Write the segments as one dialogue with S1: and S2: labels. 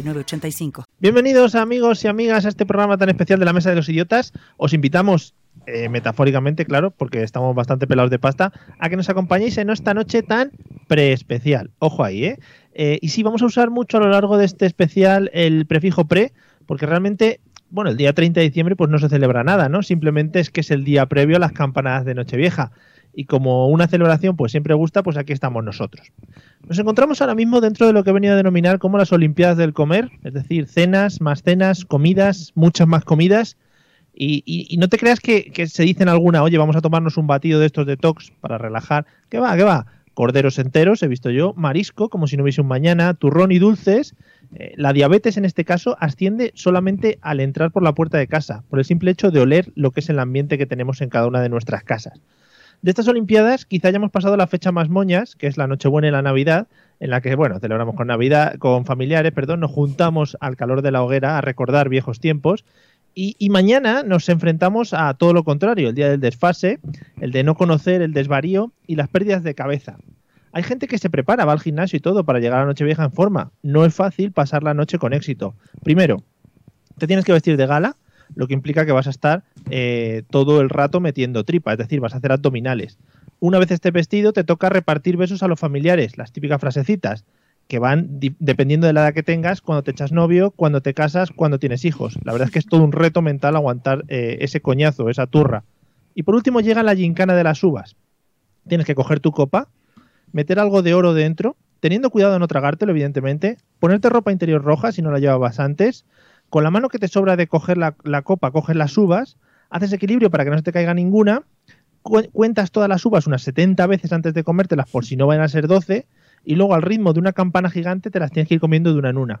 S1: 985.
S2: Bienvenidos amigos y amigas a este programa tan especial de la Mesa de los Idiotas. Os invitamos, eh, metafóricamente, claro, porque estamos bastante pelados de pasta, a que nos acompañéis en esta noche tan preespecial. Ojo ahí, ¿eh? ¿eh? Y sí, vamos a usar mucho a lo largo de este especial el prefijo pre, porque realmente... Bueno, el día 30 de diciembre pues no se celebra nada, ¿no? Simplemente es que es el día previo a las campanadas de Nochevieja y como una celebración pues siempre gusta, pues aquí estamos nosotros. Nos encontramos ahora mismo dentro de lo que he venido a denominar como las Olimpiadas del Comer, es decir, cenas, más cenas, comidas, muchas más comidas. Y, y, y no te creas que, que, se dicen alguna, oye, vamos a tomarnos un batido de estos detox para relajar. ¿Qué va? ¿Qué va? Corderos enteros, he visto yo, marisco, como si no hubiese un mañana, turrón y dulces. Eh, la diabetes en este caso asciende solamente al entrar por la puerta de casa, por el simple hecho de oler lo que es el ambiente que tenemos en cada una de nuestras casas. De estas Olimpiadas, quizá hayamos pasado la fecha más moñas, que es la Nochebuena y la Navidad, en la que, bueno, celebramos con Navidad, con familiares, perdón, nos juntamos al calor de la hoguera a recordar viejos tiempos. Y, y mañana nos enfrentamos a todo lo contrario, el día del desfase, el de no conocer, el desvarío y las pérdidas de cabeza. Hay gente que se prepara, va al gimnasio y todo para llegar a la noche vieja en forma. No es fácil pasar la noche con éxito. Primero, te tienes que vestir de gala, lo que implica que vas a estar eh, todo el rato metiendo tripa, es decir, vas a hacer abdominales. Una vez esté vestido, te toca repartir besos a los familiares, las típicas frasecitas, que van dependiendo de la edad que tengas, cuando te echas novio, cuando te casas, cuando tienes hijos. La verdad es que es todo un reto mental aguantar eh, ese coñazo, esa turra. Y por último llega la gincana de las uvas. Tienes que coger tu copa, meter algo de oro dentro, teniendo cuidado de no tragártelo, evidentemente, ponerte ropa interior roja si no la llevabas antes, con la mano que te sobra de coger la, la, copa, coges las uvas, haces equilibrio para que no se te caiga ninguna, cu cuentas todas las uvas unas 70 veces antes de comértelas por si no van a ser 12, y luego al ritmo de una campana gigante te las tienes que ir comiendo de una en una.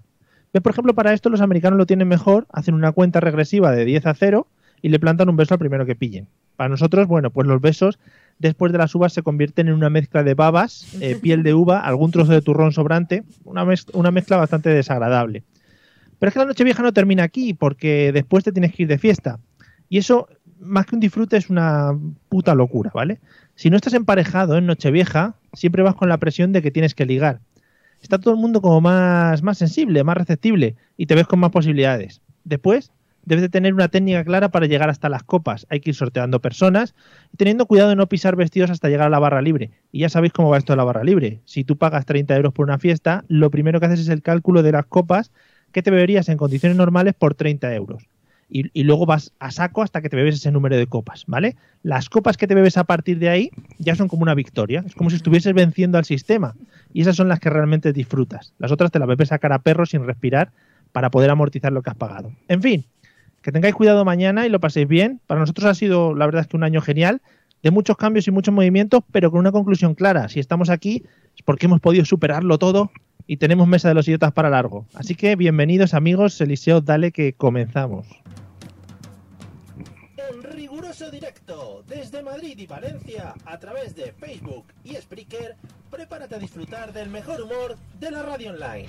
S2: ¿Ves? Por ejemplo, para esto los americanos lo tienen mejor, hacen una cuenta regresiva de 10 a 0 y le plantan un beso al primero que pillen. Para nosotros, bueno, pues los besos después de las uvas se convierten en una mezcla de babas, eh, piel de uva, algún trozo de turrón sobrante, una, mez una mezcla bastante desagradable. Pero es que la noche vieja no termina aquí, porque después te tienes que ir de fiesta. Y eso, más que un disfrute, es una puta locura, ¿vale? Si no estás emparejado en Nochevieja, siempre vas con la presión de que tienes que ligar. Está todo el mundo como más, más sensible, más receptible, y te ves con más posibilidades. Después, debes de tener una técnica clara para llegar hasta las copas. Hay que ir sorteando personas y teniendo cuidado de no pisar vestidos hasta llegar a la barra libre. Y ya sabéis cómo va esto de la barra libre. Si tú pagas 30 euros por una fiesta, lo primero que haces es el cálculo de las copas que te beberías en condiciones normales por 30 euros. Y, y, luego vas a saco hasta que te bebes ese número de copas, ¿vale? Las copas que te bebes a partir de ahí ya son como una victoria. Es como si estuvieses venciendo al sistema. Y esas son las que realmente disfrutas. Las otras te las bebes a cara a perro sin respirar para poder amortizar lo que has pagado. En fin, que tengáis cuidado mañana y lo paséis bien. Para nosotros ha sido, la verdad es que un año genial, de muchos cambios y muchos movimientos, pero con una conclusión clara. Si estamos aquí es porque hemos podido superarlo todo y tenemos mesa de los idiotas para largo. Así que bienvenidos amigos, Eliseo, dale que comenzamos.
S3: En riguroso directo desde Madrid y Valencia a través de Facebook y Spreaker, prepárate a disfrutar del mejor humor de la radio online.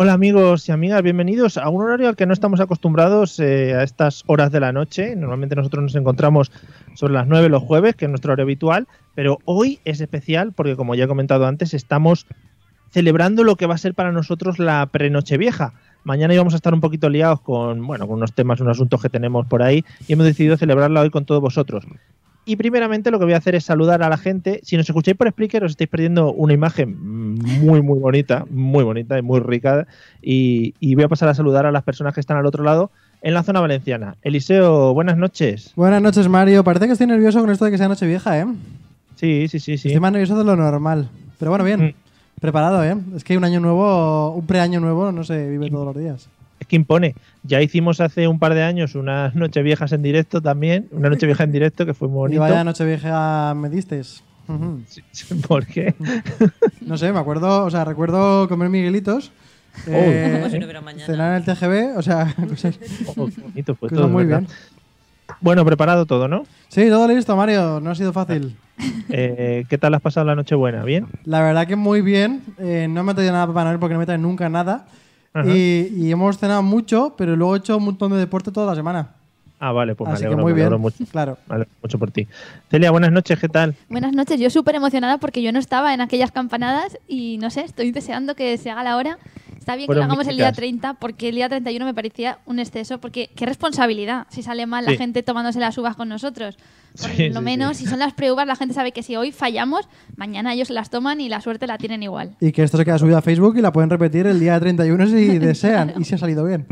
S2: Hola amigos y amigas, bienvenidos a un horario al que no estamos acostumbrados eh, a estas horas de la noche. Normalmente nosotros nos encontramos sobre las 9 los jueves, que es nuestro horario habitual, pero hoy es especial porque como ya he comentado antes, estamos celebrando lo que va a ser para nosotros la prenoche vieja. Mañana íbamos a estar un poquito liados con, bueno, con unos temas, unos asuntos que tenemos por ahí y hemos decidido celebrarla hoy con todos vosotros. Y primeramente lo que voy a hacer es saludar a la gente. Si nos escucháis por Spreaker os estáis perdiendo una imagen muy, muy bonita, muy bonita y muy rica. Y, y voy a pasar a saludar a las personas que están al otro lado en la zona valenciana. Eliseo, buenas noches.
S4: Buenas noches, Mario. Parece que estoy nervioso con esto de que sea noche vieja, ¿eh?
S2: Sí, sí, sí, sí. Mm.
S4: Estoy más nervioso de lo normal. Pero bueno, bien. Preparado, ¿eh? Es que un año nuevo, un preaño nuevo, no se vive todos los días.
S2: Es que impone. Ya hicimos hace un par de años unas noches viejas en directo también. Una noche vieja en directo que fue muy
S4: Y
S2: bonito.
S4: vaya noche vieja me distes. Ujú.
S2: ¿Por qué?
S4: No sé, me acuerdo, o sea, recuerdo comer miguelitos,
S2: Oh.
S4: eh,
S5: Como si no hubiera mañana.
S4: cenar en el TGB, o sea, cosas,
S2: Oh, qué bonito fue
S4: cosas
S2: todo,
S4: muy
S2: ¿verdad?
S4: bien.
S2: Bueno, preparado todo, ¿no?
S4: Sí, todo listo, Mario, no ha sido fácil.
S2: Eh, ¿Qué tal has pasado la noche buena? ¿Bien?
S4: La verdad que muy bien. Eh, no me ha traído nada para Noel porque no me trae nunca nada.
S2: Ajá.
S4: Y, y hemos cenado mucho, pero luego he hecho un montón de deporte toda la semana.
S2: Ah, vale, pues
S4: Así
S2: me
S4: que
S2: alegro,
S4: muy
S2: me
S4: bien.
S2: alegro mucho.
S4: Claro.
S2: Me alegro mucho por ti. Celia, buenas noches, ¿qué tal?
S6: Buenas noches, yo súper emocionada porque yo no estaba en aquellas campanadas y no sé, estoy deseando que se haga la hora. Está bien
S2: Fueron
S6: que lo hagamos el día
S2: míticas.
S6: 30 porque el día 31 me parecía un exceso porque qué responsabilidad si sale mal
S2: Sí.
S6: la gente tomándose las uvas con nosotros. Por
S2: Sí,
S6: lo
S2: sí,
S6: menos
S2: sí.
S6: si son las preuvas la gente sabe que si hoy fallamos, mañana ellos las toman y la suerte la tienen igual.
S4: Y que esto se queda subido a Facebook y la pueden repetir el día 31 si desean y si ha salido bien.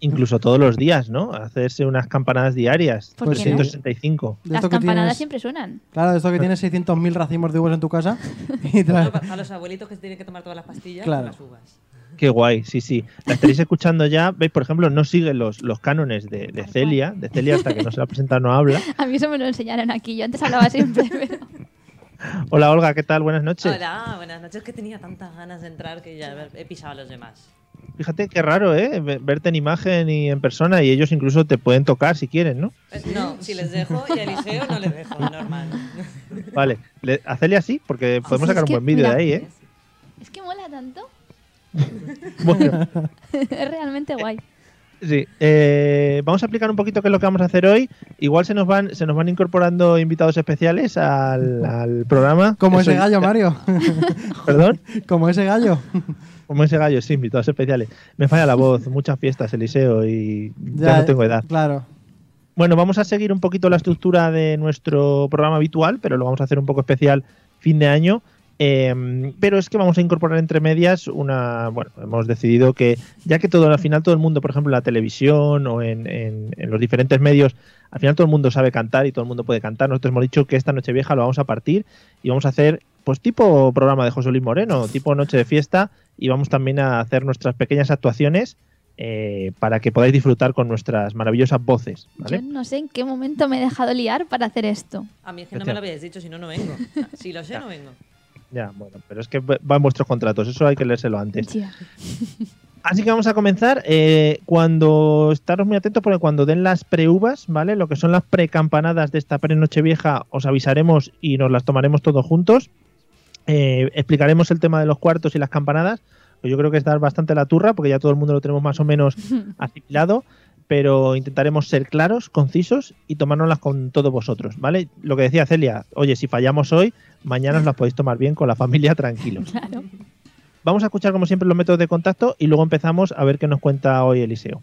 S2: Incluso todos los días, ¿no? Hacerse unas campanadas diarias.
S6: ¿Por
S4: qué no?
S2: 365.
S4: De
S6: las
S4: esto que
S6: campanadas
S4: tienes-
S6: siempre suenan.
S4: Claro, de esto que tienes 600.000 racimos de uvas en tu casa. Y te la-
S5: Bueno, pa- a los abuelitos que se tienen que tomar todas las pastillas
S4: Ah. Claro.
S5: con las uvas.
S2: Qué guay, sí, sí. La estaréis escuchando ya. ¿Veis? Por ejemplo, no sigue los, los cánones de, de Celia. De Celia hasta que no se la presenta no habla.
S6: A mí eso me lo enseñaron aquí, yo antes hablaba siempre. pero-
S2: Hola, Olga, ¿qué tal? Buenas noches.
S5: Hola, buenas noches, que tenía tantas ganas de entrar que ya he pisado a los demás.
S2: Fíjate qué raro, ¿eh? Ve- Verte en imagen y en persona y ellos incluso te pueden tocar si quieren, ¿no?
S5: Pues no, si les dejo y a Eliseo no les dejo, normal.
S2: Vale. Le- a Celia sí, porque podemos
S6: Ah, sí,
S2: sacar
S6: es
S2: un
S6: que,
S2: buen vídeo de
S6: mira.
S2: ahí, ¿eh?
S6: Es que mola tanto,
S2: Bueno,
S6: es realmente guay.
S2: sí. Eh, vamos a explicar un poquito qué es lo que vamos a hacer hoy. Igual se nos van, se nos van incorporando invitados especiales al, al programa.
S4: Como
S2: Eso-
S4: ese gallo, Mario.
S2: Perdón.
S4: Como ese gallo.
S2: Como ese gallo, sí, invitados especiales. Me falla la voz, muchas fiestas, Eliseo, y ya, no
S4: eh,
S2: tengo edad.
S4: Claro.
S2: Bueno, vamos a seguir un poquito la estructura de nuestro programa habitual, pero lo vamos a hacer un poco especial fin de año. Eh, pero es que vamos a incorporar entre medias una. Bueno, hemos decidido que, ya que todo al final todo el mundo, por ejemplo, en la televisión o en, en- en los diferentes medios, al final todo el mundo sabe cantar y todo el mundo puede cantar. Nosotros hemos dicho que esta noche vieja lo vamos a partir y vamos a hacer, pues, tipo programa de José Luis Moreno, tipo noche de fiesta, y vamos también a hacer nuestras pequeñas actuaciones eh, para que podáis disfrutar con nuestras maravillosas voces. ¿vale?
S6: Yo no sé en qué momento me he dejado liar para hacer esto.
S5: A mí es que no me lo habéis dicho, si no, no vengo. Si lo sé, no vengo.
S2: Ya, bueno, pero es que va en vuestros contratos, eso hay que leérselo antes.
S6: Ya.
S2: Así que vamos a comenzar. eh, cuando estaros muy atentos, porque cuando den las pre-uvas, ¿vale? Lo que son las pre-campanadas de esta pre-noche vieja, os avisaremos y nos las tomaremos todos juntos. Eh, explicaremos el tema de los cuartos y las campanadas. que Yo creo que es dar bastante la turra, porque ya todo el mundo lo tenemos más o menos asimilado, pero intentaremos ser claros, concisos y tomárnoslas con todos vosotros, ¿vale? Lo que decía Celia, oye, si fallamos hoy, mañana os las podéis tomar bien con la familia tranquilos.
S6: Claro.
S2: Vamos a escuchar como siempre los métodos de contacto y luego empezamos a ver qué nos cuenta hoy Eliseo.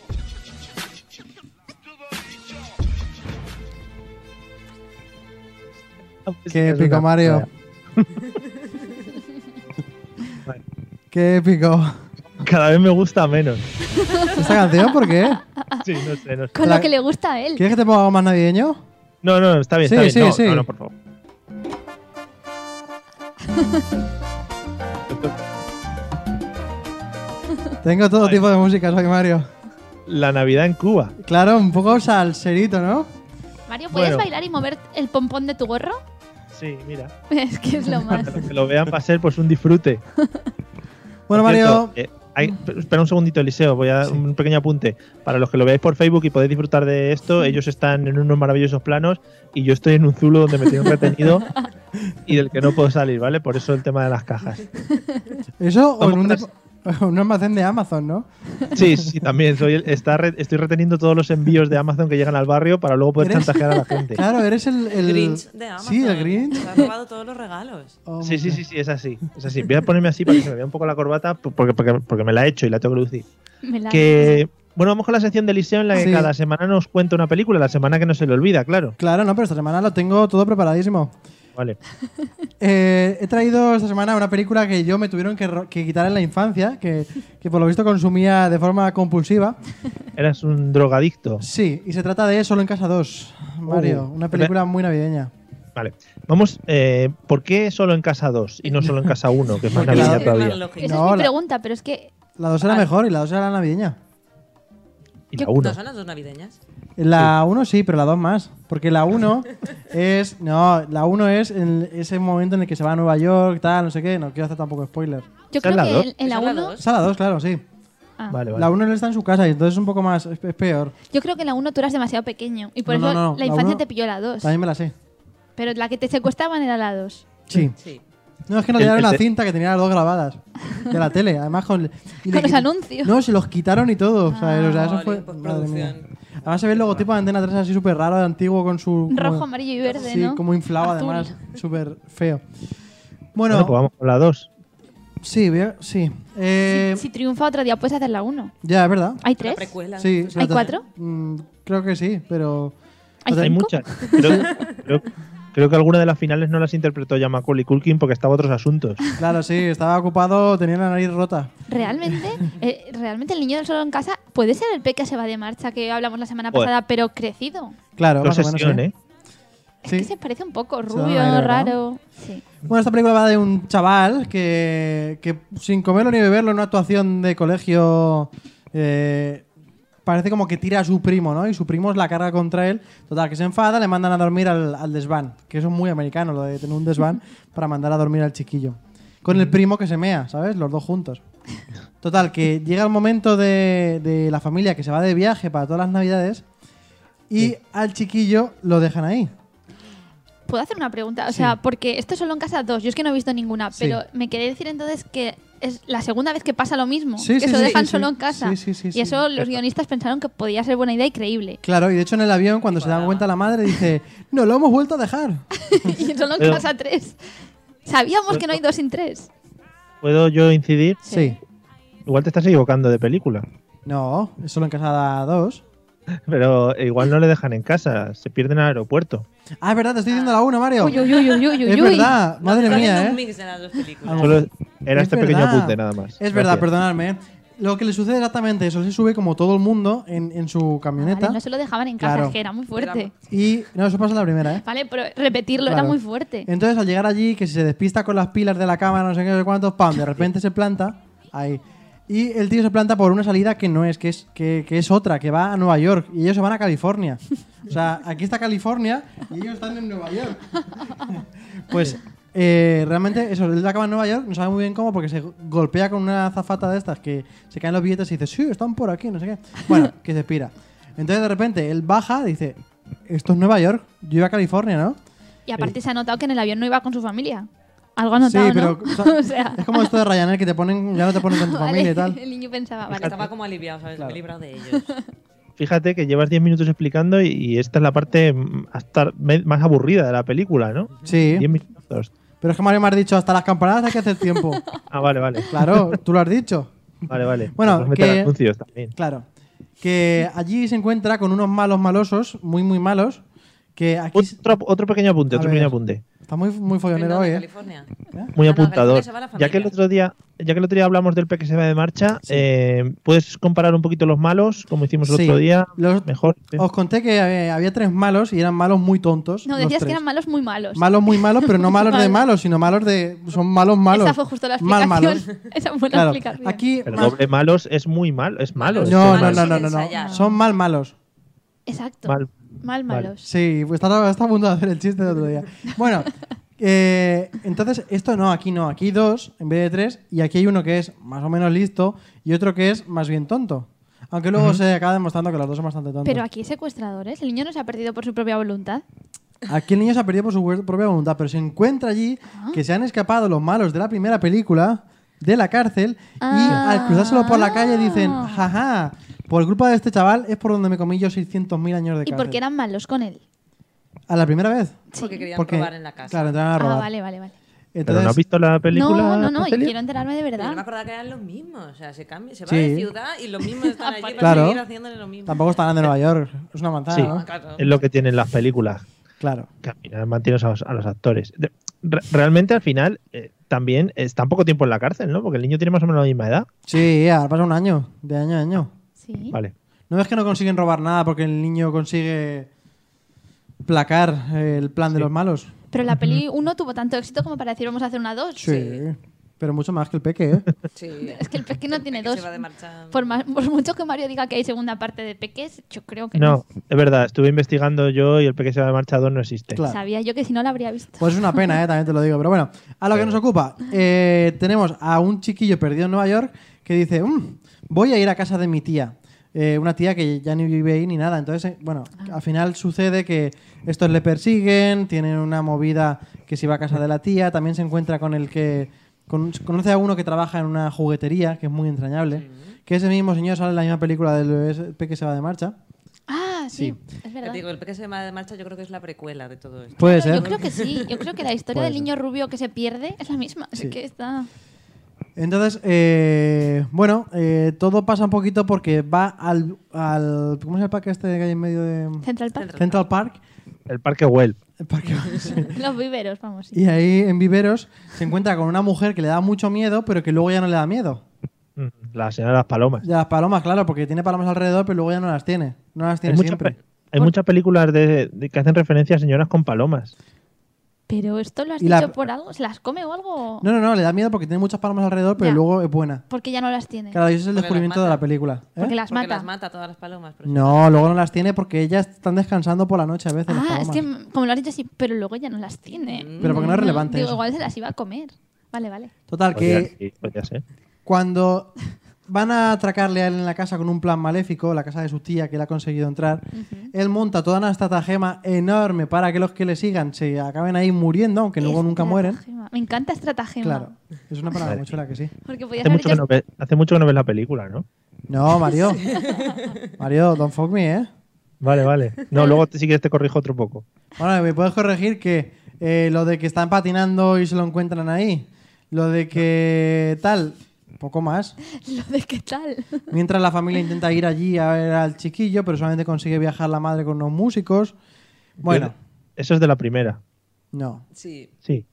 S4: Qué épico, Mario.
S2: Bueno,
S4: Qué épico.
S2: Cada vez me gusta menos.
S4: ¿Esta canción por qué?
S2: Sí, no sé, no sé.
S6: Con
S4: La-
S6: lo que le gusta a él.
S4: ¿Quieres que te ponga algo más navideño?
S2: No, no, está bien,
S4: Sí,
S2: está bien.
S4: sí, sí.
S2: no, no, no, por favor.
S4: Tengo todo
S2: Vale.
S4: tipo de música, soy Mario.
S2: La Navidad en Cuba.
S4: Claro, un poco salserito, ¿no?
S6: Mario, ¿puedes
S2: Bueno.
S6: bailar y mover el pompón de tu gorro?
S2: Sí, mira.
S6: Es que es lo más.
S2: Para los que lo vean va a ser pues un disfrute.
S4: Bueno,
S2: Por
S4: Mario, Mm.
S2: cierto, eh, Hay- espera un segundito, Eliseo. Voy a
S4: Sí.
S2: un pequeño apunte. Para los que lo veáis por Facebook y podéis disfrutar de esto, ellos están en unos maravillosos planos y yo estoy en un zulo donde me tienen retenido y del que no puedo salir, ¿vale? Por eso el tema de las cajas.
S4: Eso o en un,
S2: Vamos
S4: depo- un almacén de Amazon, ¿no?
S2: Sí, sí, también. Soy el- está re- estoy reteniendo todos los envíos de Amazon que llegan al barrio para luego poder
S4: ¿Eres?
S2: chantajear a la gente.
S4: Claro, eres el. el...
S5: Grinch de Amazon.
S4: Sí, el Grinch.
S5: Se ha robado todos los regalos.
S4: Oh,
S2: Sí, sí, sí, sí, es así. Es así. Voy a ponerme así para que se me vea un poco la corbata porque, porque, porque me la he hecho y la tengo que lucir.
S6: Me la-
S2: Que, bueno, vamos con la sección de Eliseo en la que
S4: Sí.
S2: cada semana nos cuenta una película, la semana que no se le olvida, claro.
S4: Claro, no, pero esta semana lo tengo todo preparadísimo.
S2: Vale.
S4: Eh, he traído esta semana una película que yo me tuvieron que, ro- que quitar en la infancia, que, que por lo visto consumía de forma compulsiva.
S2: Eras un drogadicto.
S4: Sí, y se trata de Solo en Casa 2, Mario.
S2: Uh,
S4: una película muy navideña.
S2: Vale. Vamos, eh, ¿por qué solo en casa 2 y no solo en casa 1? Que es más
S4: Porque la-
S2: navideña
S5: Es más
S2: todavía.
S5: lógico.
S6: Esa
S4: No,
S6: es
S4: la-
S6: mi pregunta, pero es que
S4: La 2 era mejor y la 2 era la navideña.
S2: Y la 1.
S5: No son las dos navideñas.
S4: La 1 sí, pero la 2 más. Porque la 1 es. No, la 1 es en ese momento en el que se va a Nueva York, tal, no sé qué. No quiero hacer tampoco spoiler.
S6: yo
S2: Esa
S6: creo
S2: es la dos.
S6: que el- el
S5: Esa es la
S6: 1
S5: dos.
S4: Es a la 2, claro, sí.
S6: ah,
S2: Vale,
S4: La
S2: vale.
S4: 1 él está en su casa y entonces es un poco más. Es, es peor.
S6: Yo creo que la 1 tú eras demasiado pequeño y por
S4: No,
S6: eso
S4: no, no,
S6: la
S4: la
S6: infancia
S4: uno-
S6: te pilló la 2.
S4: También me la sé.
S6: Pero la que te secuestraban era la 2.
S4: Sí.
S5: Sí.
S4: No, es que no
S2: El-
S4: tenían
S2: el
S4: una
S2: te-
S4: cinta que tenía las dos grabadas de la tele. Además, con. y le
S6: Con los
S4: quit-
S6: anuncios.
S4: No, se los quitaron y todo. o sea, o sea, eso
S5: Jolín,
S4: fue. madre
S5: postproducción.
S4: mía. Además, se ve el logotipo de Antena 3 así súper raro, antiguo, con su. como-
S6: Rojo, amarillo y verde,
S4: sí,
S6: ¿no?
S4: como inflado,
S6: Azul.
S4: además. Súper feo.
S2: Bueno,
S4: Bueno,
S2: pues vamos con la 2.
S4: sí, veo- sí. Eh,
S6: Si triunfa otro día puedes hacer la 1.
S4: Ya, es verdad.
S6: ¿Hay
S5: La
S6: 3?
S5: precuela.
S4: Sí,
S6: ¿Hay
S4: pero-
S6: cuatro?
S4: Mm, creo que sí, pero.
S6: ¿Hay
S2: Hay
S6: cinco?
S2: muchas. Creo, creo- creo que alguna de las finales no las interpretó ya Macaulay Culkin porque estaba a otros asuntos.
S4: Claro, sí, estaba ocupado, tenía la nariz rota.
S6: Realmente, eh, realmente el niño del solo en casa puede ser el pe que se va de marcha que hablamos la semana
S4: Pues.
S2: Joder.
S6: pasada, pero crecido.
S4: Claro,
S2: Qué
S4: más o menos.
S2: obsesión,
S4: sí.
S2: ¿eh?
S6: Es
S4: Sí.
S6: que se parece un poco
S4: Se da
S6: rubio,
S4: un aire, ¿no?
S6: raro. Sí.
S4: Bueno, esta película va de un chaval que, que sin comerlo ni beberlo en una actuación de colegio eh, parece como que tira a su primo, ¿no? Y su primo es la carga contra él. Total, que se enfada, le mandan a dormir al, al desván. Que eso es muy americano, lo de tener un desván para mandar a dormir al chiquillo. Con el primo que se mea, ¿sabes? Los dos juntos. Total, que llega el momento de, de la familia que se va de viaje para todas las navidades y al chiquillo lo dejan ahí.
S6: ¿Puedo hacer una pregunta? O sea, porque esto es solo en casa 2, yo es que no he visto ninguna,
S4: Sí.
S6: pero me quería decir entonces que es la segunda vez que pasa lo mismo,
S4: Sí,
S6: que
S4: sí,
S6: se lo
S4: sí,
S6: dejan
S4: sí,
S6: solo
S4: sí.
S6: en casa.
S4: Sí, sí, sí,
S6: y
S4: sí.
S6: eso los guionistas pensaron que podía ser buena idea y creíble.
S4: Claro, y de hecho en el avión, cuando se dan cuenta la madre, dice: No, lo hemos vuelto a dejar.
S6: y solo en
S2: Pero-
S6: casa 3. Sabíamos que no hay dos sin tres.
S2: ¿Puedo yo incidir?
S4: Sí.
S2: Igual te estás equivocando de película.
S4: No, es solo en Casada 2.
S2: Pero igual no le dejan en casa, se pierden al aeropuerto.
S4: Ah, es verdad, te estoy diciendo la 1, Mario.
S6: Uy, uy, uy, uy, uy,
S4: es
S6: uy.
S4: verdad,
S5: No,
S4: madre
S5: está haciendo
S4: mía,
S5: un
S4: ¿eh?
S5: mix de las dos películas.
S4: Algo-
S2: Solo era
S4: Es
S2: este pequeño
S4: verdad.
S2: apunte nada más.
S4: Es verdad,
S2: Gracias.
S4: perdonadme. ¿eh? Lo que le sucede exactamente eso, se sube como todo el mundo en, en su
S6: Vale,
S4: camioneta.
S6: no se lo dejaban en casa,
S4: Claro.
S6: es que era muy fuerte.
S4: Y no, eso pasa en la primera, ¿eh?
S6: Vale, pero repetirlo era
S4: Claro.
S6: muy fuerte.
S4: Entonces, al llegar allí, que si se despista con las pilas de la cámara, no sé qué, no sé cuántos, pam, de repente se planta ahí. Y el tío se planta por una salida que no es, que es, que, que es otra, que va a Nueva York. Y ellos se van a California. O sea, aquí está California y ellos están en Nueva York. Pues eh, realmente, eso, él acaba en Nueva York, no sabe muy bien cómo, porque se golpea con una azafata de estas que se caen los billetes y dice, sí, están por aquí, no sé qué. Bueno, que se pira. Entonces, de repente, él baja, dice, esto es Nueva York, yo iba a California, ¿no?
S6: Y aparte se ha notado que en el avión no iba con su familia. Algo ha notado,
S4: sí, pero o sea,
S6: ¿no? O sea,
S4: es como esto de Ryanair que te ponen, ya no te ponen con tu
S6: vale,
S4: familia y tal.
S6: El niño pensaba, Ah, vale,
S5: Estaba como aliviado, ¿sabes?
S4: Claro.
S5: Me he librado de ellos.
S2: Fíjate que llevas 10 minutos explicando y, y esta es la parte mm, hasta me- más aburrida de la película, ¿no?
S4: Sí,
S2: 10 minutos.
S4: pero es que Mario me has dicho, hasta las campanadas hay que hacer tiempo.
S2: Ah, vale, vale.
S4: Claro, tú lo has dicho.
S2: Vale, vale.
S4: Bueno,
S2: Podemos meter
S4: que-
S2: anuncios también.
S4: Claro. Que allí se encuentra con unos malos malosos, muy, muy malos, que aquí... se-
S2: Otro, otro pequeño apunte,
S4: A
S2: otro
S4: ver.
S2: pequeño apunte.
S4: Está muy, muy follonero
S5: Fernando,
S4: hoy, ¿eh?
S5: California.
S2: Muy
S5: Ah, no,
S2: apuntador.
S5: California se va la
S2: ya que el
S5: familia.
S2: otro día, ya que el otro día hablamos del P que se va de marcha,
S4: Sí.
S2: eh, puedes comparar un poquito los malos, como hicimos el
S4: Sí.
S2: otro día,
S4: Los-
S2: mejor. sí.
S4: Os conté que eh, había tres malos y eran malos muy tontos.
S6: No,
S4: los
S6: decías que
S4: tres.
S6: eran malos muy malos.
S4: Malos muy malos, pero no malos de
S6: Vale.
S4: malos, sino malos de... Son malos malos.
S6: Esa fue justo la
S4: Mal
S6: explicación.
S4: malos.
S6: Esa fue la
S4: Claro.
S6: explicación.
S4: Aquí...
S2: Pero
S4: más-
S2: doble malos es muy malo, es malo.
S5: Malos.
S2: es
S4: No,
S2: muy
S4: no,
S2: malo.
S4: no,
S5: sin
S4: no, no, no.
S5: ensayar.
S4: Son mal malos.
S6: Exacto.
S2: Mal.
S6: Mal malos.
S4: Sí, pues está, está a punto de hacer el chiste del otro día. Bueno, Eh, entonces, esto no, aquí no, aquí hay dos en vez de tres, y aquí hay uno que es más o menos listo y otro que es más bien tonto. Aunque luego se acaba demostrando que los dos son bastante tontos.
S6: Pero aquí hay secuestradores. El niño no se ha perdido por su propia voluntad.
S4: Aquí el niño se ha perdido por su hu- propia voluntad, pero se encuentra allí
S6: Ah.
S4: que se han escapado los malos de la primera película de la cárcel
S6: Ah.
S4: y al cruzárselo por la calle dicen, jaja, por culpa de este chaval es por donde me comí yo 600.000 años de
S6: ¿Y
S4: cárcel.
S6: por qué eran malos con él?
S4: ¿A la primera vez?
S5: Porque querían
S4: Porque-
S5: robar en la casa.
S4: Claro, entraron a robar.
S6: Ah, vale, vale, vale.
S2: ¿Pero
S4: Entonces,
S2: no has visto la película?
S6: no, no, no, yo
S2: Celia?
S6: quiero enterarme de
S5: Pero yo me
S6: verdad.
S5: acordaba que eran los mismos. O sea, se cambia, se va
S4: Sí.
S5: de ciudad y los mismos están allí para
S4: Claro.
S5: seguir haciéndole lo mismo. Ah,
S4: tampoco están de Nueva York, es una manzana,
S2: Sí,
S4: ¿no?
S5: Claro.
S2: es lo que tienen las películas,
S4: Claro.
S2: que al final mantienes a los, a los actores. De- re- realmente al final eh, también está poco tiempo en la cárcel, ¿no? Porque el niño tiene más o menos la misma edad.
S4: Sí, ahora pasa un año, de año a año.
S6: Sí.
S2: Vale.
S4: ¿No ves que no consiguen robar nada porque el niño consigue placar eh, el plan de los malos?
S6: Pero la peli 1 tuvo tanto éxito como para decir vamos a hacer una 2.
S4: Sí. Pero mucho más que el peque, ¿eh?
S5: Sí.
S6: Es que el peque no tiene
S5: que
S6: dos.
S5: se va de marcha.
S6: Por, más- por mucho que Mario diga que hay segunda parte de peques, yo creo que no.
S2: No, es verdad, estuve investigando yo y el pequeño se va de marcha 2 no existe.
S4: Claro.
S6: Sabía yo que si no la habría visto.
S4: Pues es una pena, ¿eh? también te lo digo. Pero bueno, a lo que nos ocupa. Eh, tenemos a un chiquillo perdido en Nueva York que dice, "Mm, voy a ir a casa de mi tía. Eh, una tía que ya ni vive ahí ni nada. Entonces, eh, bueno,
S6: Ah.
S4: al final sucede que estos le persiguen, tienen una movida que se va a casa de la tía, también se encuentra con el que... con- conoce a uno que trabaja en una juguetería, que es muy entrañable, que ese mismo señor sale en la misma película del SP que se va de marcha.
S6: Ah, sí, es
S5: Te
S6: verdad.
S5: digo, el peque se va de marcha yo creo que es la precuela de todo esto.
S4: Puede
S6: Pero
S4: ser.
S6: Yo creo que sí. Yo creo que la historia
S4: Puede
S6: del
S4: ser.
S6: niño rubio que se pierde es la misma. Así
S4: Sí.
S6: que está.
S4: Entonces, eh, bueno, eh, todo pasa un poquito porque va al, al- ¿Cómo se llama el parque este que hay en medio de.
S6: Central Park.
S4: Central Park.
S2: El parque Well.
S4: El parque- sí.
S6: Los viveros, vamos. sí.
S4: Y ahí en Viveros se encuentra con una mujer que le da mucho miedo, pero que luego ya no le da miedo.
S2: Mm, La señora de las palomas.
S4: De las palomas, claro, porque tiene palomas alrededor, pero luego ya no las tiene. No las
S2: Hay,
S4: tiene
S2: muchas
S4: siempre.
S2: pe- hay muchas películas de, de- que hacen referencia a señoras con palomas.
S6: Pero esto lo has
S4: Y la-
S6: dicho por algo. ¿Se las come o algo?
S4: No, no, no, le da miedo porque tiene muchas palomas alrededor, pero
S6: Ya.
S4: luego es buena.
S6: Porque ya no las tiene.
S4: Claro, y ese es el
S5: Porque las
S4: descubrimiento de
S5: mata.
S4: la película. ¿eh?
S6: Porque las
S5: Porque
S6: mata.
S5: las mata todas las palomas. por ejemplo.
S4: No, luego no las tiene porque ellas están descansando por la noche a veces. las
S6: ah,
S4: palomas.
S6: es que mm, como lo has dicho así, pero luego ya no las tiene.
S4: Eh, Pero porque no
S6: Mm,
S4: es relevante
S6: Digo,
S4: eso.
S6: igual se las iba a comer. Vale, vale.
S4: Total,
S2: Podría-
S4: que
S2: sí, podría ser.
S4: Cuando van a atracarle a él en la casa con un plan maléfico, la casa de su tía que le ha conseguido entrar, él monta toda una estratagema enorme para que los que le sigan se acaben ahí muriendo, aunque luego nunca mueren.
S6: Estratagema. Me encanta estratagema.
S4: Claro, es una palabra muy chula que sí.
S6: Porque podías
S2: Hace
S6: haber
S2: mucho, que
S6: dicho
S2: no ve- hace mucho que no ves la película, ¿no?
S4: No, Mario. Mario, don't fuck me, ¿eh?
S2: Vale, vale. No, luego te- si quieres te corrijo otro poco.
S4: Bueno, me puedes corregir que eh, lo de que están patinando y se lo encuentran ahí, lo de que tal, poco más.
S6: lo de qué tal.
S4: Mientras la familia intenta ir allí a ver al chiquillo, pero solamente consigue viajar la madre con unos músicos. Bueno,
S2: Eso es de la primera.
S4: no.
S5: Sí.
S2: Sí.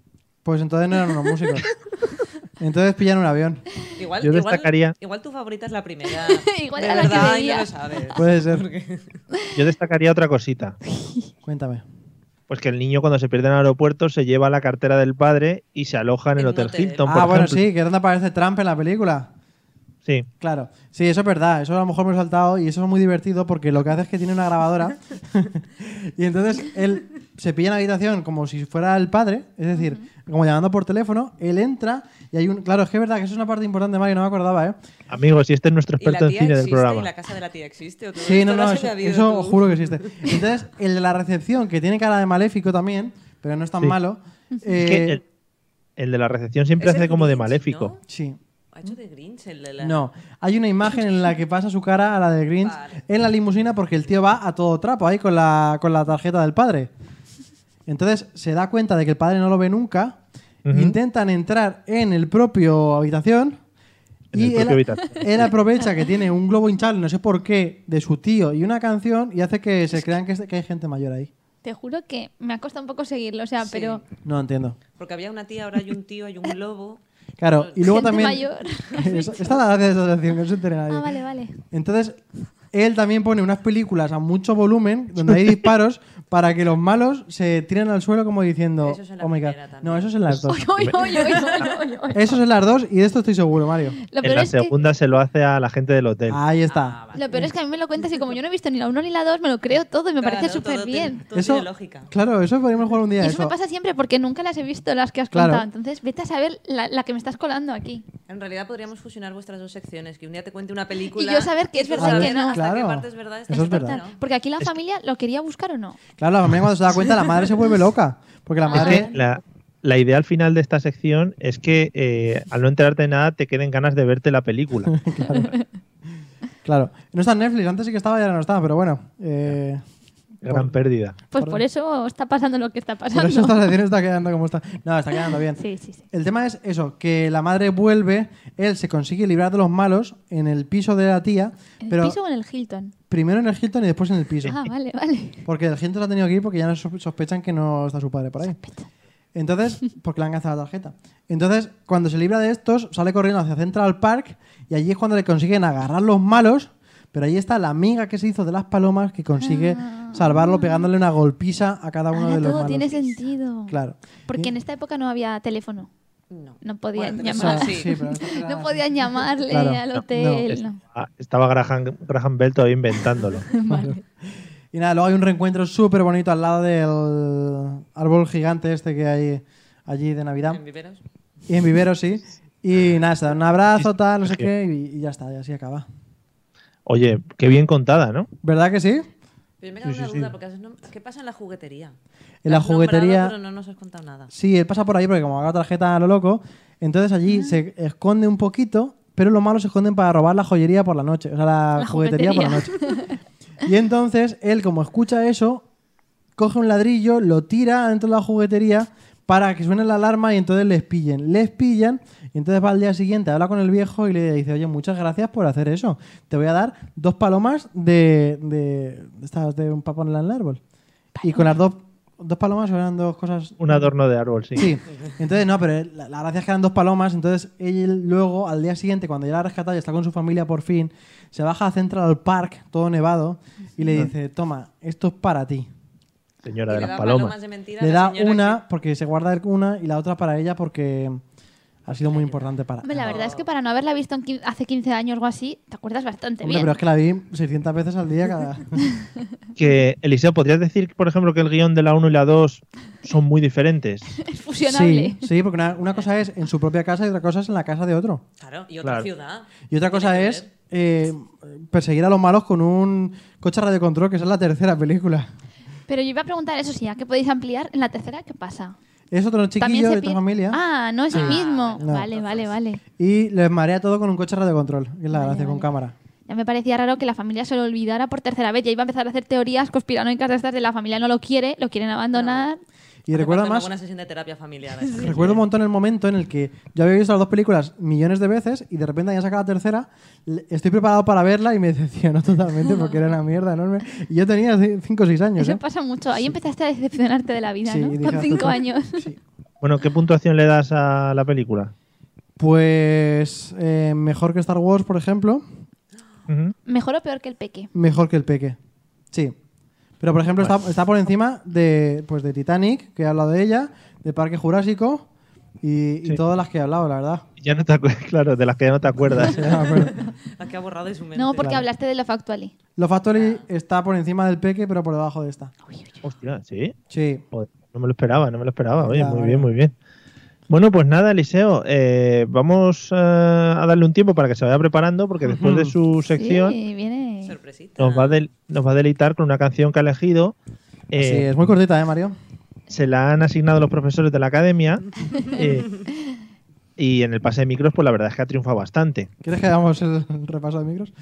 S4: Pues entonces no eran unos músicos. Entonces pillan un avión.
S5: Igual,
S2: Yo
S5: igual-
S2: destacaría-
S5: Igual tu favorita es la primera.
S6: Igual
S5: de
S6: era la que
S5: verdad, y
S6: veía.
S5: no lo sabes.
S4: Puede ser.
S2: Yo destacaría otra cosita.
S4: Cuéntame.
S2: Pues que el niño cuando se pierde en el aeropuerto se lleva la cartera del padre y se aloja en el
S5: En un
S2: Hotel
S5: hotel.
S2: Hilton.
S4: Ah,
S2: por
S4: bueno,
S2: ejemplo.
S4: sí, que es donde aparece Trump en la película.
S2: Sí.
S4: Claro. Sí, eso es verdad. Eso a lo mejor me lo he saltado y eso es muy divertido porque lo que hace es que tiene una grabadora y entonces él se pilla en la habitación como si fuera el padre, es decir, como llamando por teléfono, él entra y hay un... Claro, es que es verdad que eso es una parte importante, Mario, no me acordaba, ¿eh?
S2: Amigos, y este es nuestro
S5: ¿Y la
S2: experto en
S5: tía
S2: cine del
S5: existe?
S2: programa.
S5: ¿Y la casa de la tía existe? ¿O todo
S4: Sí,
S5: esto
S4: no,
S5: lo
S4: no,
S5: has
S4: eso,
S5: añadido
S4: eso
S5: tú?
S4: juro que existe. Entonces, el de la recepción, que tiene cara de maléfico también, pero no es tan
S2: Sí.
S4: malo.
S2: Es que
S4: eh,
S2: el, el de la recepción siempre
S5: Es
S2: hace
S5: el
S2: como de
S5: Grinch,
S2: maléfico.
S5: ¿no?
S4: Sí.
S5: Ha hecho de Grinch el de la...
S4: No, hay una imagen en la que pasa su cara a la de Grinch
S5: Vale.
S4: en la limusina porque el tío va a todo trapo ahí con la, con la tarjeta del padre. Entonces se da cuenta de que el padre no lo ve nunca.
S2: Ujú.
S4: Intentan entrar en el propio habitación.
S2: En
S4: y
S2: el propio
S4: él,
S2: habitación.
S4: él aprovecha que tiene un globo hinchable, no sé por qué, de su tío y una canción y hace que se crean que, es- que hay gente mayor ahí.
S6: Te juro que me ha costado un poco seguirlo, o sea,
S5: Sí.
S6: pero
S4: No entiendo.
S5: Porque había una tía, ahora hay un tío, hay un lobo.
S4: Claro, y luego
S6: Gente
S4: también.
S6: mayor.
S4: Esta es la gracia de esa sección, que no se entere nadie.
S6: Ah, vale, vale.
S4: Entonces, él también pone unas películas a mucho volumen donde hay disparos para que los malos se tiren al suelo como diciendo,
S5: Eso es en la
S4: "Oh my God".
S5: primera también.
S4: No, eso es en las dos.
S6: Oy, oy, oy, oy, oy, oy.
S4: Eso es en las dos y de esto estoy seguro, Mario.
S6: Lo
S2: en
S6: peor
S2: la
S6: es que
S2: segunda se lo hace a la gente del hotel.
S4: Ahí
S5: Ah,
S4: está.
S6: lo peor es que a mí me lo cuentas y como yo no he visto ni la 1 ni la 2, me lo creo todo y me parece súper bien.
S5: Eso.
S4: Eso,
S5: lógica.
S4: claro, eso podríamos jugar un
S6: Y
S4: día.
S6: eso,
S4: eso.
S6: me pasa siempre porque nunca las he visto las que has
S4: Claro.
S6: contado. Entonces, vete a saber la, la que me estás colando aquí.
S5: En realidad podríamos fusionar vuestras dos secciones, que un día te cuente una película
S6: Y yo saber qué es
S5: y
S6: verdad
S5: tú
S6: y
S5: sabes
S6: qué no.
S5: Hasta qué
S4: Claro.
S5: parte es verdad, hasta
S4: Eso es
S5: qué parte
S4: verdad.
S5: no.
S6: Porque aquí la familia lo quería buscar o no.
S4: Claro, la familia cuando se da cuenta, la madre se vuelve loca. Porque
S6: Ah,
S4: la
S2: Es
S4: madre.
S2: que la, la idea al final de esta sección es que eh, al no enterarte de nada te queden ganas de verte la película.
S4: Claro. No está en Netflix, antes sí que estaba y ahora no está, pero bueno. Eh,
S2: Gran pérdida.
S6: Pues por eso está pasando lo que está
S4: por
S6: pasando.
S4: eso esta sección está quedando como está. No, está quedando bien.
S6: Sí, sí, sí.
S4: El tema es eso, que la madre vuelve, él se consigue librar de los malos en el piso de la tía,
S6: ¿En el
S4: pero
S6: piso o en el Hilton?
S4: primero en el Hilton y después en el piso.
S6: Ah, vale, vale.
S4: Porque el Hilton la ha tenido que ir porque ya no sospe- sospechan que no está su padre por ahí. Entonces, porque le han gastado la tarjeta. Entonces, cuando se libra de estos, sale corriendo hacia Central Park y allí es cuando le consiguen agarrar los malos, pero ahí está la amiga que se hizo de las palomas que consigue salvarlo pegándole una golpiza a cada uno
S6: Ahora
S4: de los
S6: Ah. todo
S4: malos.
S6: tiene sentido.
S4: Claro.
S6: Porque en esta época no había teléfono.
S5: No.
S6: No podían
S5: Bueno,
S4: O
S6: llamar.
S4: sea,
S5: sí.
S4: sí, pero esto era-
S6: No podían llamarle
S4: Claro.
S6: al
S4: No,
S6: hotel.
S2: no.
S6: no.
S2: Ah, estaba Graham, Graham Bell todavía inventándolo.
S4: Y nada, luego hay un reencuentro súper bonito al lado del árbol gigante este que hay allí de Navidad.
S5: ¿En viveros?
S4: Y en Vivero, sí. Y nada, se dan un abrazo, tal, no sé qué, y, y ya está, y así acaba.
S2: Oye, qué bien contada, ¿no?
S4: ¿Verdad que sí?
S5: Pero yo me queda una duda, porque a veces no- ¿qué pasa en la juguetería?
S4: En la
S5: Has nombrado,
S4: juguetería-
S5: pero no nos has contado nada.
S4: Sí, él pasa por ahí porque como haga tarjeta a lo loco, entonces allí se esconde un poquito, pero los malos se esconden para robar la joyería por la noche, o sea, la,
S6: La
S4: juguetería, por la noche. Y entonces él, como escucha eso, coge un ladrillo, lo tira dentro de la juguetería para que suene la alarma y entonces les pillen. Les pillan y entonces va al día siguiente, habla con el viejo y le dice, oye, muchas gracias por hacer eso. Te voy a dar dos palomas de... de, de estas de un papón en el árbol. Y con las dos, dos palomas eran dos cosas
S2: Un adorno de árbol, sí.
S4: Sí. Entonces, no, pero la, la gracia es que eran dos palomas. Entonces, él luego, al día siguiente, cuando ya la ha rescatado y está con su familia por fin, se baja a Central Park, todo nevado, y le dice: Toma, esto es para ti.
S2: Señora
S5: Y le
S2: de las
S5: da
S2: palomas.
S5: palomas de mentira a
S4: Le
S5: la
S4: da
S5: señora
S4: una, porque se guarda el- una, y la otra para ella, porque ha sido muy importante para.
S6: Hombre, la verdad es que para no haberla visto en quin- hace 15 años o algo así, te acuerdas bastante
S4: Hombre,
S6: bien.
S4: pero es que la vi 600 veces al día cada.
S2: Que, Eliseo, ¿podrías decir, por ejemplo, que el guión de la 1 y la 2 son muy diferentes?
S6: Es
S4: sí,
S6: fusionable.
S4: sí, porque una, una cosa es en su propia casa y otra cosa es en la casa de otro.
S5: que- Claro, y otra
S2: Claro.
S5: ciudad.
S4: Y otra
S5: ¿Qué
S4: cosa
S5: tiene que
S4: es
S5: ver?
S4: eh, perseguir a los malos con un coche radiocontrol, que esa es la tercera película.
S6: Pero yo iba a preguntar eso sí, ¿a qué podéis ampliar? En la tercera, ¿qué pasa?
S4: Es otro chiquillo de otra
S6: pi-
S4: familia.
S6: Ah, no es el mismo.
S4: No. pues.
S6: Vale, vale, vale.
S4: Y les marea todo con un coche radiocontrol. Que es la gracia con cámara.
S6: Ya me parecía raro que la familia se lo olvidara por tercera vez. Ya iba a empezar a hacer teorías conspiranoicas de estas de la familia no lo quiere, lo quieren abandonar.
S4: Y
S5: Hace
S4: recuerdo
S5: falta
S4: más.
S5: Una buena sesión de terapia familiar.
S4: Recuerdo un montón el momento en el que yo había visto las dos películas millones de veces y de repente ya saca la tercera. le- Estoy preparado para verla y me decepcionó totalmente porque era una mierda enorme. Y yo tenía 5 o 6 años.
S6: Eso
S4: ¿eh?
S6: pasa mucho. Ahí empezaste a decepcionarte de la vida,
S4: Sí,
S6: ¿no?
S4: dije, "Ah,
S6: Con
S4: "Hasta
S6: cinco
S4: aquí".
S6: años.
S4: Sí.
S2: Bueno, ¿qué puntuación le das a la película?
S4: Pues eh, mejor que Star Wars, por ejemplo.
S2: Ujú.
S6: Mejor o peor que el peque.
S4: Mejor que el Peque. Sí. Pero, por ejemplo, está, está por encima de, pues, de Titanic, que he hablado de ella, de Parque Jurásico y, y
S2: Sí.
S4: todas las que he hablado, la verdad.
S2: Ya no te acuerdas, claro, de las que ya no te acuerdas.
S4: Sí, no me acuerdo.
S5: La que ha borrado de su mente.
S6: No, porque hablaste de lo factual.
S4: Lo Factory está por encima del Peque, pero por debajo de esta.
S2: Hostia, sí.
S4: Sí.
S2: Joder, no me lo esperaba, no me lo esperaba. Oye,
S4: Ya,
S2: muy
S4: vale.
S2: bien, muy bien. Bueno, pues nada, Eliseo, eh, vamos eh, a darle un tiempo para que se vaya preparando, porque después de su sección
S6: Sí, viene.
S5: Sorpresita.
S2: nos, va a del- nos va a deleitar con una canción que ha elegido. Eh,
S4: Sí, es muy cortita, ¿eh, Mario?
S2: se la han asignado los profesores de la academia. eh, y en el pase de micros, pues la verdad es que ha triunfado bastante.
S4: ¿Quieres que hagamos el repaso de micros?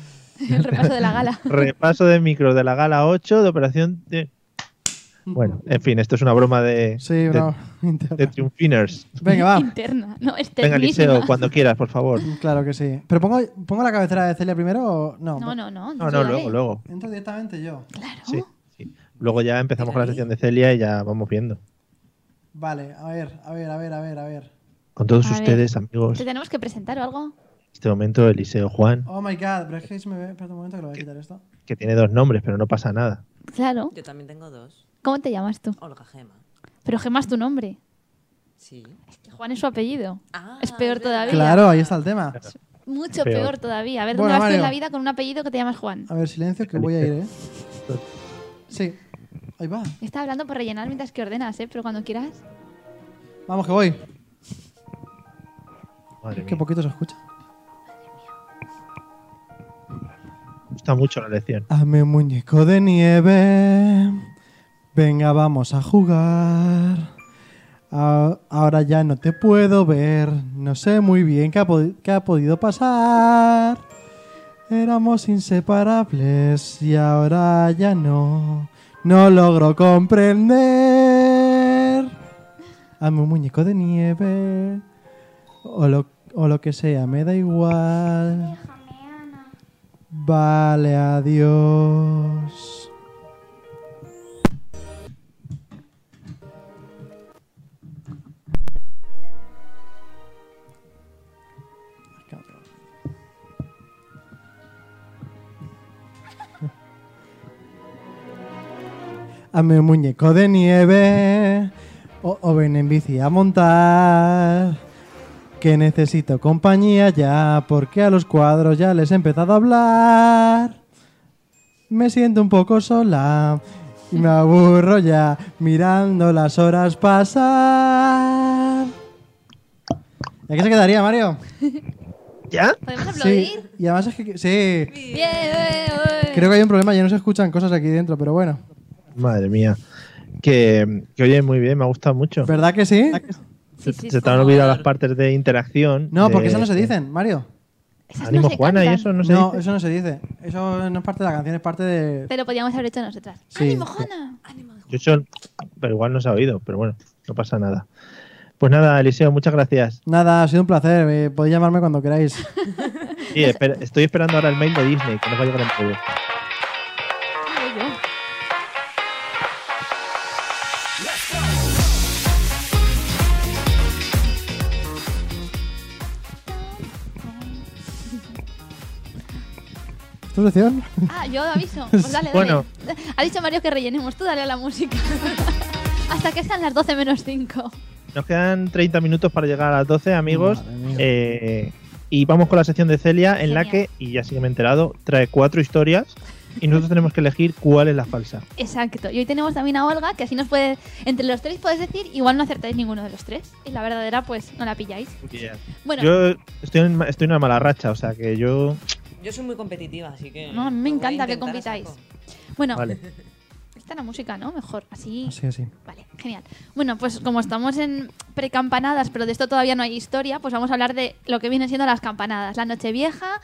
S6: El repaso de la gala.
S2: Repaso de micros de la gala 8 de operación. de- Bueno, en fin, esto es una broma de,
S4: Sí,
S2: de-
S4: bravo.
S2: de Triunfiners.
S4: Venga, va.
S6: Interna. No, es
S2: Venga, Eliseo,
S6: ternísima.
S2: cuando quieras, por favor.
S4: Claro que sí. ¿Pero pongo, pongo la cabecera de Celia primero o no?
S6: No, no, no.
S2: No,
S6: tú
S2: no,
S6: dale.
S2: luego, luego.
S4: Entro directamente yo.
S6: Claro.
S2: Sí, sí. Luego ya empezamos con la sección de Celia y ya vamos viendo.
S4: Vale, a ver, a ver, a ver, a ver, a ver.
S2: Con todos
S6: A ver.
S2: ustedes, amigos.
S6: ¿Te tenemos que presentar o algo?
S2: este momento Eliseo Juan,
S4: Oh my god, pero es que se me ve. Espera un momento que lo voy a quitar esto.
S2: que tiene dos nombres, pero no pasa nada.
S6: Claro.
S5: Yo también tengo dos.
S6: ¿Cómo te llamas tú?
S5: Olga Gema.
S6: Pero Gemma es tu nombre.
S5: Sí.
S6: Juan es su apellido.
S5: Ah,
S6: Es peor
S5: es
S6: todavía.
S4: Claro, ahí está el tema.
S6: Mucho
S2: Peor.
S6: peor, todavía. A ver,
S4: Bueno,
S6: ¿dónde vas tú en la
S4: Mario.
S6: vida con un apellido que te llamas Juan?
S4: A ver, silencio, que voy a ir, ¿eh? Sí. Ahí va.
S6: Está hablando por rellenar mientras que ordenas, ¿eh? Pero cuando quieras.
S4: Vamos, que voy.
S2: Madre
S4: Qué
S2: mía,
S4: poquito se escucha.
S2: me gusta mucho la lección.
S4: Ame muñeco de nieve. Venga, vamos a jugar. A- Ahora ya no te puedo ver. No sé muy bien qué ha, podi- qué ha podido pasar. Éramos inseparables y ahora ya no. No logro comprender. Ame un muñeco de nieve. O lo, o lo que sea, me da igual. Vale, adiós. A mi muñeco de nieve o, o ven en bici a montar. Que necesito compañía ya, porque a los cuadros ya les he empezado a hablar. Me siento un poco sola y me aburro ya mirando las horas pasar. ¿Y aquí se quedaría, Mario?
S2: ¿Ya?
S6: ¿Podemos
S4: Sí.
S6: aplaudir?
S4: Y además es que... Sí.
S6: Bien, eh, eh.
S4: Creo que hay un problema, ya no se escuchan cosas aquí dentro, pero bueno.
S2: Madre mía. Que, que oye, muy bien, me ha gustado mucho.
S4: ¿Verdad que sí?
S6: Sí,
S2: se
S6: sí,
S2: se
S6: sí.
S2: te han olvidado las partes de interacción.
S4: No, porque
S2: de-
S4: esas no se dicen, Mario.
S6: Esas no
S2: Ánimo
S6: se
S2: Juana y
S6: cantan.
S2: eso Eh, no se
S4: No,
S2: dice.
S4: eso no se dice. Eso no es parte de la canción, es parte de...
S6: Pero podíamos haber hecho nosotras.
S4: Sí.
S6: ¡Ánimo, Juana!
S2: Yo son- pero igual no se ha oído, pero bueno, no pasa nada. Pues nada, Eliseo, muchas gracias.
S4: Nada, ha sido un placer. eh, podéis llamarme cuando queráis.
S2: Sí, esper- estoy esperando ahora el mail de Disney, que nos va a llegar en breve.
S4: ¿Tu sección?
S6: Ah, yo aviso. Pues dale, dale.
S2: Bueno.
S6: Ha dicho Mario que rellenemos. Tú dale a la música. Hasta que sean las 12 menos 5.
S2: Nos quedan 30 minutos para llegar a las 12, amigos.
S4: Madre mía.
S2: Eh, y vamos con la sección de Celia, en la
S6: Genial.
S2: que, y ya sí que me he enterado, trae cuatro historias y nosotros tenemos que elegir cuál es la falsa.
S6: Exacto. Y hoy tenemos también a Olga, que así nos puede. Entre los tres podéis decir, igual no acertáis ninguno de los tres. Y la verdadera, pues no la pilláis. Bueno,
S2: Yo estoy en, ma- estoy en una mala racha, o sea que yo.
S5: Yo soy muy competitiva, así que.
S6: No, a mí me
S5: lo voy a
S6: encanta que
S5: intentar a
S6: compitáis.
S5: saco.
S6: bueno,
S2: Vale. Ah,
S6: está la música, ¿no? Mejor. Así.
S4: Así, así.
S6: Vale, genial. Bueno, pues como estamos en precampanadas, pero de esto todavía no hay historia, pues vamos a hablar de lo que vienen siendo las campanadas, la Nochevieja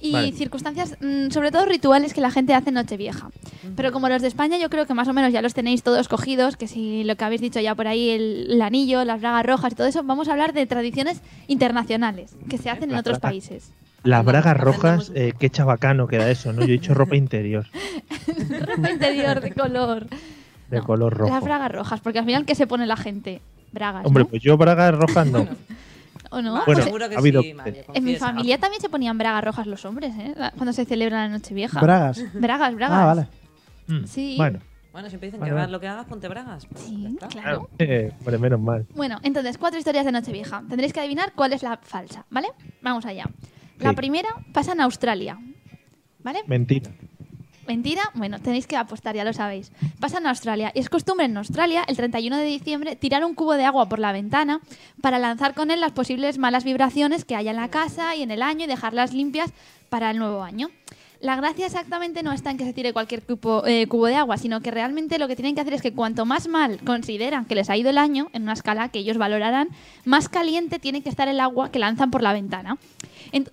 S6: y
S2: Vale.
S6: circunstancias, mm, sobre todo rituales que la gente hace en Nochevieja. Pero como los de España, yo creo que más o menos ya los tenéis todos cogidos, que si lo que habéis dicho ya por ahí, el, el anillo, las bragas rojas y todo eso, vamos a hablar de tradiciones internacionales que se hacen en
S2: Las
S6: otros
S2: bragas.
S6: países.
S2: Las
S5: Haciendo-
S2: bragas
S5: haciendo
S2: rojas,
S5: mus-
S2: eh, qué chabacano que era eso, ¿no? Yo he dicho ropa interior
S6: Ropa interior de color.
S2: de
S6: No,
S2: color rojo.
S6: Las bragas rojas, porque al final, ¿qué se pone la gente? Bragas.
S2: Hombre,
S6: ¿no?
S2: pues yo bragas rojas no.
S6: ¿O no?
S5: Vale,
S2: Bueno,
S6: Pues-
S5: seguro que
S2: ha habido-
S5: sí, Mario,
S6: En mi
S5: confiesa.
S6: familia también se ponían bragas rojas los hombres, ¿eh? La- Cuando se celebra la Nochevieja.
S4: Bragas.
S6: bragas, bragas.
S4: Ah, vale.
S2: Mm,
S6: Sí.
S2: Bueno,
S5: Bueno, siempre dicen
S2: Vale,
S5: que hagas
S2: vale.
S5: lo que hagas, ponte bragas. Pues ya
S6: Sí,
S5: está.
S6: claro.
S2: claro. eh, hombre, menos mal.
S6: Bueno, entonces, cuatro historias de Nochevieja. Tendréis que adivinar cuál es la falsa, ¿vale? Vamos allá. La
S2: Sí.
S6: primera pasa en Australia. ¿Vale?
S2: Mentira.
S6: Mentira, bueno, tenéis que apostar, ya lo sabéis. Pasa en Australia. Y es costumbre en Australia, el 31 de diciembre, tirar un cubo de agua por la ventana para lanzar con él las posibles malas vibraciones que haya en la casa y en el año y dejarlas limpias para el nuevo año. La gracia exactamente no está en que se tire cualquier cupo- eh, cubo de agua, sino que realmente lo que tienen que hacer es que cuanto más mal consideran que les ha ido el año, en una escala que ellos valorarán, más caliente tiene que estar el agua que lanzan por la ventana. Ent-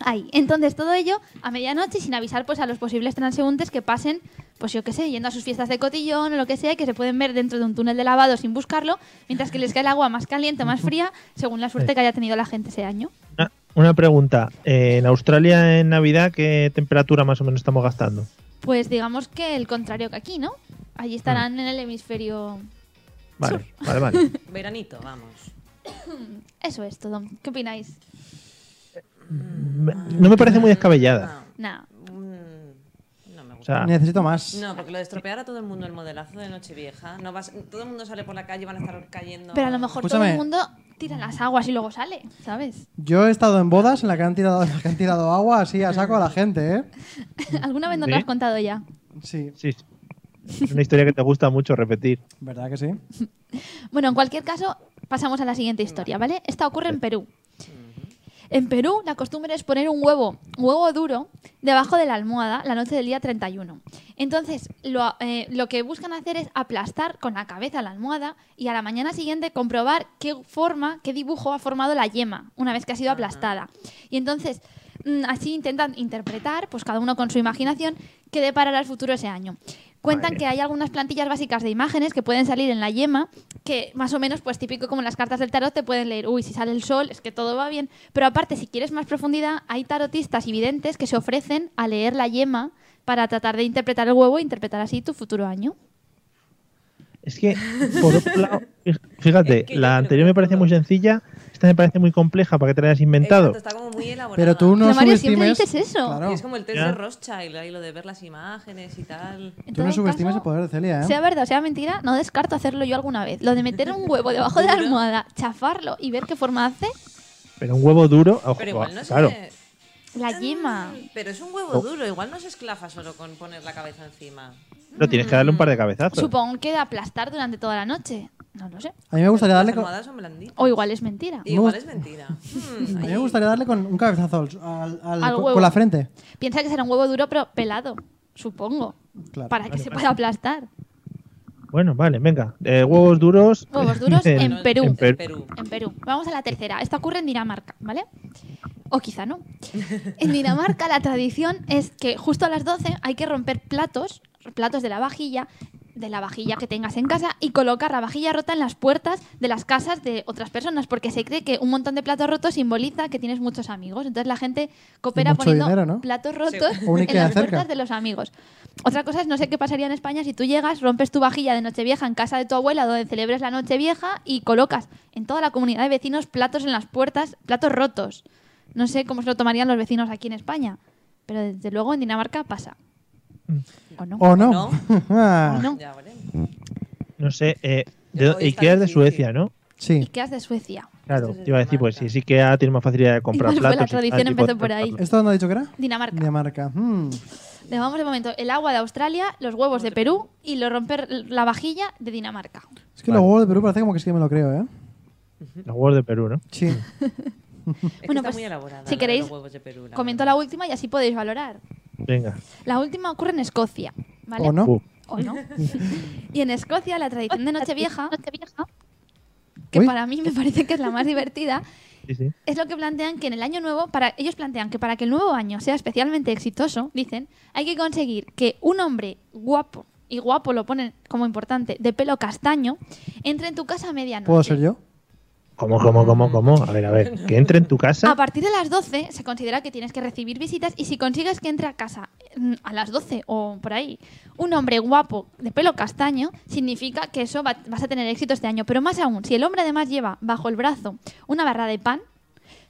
S6: Ahí. Entonces, todo ello a medianoche sin avisar pues a los posibles transeúntes que pasen, pues yo qué sé, yendo a sus fiestas de cotillón o lo que sea, que se pueden ver dentro de un túnel de lavado sin buscarlo, mientras que les cae el agua más caliente, más fría, según la suerte que haya tenido la gente ese año.
S2: Una, una pregunta. eh, en Australia en Navidad, ¿qué temperatura más o menos estamos gastando?
S6: Pues digamos que el contrario que aquí, ¿no? Allí estarán en el hemisferio.
S2: Vale, vale, vale.
S5: Veranito, vamos.
S6: Eso es todo. ¿Qué opináis?
S2: me- no me parece muy descabellada.
S6: No.
S5: Mm, Ah, No me
S2: O
S5: gusta.
S2: sea,
S4: Necesito más.
S5: No, porque lo de estropear a todo el mundo el modelazo de Nochevieja. No vas, todo el mundo sale por la calle y van a estar cayendo.
S6: Pero a lo mejor todo
S4: Escúchame.
S6: el mundo tira las aguas y luego sale, ¿sabes?
S4: Yo he estado en bodas en las que han tirado, en las que han tirado agua así a saco a la gente, ¿eh?
S6: ¿Alguna vez no te
S2: ¿Sí?
S6: lo has contado ya?
S4: Sí,
S2: sí, sí. es una historia que te gusta mucho repetir.
S4: ¿verdad que sí?
S6: Bueno, en cualquier caso, pasamos a la siguiente historia, ¿vale? Esta ocurre en Perú. En Perú, la costumbre es poner un huevo, un huevo duro, debajo de la almohada la noche del día 31. Entonces, lo, eh, lo que buscan hacer es aplastar con la cabeza la almohada y a la mañana siguiente comprobar qué forma, qué dibujo ha formado la yema una vez que ha sido aplastada. Y entonces, mm, así intentan interpretar, pues cada uno con su imaginación, qué deparará el futuro ese año. Cuentan que hay algunas plantillas básicas de imágenes que pueden salir en la yema, que más o menos, pues típico como en las cartas del tarot, te pueden leer, uy, si sale el sol, es que todo va bien. Pero aparte, si quieres más profundidad, hay tarotistas y videntes que se ofrecen a leer la yema para tratar de interpretar el huevo e interpretar así tu futuro año.
S2: Es que, por otro lado, fí- fíjate,
S5: Es que yo
S2: la
S5: creo
S2: anterior
S5: que
S2: me parece
S5: todo.
S2: muy sencilla, esta me parece muy compleja para que te la hayas inventado.
S5: Exacto, está como muy elaborado.
S4: Pero tú no
S6: Pero Mario, siempre
S4: subestimes.
S6: dices eso.
S4: Claro.
S5: Y es como el test
S2: Ya.
S5: de Rothschild, ahí lo de ver las imágenes y tal.
S6: En
S4: Tú
S6: todo
S4: no subestimes
S6: caso,
S4: el poder de Celia, ¿eh?
S6: Sea verdad o sea mentira, no descarto hacerlo yo alguna vez. Lo de meter un huevo debajo de la
S5: Duro.
S6: almohada, chafarlo y ver qué forma hace
S2: Pero un huevo duro, ojo,
S5: Pero igual no se-
S2: claro.
S6: la yema.
S5: Pero es un huevo
S2: Oh.
S5: duro, igual no se esclafa solo con poner la cabeza encima.
S2: No, tienes que darle un par de cabezazos.
S6: Supongo que de aplastar durante toda la noche. No lo sé.
S4: A mí me gustaría darle
S5: Las
S4: con,
S5: almohadas son blanditas.
S6: O igual es mentira.
S5: Igual
S4: Me
S5: es mentira.
S4: a
S5: Hmm,
S4: mí me
S5: ahí.
S4: gustaría darle con un cabezazo al- al- al-
S6: Al
S4: con-
S6: huevo.
S4: con la frente.
S6: Piensa que será un huevo duro, pero pelado, supongo.
S4: Claro.
S6: para que se pueda aplastar.
S2: Bueno, vale, venga. Eh, huevos duros.
S6: Huevos duros en Perú.
S2: En Perú.
S6: En Perú. Vamos a la tercera. Esta ocurre en Dinamarca, ¿vale? O quizá no. En Dinamarca la tradición es que justo a las 12 hay que romper platos, platos de la vajilla, de la vajilla que tengas en casa y colocar la vajilla rota en las puertas de las casas de otras personas porque se cree que un montón de platos rotos simboliza que tienes muchos amigos. Entonces la gente coopera
S4: mucho
S6: poniendo
S4: dinero, ¿no?
S6: platos rotos
S4: O un
S6: en
S4: Ikea
S6: las
S4: cerca.
S6: puertas de los amigos. Otra cosa es, no sé qué pasaría en España si tú llegas, rompes tu vajilla de Nochevieja en casa de tu abuela donde celebres la Nochevieja y colocas en toda la comunidad de vecinos platos en las puertas, platos rotos. No sé cómo se lo tomarían los vecinos aquí en España, pero desde luego en Dinamarca pasa.
S4: Mm.
S6: ¿O no?
S4: ¿O no? Ah,
S5: No.
S6: ¿O no?
S5: Ya, vale.
S2: No sé. Eh, de-
S5: Ya, hoy está
S2: Ikea es de
S5: difícil.
S2: Suecia, ¿no?
S4: Sí.
S6: Ikea es de Suecia.
S2: Claro,
S5: Esto es
S2: te iba a decir, pues
S5: Dinamarca.
S2: sí, sí que tiene más facilidad de comprar
S6: Igual fue la
S2: platos. y tal,
S6: tradición,
S2: y
S6: empezó
S2: cosas.
S6: por ahí.
S4: ¿Esto dónde ha dicho que era?
S6: Dinamarca.
S4: Dinamarca. Hmm.
S6: Le vamos de momento el agua de Australia, los huevos de Perú y lo romper la vajilla de Dinamarca.
S4: Es que
S2: Vale.
S4: los huevos de Perú parece como que sí que me lo creo, ¿eh?
S2: Los huevos de Perú, ¿no?
S4: Sí.
S5: Es que
S6: Bueno,
S5: está
S6: pues,
S5: muy elaborada.
S6: si
S5: la de
S6: queréis,
S5: los huevos de Perú, la
S6: Comento la
S5: verdad.
S6: última y así podéis valorar.
S2: Venga.
S6: La última ocurre en Escocia, ¿vale?
S4: ¿O no?
S2: Uh,
S6: ¿O no? y en Escocia la tradición de Nochevieja, que
S4: Uy.
S6: para mí me parece que es la más divertida,
S2: sí, sí.
S6: es lo que plantean que en el año nuevo, para, ellos plantean que para que el nuevo año sea especialmente exitoso, dicen, hay que conseguir que un hombre guapo, y guapo lo ponen como importante, de pelo castaño, entre en tu casa a medianoche.
S4: ¿Puedo ser yo?
S2: ¿Cómo, cómo, cómo, cómo? A ver, a ver. Que entre en tu casa.
S6: A partir de las 12 se considera que tienes que recibir visitas y si consigues que entre a casa mm, a las 12 o por ahí un hombre guapo de pelo castaño, significa que eso va- vas a tener éxito este año. Pero más aún, si el hombre además lleva bajo el brazo una barra de pan,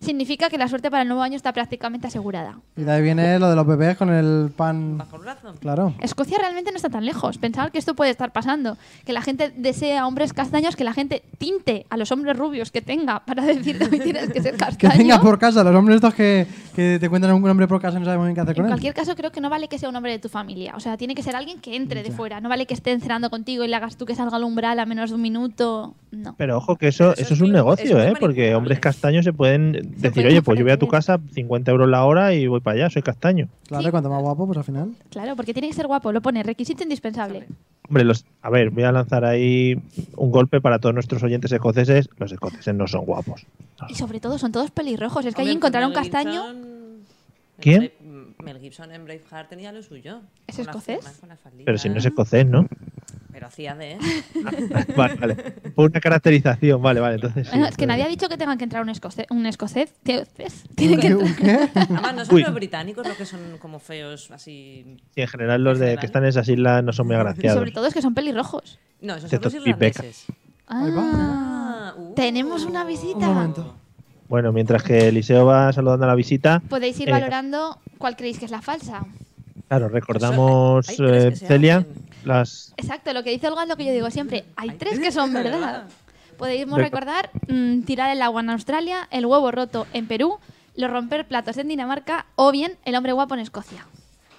S6: significa que la suerte para el nuevo año está prácticamente asegurada.
S4: Y de ahí viene lo de los bebés con el pan.
S5: Bajo el brazo.
S4: Claro.
S6: Escocia realmente no está tan lejos. Pensar que esto puede estar pasando. Que la gente desea hombres castaños, que la gente tinte a los hombres rubios que tenga para decir que tienes que ser
S4: Que
S6: castaño.
S4: tenga por casa los hombres estos que, que te cuentan un nombre por casa y no sabes muy bien qué hacer
S6: En
S4: con él.
S6: cualquier caso, creo que no vale que sea un hombre de tu familia. O sea, tiene que ser alguien que entre de fuera. No vale que esté cenando contigo y le hagas tú que salga al umbral a menos de un minuto. No.
S2: Pero ojo, que eso,
S5: Pero eso
S2: eso
S5: es
S2: es un
S5: muy-
S2: negocio,
S5: es muy
S2: ¿eh? Porque
S5: manipulable.
S2: hombres castaños se pueden decir,
S6: pueden
S2: oye, pues yo voy a tu casa,
S6: ofrecer.
S2: 50 euros la hora y voy para allá, soy castaño.
S4: Claro,
S6: Sí.
S4: y cuanto más guapo, pues al final.
S6: Claro, porque tiene que ser guapo. Lo pone requisito indispensable.
S2: Hombre, los, a ver, voy a lanzar ahí un golpe para todos nuestros oyentes escoceses. Los escoceses no son guapos.
S6: Y sobre todo, son todos pelirrojos. Es que
S5: Hombre, pues
S6: allí encontraron
S5: Mel
S6: castaño.
S5: Gibson-
S2: ¿Quién?
S5: Brave- Mel Gibson en Braveheart tenía lo suyo.
S6: ¿Es
S5: Con la-
S6: escocés?
S5: además con la faldita.
S2: Pero si no es escocés, ¿no?
S5: Pero hacía de. ¿eh?
S2: vale, vale. Fue una caracterización, vale, vale. Entonces, sí,
S6: Bueno, es que
S2: está
S6: nadie
S2: bien.
S6: ha dicho que tengan que entrar un escocés. Un escocés. Teoces. Tienen que entrar.
S4: ¿Un qué?
S5: Además, no son
S2: Uy.
S5: los británicos los que son como feos, así.
S2: Sí, en general los de que están en esas islas no son muy
S6: Y sobre
S2: agraciados.
S6: todo es que son pelirrojos.
S5: No, esos son
S2: Excepto
S5: los
S2: Pipeca.
S5: irlandeses.
S4: Ahí va.
S6: Ah,
S5: Ah, uh.
S6: Tenemos una
S4: Un
S6: visita.
S4: momento.
S2: Bueno, mientras que Eliseo va saludando a la visita,
S5: Pues,
S6: Podéis ir
S2: Eh,
S6: valorando cuál creéis que es la falsa.
S2: claro, recordamos,
S5: Hay tres
S2: eh,
S5: que se
S2: Celia,
S5: hacen.
S2: las.
S6: Exacto, lo que dice Olga es lo que yo digo siempre. Mm. Hay
S5: Hay
S6: tres que son
S5: de
S6: verdad.
S5: verdad.
S6: Podemos
S2: De-
S6: recordar mm, tirar el agua en Australia, el huevo roto en Perú, los romper platos en Dinamarca o bien el hombre guapo en Escocia.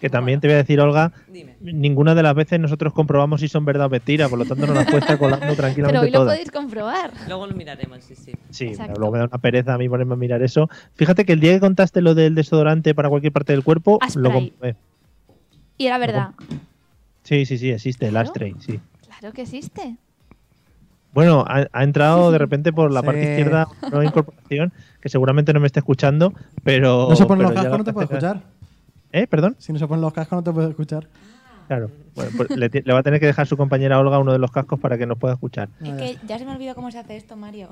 S2: Que también te voy a decir, Olga,
S5: Dime.
S2: ninguna de las veces nosotros comprobamos si son verdad o mentira, por lo tanto nos las puedes estar colando
S6: Pero
S2: tranquilamente
S6: hoy lo
S2: todas.
S6: podéis comprobar.
S5: Luego lo miraremos, sí, sí.
S2: Sí,
S6: Exacto.
S2: luego me da una pereza a mí ponerme a mirar eso. Fíjate que el día que contaste lo del desodorante para cualquier parte del cuerpo,
S6: Ashtray.
S2: lo comprobé.
S6: Y era verdad.
S2: Sí, sí, sí, existe el
S6: Claro.
S2: ashtray, sí.
S6: Claro que existe.
S2: Bueno, ha, ha entrado de repente por la
S4: Sí.
S2: parte izquierda una nueva incorporación, que seguramente no me está escuchando, pero...
S4: No se ponen
S2: Oh,
S4: los
S2: pero ya
S4: cascos,
S2: la
S4: no te puedo
S2: parte-
S4: escuchar.
S2: ¿Eh? ¿Perdón?
S4: Si no se ponen los cascos, no te puedo escuchar.
S2: Claro. Bueno, pues le, ti- le va a tener que dejar su compañera Olga uno de los cascos para que nos pueda escuchar.
S7: Es que ya se me olvidó cómo se hace esto, Mario.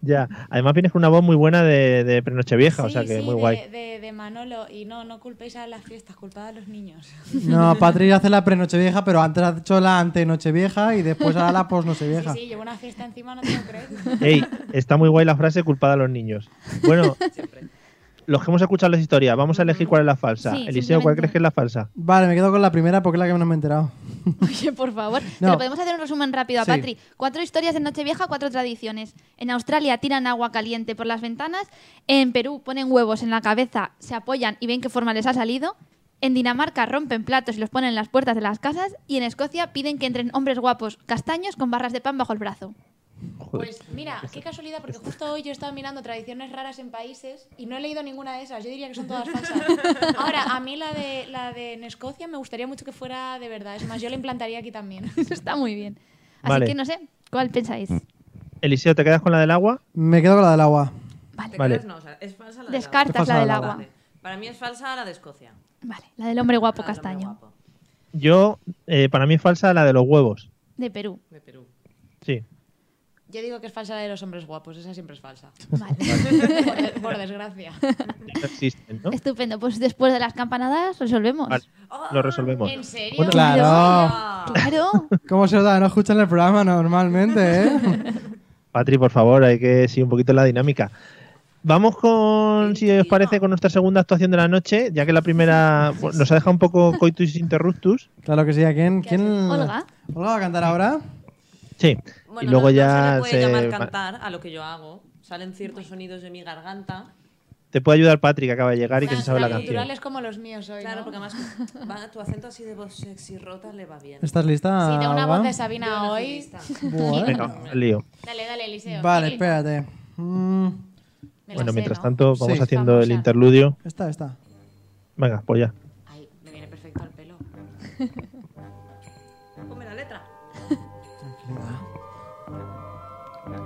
S2: Ya. Además vienes con una voz muy buena de, de prenochevieja, o sea
S7: Sí,
S2: que
S7: sí,
S2: muy
S7: de,
S2: guay.
S7: De, de Manolo. Y no, no culpéis a las fiestas, culpad a los niños.
S4: No, Patri hace la pre-nochevieja, pero antes ha hecho la ante-nochevieja y después hará la post-nochevieja.
S7: Sí, sí, llevo una fiesta encima, no te lo crees.
S2: Ey, está muy guay la frase culpada a los niños. Bueno, los que hemos escuchado las historias, vamos a elegir cuál es la falsa.
S6: Sí,
S2: Eliseo, ¿cuál
S6: simplemente.
S2: crees que es la falsa?
S4: Vale, me quedo con la primera porque es la que menos me he enterado.
S6: Oye, por favor.
S4: No.
S6: Pero podemos hacer un resumen rápido a
S4: Sí.
S6: Patri. Cuatro historias de Nochevieja, cuatro tradiciones. En Australia tiran agua caliente por las ventanas. En Perú ponen huevos en la cabeza, se apoyan y ven qué forma les ha salido. En Dinamarca rompen platos y los ponen en las puertas de las casas. Y en Escocia piden que entren hombres guapos castaños con barras de pan bajo el brazo.
S2: Joder.
S7: Pues mira, qué casualidad, porque justo hoy yo estaba mirando tradiciones raras en países y no he leído ninguna de esas. Yo diría que son todas falsas. Ahora, a mí la de, la de en Escocia me gustaría mucho que fuera de verdad. Es más, yo la implantaría aquí también.
S6: Eso está muy bien. Así
S2: Vale. Mm.
S6: que no sé, ¿cuál pensáis?
S2: Eliseo, ¿te quedas con la del agua?
S4: Me quedo con la del agua.
S5: ¿Te
S2: Vale.
S5: creas? No, o sea, es falsa la del
S6: Descartas
S4: Qué
S6: la del
S4: pasada,
S6: agua.
S5: agua. Para mí es falsa la de Escocia.
S6: Vale, la del hombre guapo
S5: La del hombre
S6: castaño.
S5: guapo,
S2: Yo, eh, para mí es falsa la de los huevos.
S6: De Perú.
S5: de Perú.
S2: Sí.
S7: Yo digo que es falsa la de los hombres guapos, esa siempre es falsa.
S6: Vale.
S7: Por, de- por desgracia.
S2: No existen, ¿no?
S6: Estupendo. Pues después de las campanadas resolvemos.
S2: Vale, lo resolvemos.
S7: ¿En serio?
S2: Bueno,
S4: Claro.
S5: Ah,
S6: Claro.
S4: ¿Cómo se nota? No escuchan el programa normalmente, ¿eh?
S2: Patri, por favor, hay que seguir un poquito la dinámica. Vamos con, si os parece, con nuestra segunda actuación de la noche, ya que la primera bueno, nos ha dejado un poco coitus interruptus.
S4: Claro que sí. ¿A quién? quién...
S6: Olga.
S4: Olga va a cantar ahora.
S2: Sí.
S5: Bueno,
S2: y luego
S5: no- no
S2: ya
S5: se le puede llamar
S2: va-
S5: cantar a lo que yo hago. Salen ciertos sonidos de mi garganta.
S2: te puede ayudar Patri, que acaba de llegar y que se
S7: Tan-
S2: sabe la
S7: tan
S2: canción.
S7: culturales como los míos hoy.
S5: Claro,
S7: ¿no?
S5: porque además va- tu acento así de voz sexy rota le va bien.
S4: ¿Estás lista?
S7: Sí, de una
S4: Olga?
S7: voz de
S5: Yo
S7: Sabina
S5: nací
S7: hoy.
S5: lista.
S4: Buah.
S2: Venga, vamos al lío.
S7: Dale, dale, Eliseo.
S4: Vale,
S7: Sí,
S4: espérate. Mm,
S7: me la
S2: pues,
S7: sé,
S2: Bueno, mientras
S7: ¿no?
S2: tanto, vamos
S4: Sí.
S2: haciendo
S7: Vamos
S2: el
S7: a-
S2: interludio.
S4: esta, esta.
S2: Venga, pues ya.
S7: Ay, me viene perfecto al pelo.
S5: Ponme la letra. ¿Sabes?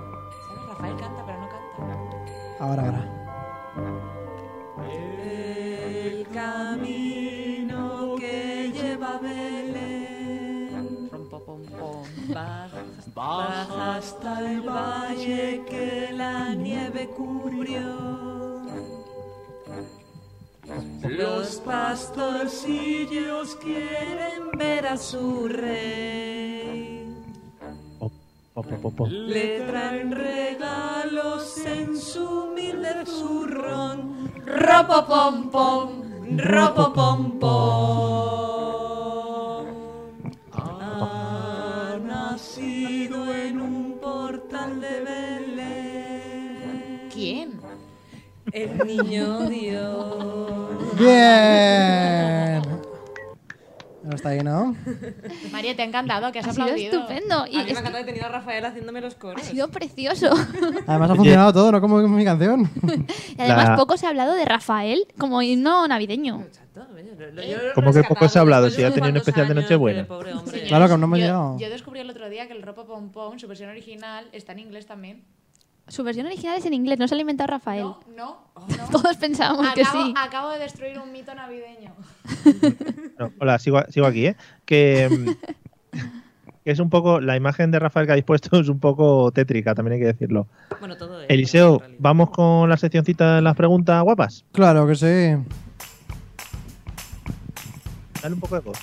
S5: Rafael canta, pero no canta.
S4: Ahora, ahora.
S5: El camino que lleva a Belén. Baja, baja hasta el valle que la nieve cubrió. Los pastorcillos quieren ver a su rey.
S2: Po, po, po, po, po.
S5: Le traen regalos en su humilde zurrón. Ropo pom pom, ropo pom pom. Ha nacido en un portal de Belén.
S7: ¿Quién?
S5: El niño Dios.
S4: Bien. Ahora está ahí, ¿no?
S7: María, te ha encantado, que has
S6: Ha sido
S7: aplaudido.
S6: estupendo. Y
S5: A mí me
S6: es que
S5: encanta Ah, que tenido a Rafael haciéndome los coros.
S6: ha sido precioso.
S4: Además ha funcionado todo, ¿no? Como mi canción.
S6: Y además
S2: La-
S6: poco se ha hablado de Rafael como himno navideño.
S5: Exacto, yo lo- yo lo he
S2: ¿Cómo que poco se ha hablado?
S5: rescatado
S2: Si ya
S5: después
S2: tenía un
S5: unos
S2: especial de
S5: años,
S2: Nochebuena.
S5: pero pobre hombre.
S4: Claro que no me ha
S7: yo,
S4: llegado.
S7: Yo descubrí el otro día que el ropa pom pom, su versión original, está en inglés también.
S6: Su versión original es en inglés, no se la ha inventado Rafael.
S7: No, no, oh, no.
S6: Todos pensábamos que
S7: acabo,
S6: sí.
S7: acabo de destruir un mito navideño.
S2: No, hola, sigo, sigo aquí, ¿eh? Que, mm, que es un poco. La imagen de Rafael que ha dispuesto es un poco tétrica, también hay que decirlo.
S5: Bueno, todo es,
S2: Eliseo,
S5: pero en realidad.
S2: vamos con la seccioncita de las preguntas guapas.
S4: Claro que sí.
S2: Dale un poco de voz.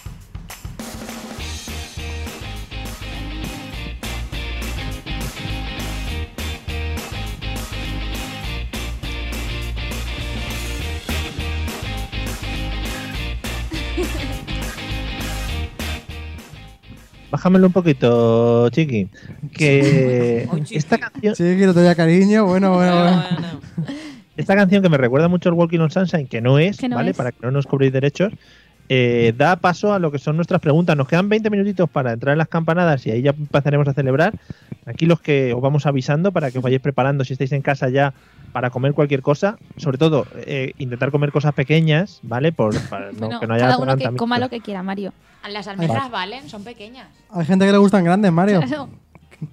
S2: bájamelo un poquito, Chiqui. Que
S5: Oh, Chiqui.
S2: esta canción,
S4: Sí, que no te da cariño. Bueno, bueno, bueno.
S5: Bueno,
S2: esta canción que me recuerda mucho al Walking on Sunshine, que no es,
S6: Que no
S2: ¿vale?
S6: es.
S2: Para que no nos cobréis derechos, eh, da paso a lo que son nuestras preguntas. Nos quedan 20 minutitos para entrar en las campanadas y ahí ya empezaremos a celebrar. Aquí los que os vamos avisando para que os vayáis preparando si estáis en casa ya para comer cualquier cosa. Sobre todo, eh, intentar comer cosas pequeñas, ¿vale? Por, para no-
S6: Bueno,
S2: que no haya
S6: cada uno que
S2: adelantamiento.
S6: coma lo que quiera, Mario.
S7: Las almendras valen, son pequeñas.
S4: Hay gente que le gustan grandes, Mario.
S6: Claro.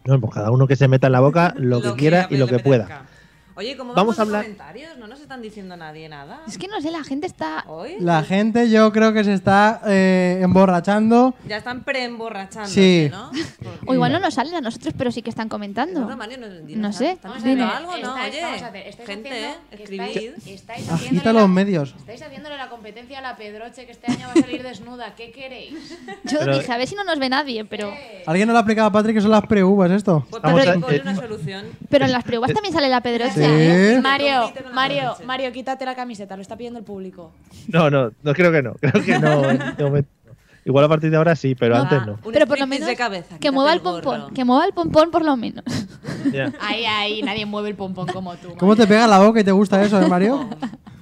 S2: No, pues cada uno que se meta en la boca lo, que quiera y lo que
S5: le
S2: pueda.
S5: apetezca. Oye, ¿cómo vamos,
S2: Vamos a
S5: a
S2: hablar-
S5: comentarios? No nos están diciendo nadie nada.
S6: Es que no sé, la gente está...
S5: Hoy
S4: La gente yo creo que se está eh, emborrachando.
S5: ya están preemborrachando,
S4: Sí.
S5: ¿no?
S6: O igual no nos salen a nosotros, pero sí que están comentando.
S5: No, Mario, no,
S6: No sé,
S5: ¿Estamos
S6: dime.
S5: haciendo algo? No,
S7: Estáis-
S5: oye,
S7: vamos a ver, estáis
S5: gente,
S7: haciendo-
S5: ¿eh?
S7: estáis-
S5: escribid.
S7: estáis
S2: Ah,
S7: haciéndole
S4: Agita
S7: la-
S4: los medios.
S7: Estáis haciéndole la competencia a la Pedroche que este año va a salir desnuda. ¿Qué queréis?
S6: Yo
S2: Pero-
S6: dije, a ver si no nos ve nadie, pero...
S4: ¿Alguien no lo ha aplicado a Patrick que son las pre-uvas esto?
S5: Pues
S2: Vamos
S5: Patrick,
S2: a-
S5: ponle
S2: eh,
S5: una solución.
S6: Pero en las pruebas también sale la pedrocha,
S4: Sí.
S6: ¿eh?
S7: Mario,
S5: Compite con la
S7: Mario,
S5: Pedroche.
S7: Mario, quítate la camiseta, lo está pidiendo el público.
S2: No, no, no creo que no. Creo que no. en este momento. Igual a partir de ahora sí, pero antes no.
S5: Un
S6: Pero por lo
S5: striptease
S6: menos
S5: de cabeza,
S6: que
S5: quítate
S6: mueva el
S5: gorro.
S6: pompón, que mueva el pompón por lo menos.
S2: Ya.
S7: Ahí, ahí, nadie mueve el pompón como tú.
S4: ¿Cómo te pega la boca y te gusta eso, eh, Mario?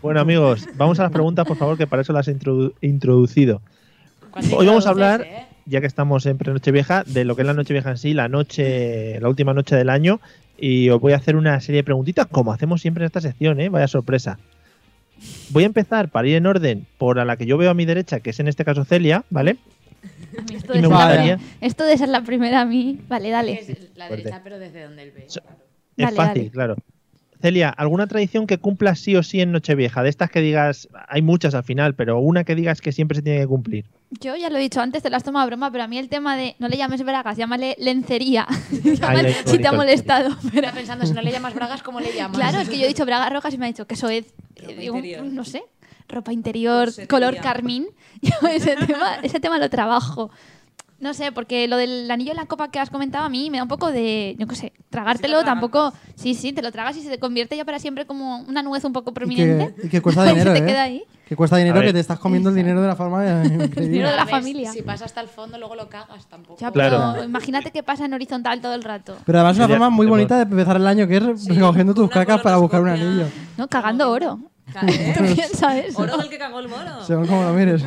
S2: Bueno, amigos, vamos a las preguntas, por favor, que para eso las he introdu- introducido.
S7: Cuando
S2: Hoy vamos a
S7: introduces,
S2: hablar,
S7: ¿eh?
S2: ya que estamos en Nochevieja, de lo que es la Nochevieja en sí, la noche, la última noche del año. Y os voy a hacer una serie de preguntitas, como hacemos siempre en esta sección, ¿eh? Vaya sorpresa. Voy a empezar, para ir en orden, por a la que yo veo a mi derecha, que es en este caso Celia, ¿vale?
S6: A mí Esto
S2: Y ¿eh?
S6: de,
S2: me
S6: ser
S2: gustaría-
S6: la, esto de ser la primera a mí. Vale, dale.
S7: Es la
S2: Fuerte.
S7: derecha, pero desde donde él ve.
S2: So-
S7: claro.
S2: Es
S6: Dale,
S2: fácil,
S6: dale.
S2: claro. Celia, ¿alguna tradición que cumplas sí o sí en Nochevieja? De estas que digas, hay muchas al final, pero una que digas que siempre se tiene que cumplir.
S6: Yo ya lo he dicho antes, te lo has tomado a broma, pero a mí el tema de no le llames bragas, llámale lencería.
S2: Ahí, ahí,
S6: si te ha
S2: bonito.
S6: molestado. pero-
S7: Está pensando, si no le llamas bragas, ¿cómo le llamas?
S6: Claro, es que yo he dicho bragas rojas y me ha dicho que eso es, eh,
S5: Ropa
S6: digo,
S5: interior.
S6: no sé, ropa interior,
S5: Corsetería.
S6: color carmín. Yo ese tema, ese tema lo trabajo. No sé, porque lo del anillo en la copa que has comentado a mí me da un poco de, yo qué sé, tragártelo
S5: tragas.
S6: tampoco. Sí, sí, te lo tragas y se te convierte ya para siempre como una nuez un poco
S4: Y que,
S6: prominente.
S4: y que cuesta
S6: Pues se
S4: dinero,
S6: te
S4: ¿eh?
S6: queda ahí.
S4: Que cuesta
S2: A
S4: dinero,
S2: ver.
S4: que te estás comiendo el dinero de una forma eh,
S6: Dinero
S4: increíble.
S6: de la
S7: A ver,
S6: familia.
S7: Si pasa hasta el fondo, luego lo cagas tampoco.
S6: Ya,
S2: Claro.
S6: pero imagínate que pasa en horizontal todo el rato.
S4: Pero además es una
S2: Sería-
S4: forma muy
S2: tenemos-
S4: bonita de empezar el año, que es recogiendo tus
S5: una
S4: cacas para buscar un
S5: colonoscopia.
S4: anillo.
S6: No, cagando oro.
S5: Claro, ¿eh?
S6: ¿Tú piensas eso?
S5: Oro es el que cagó el moro.
S4: Según como lo mires.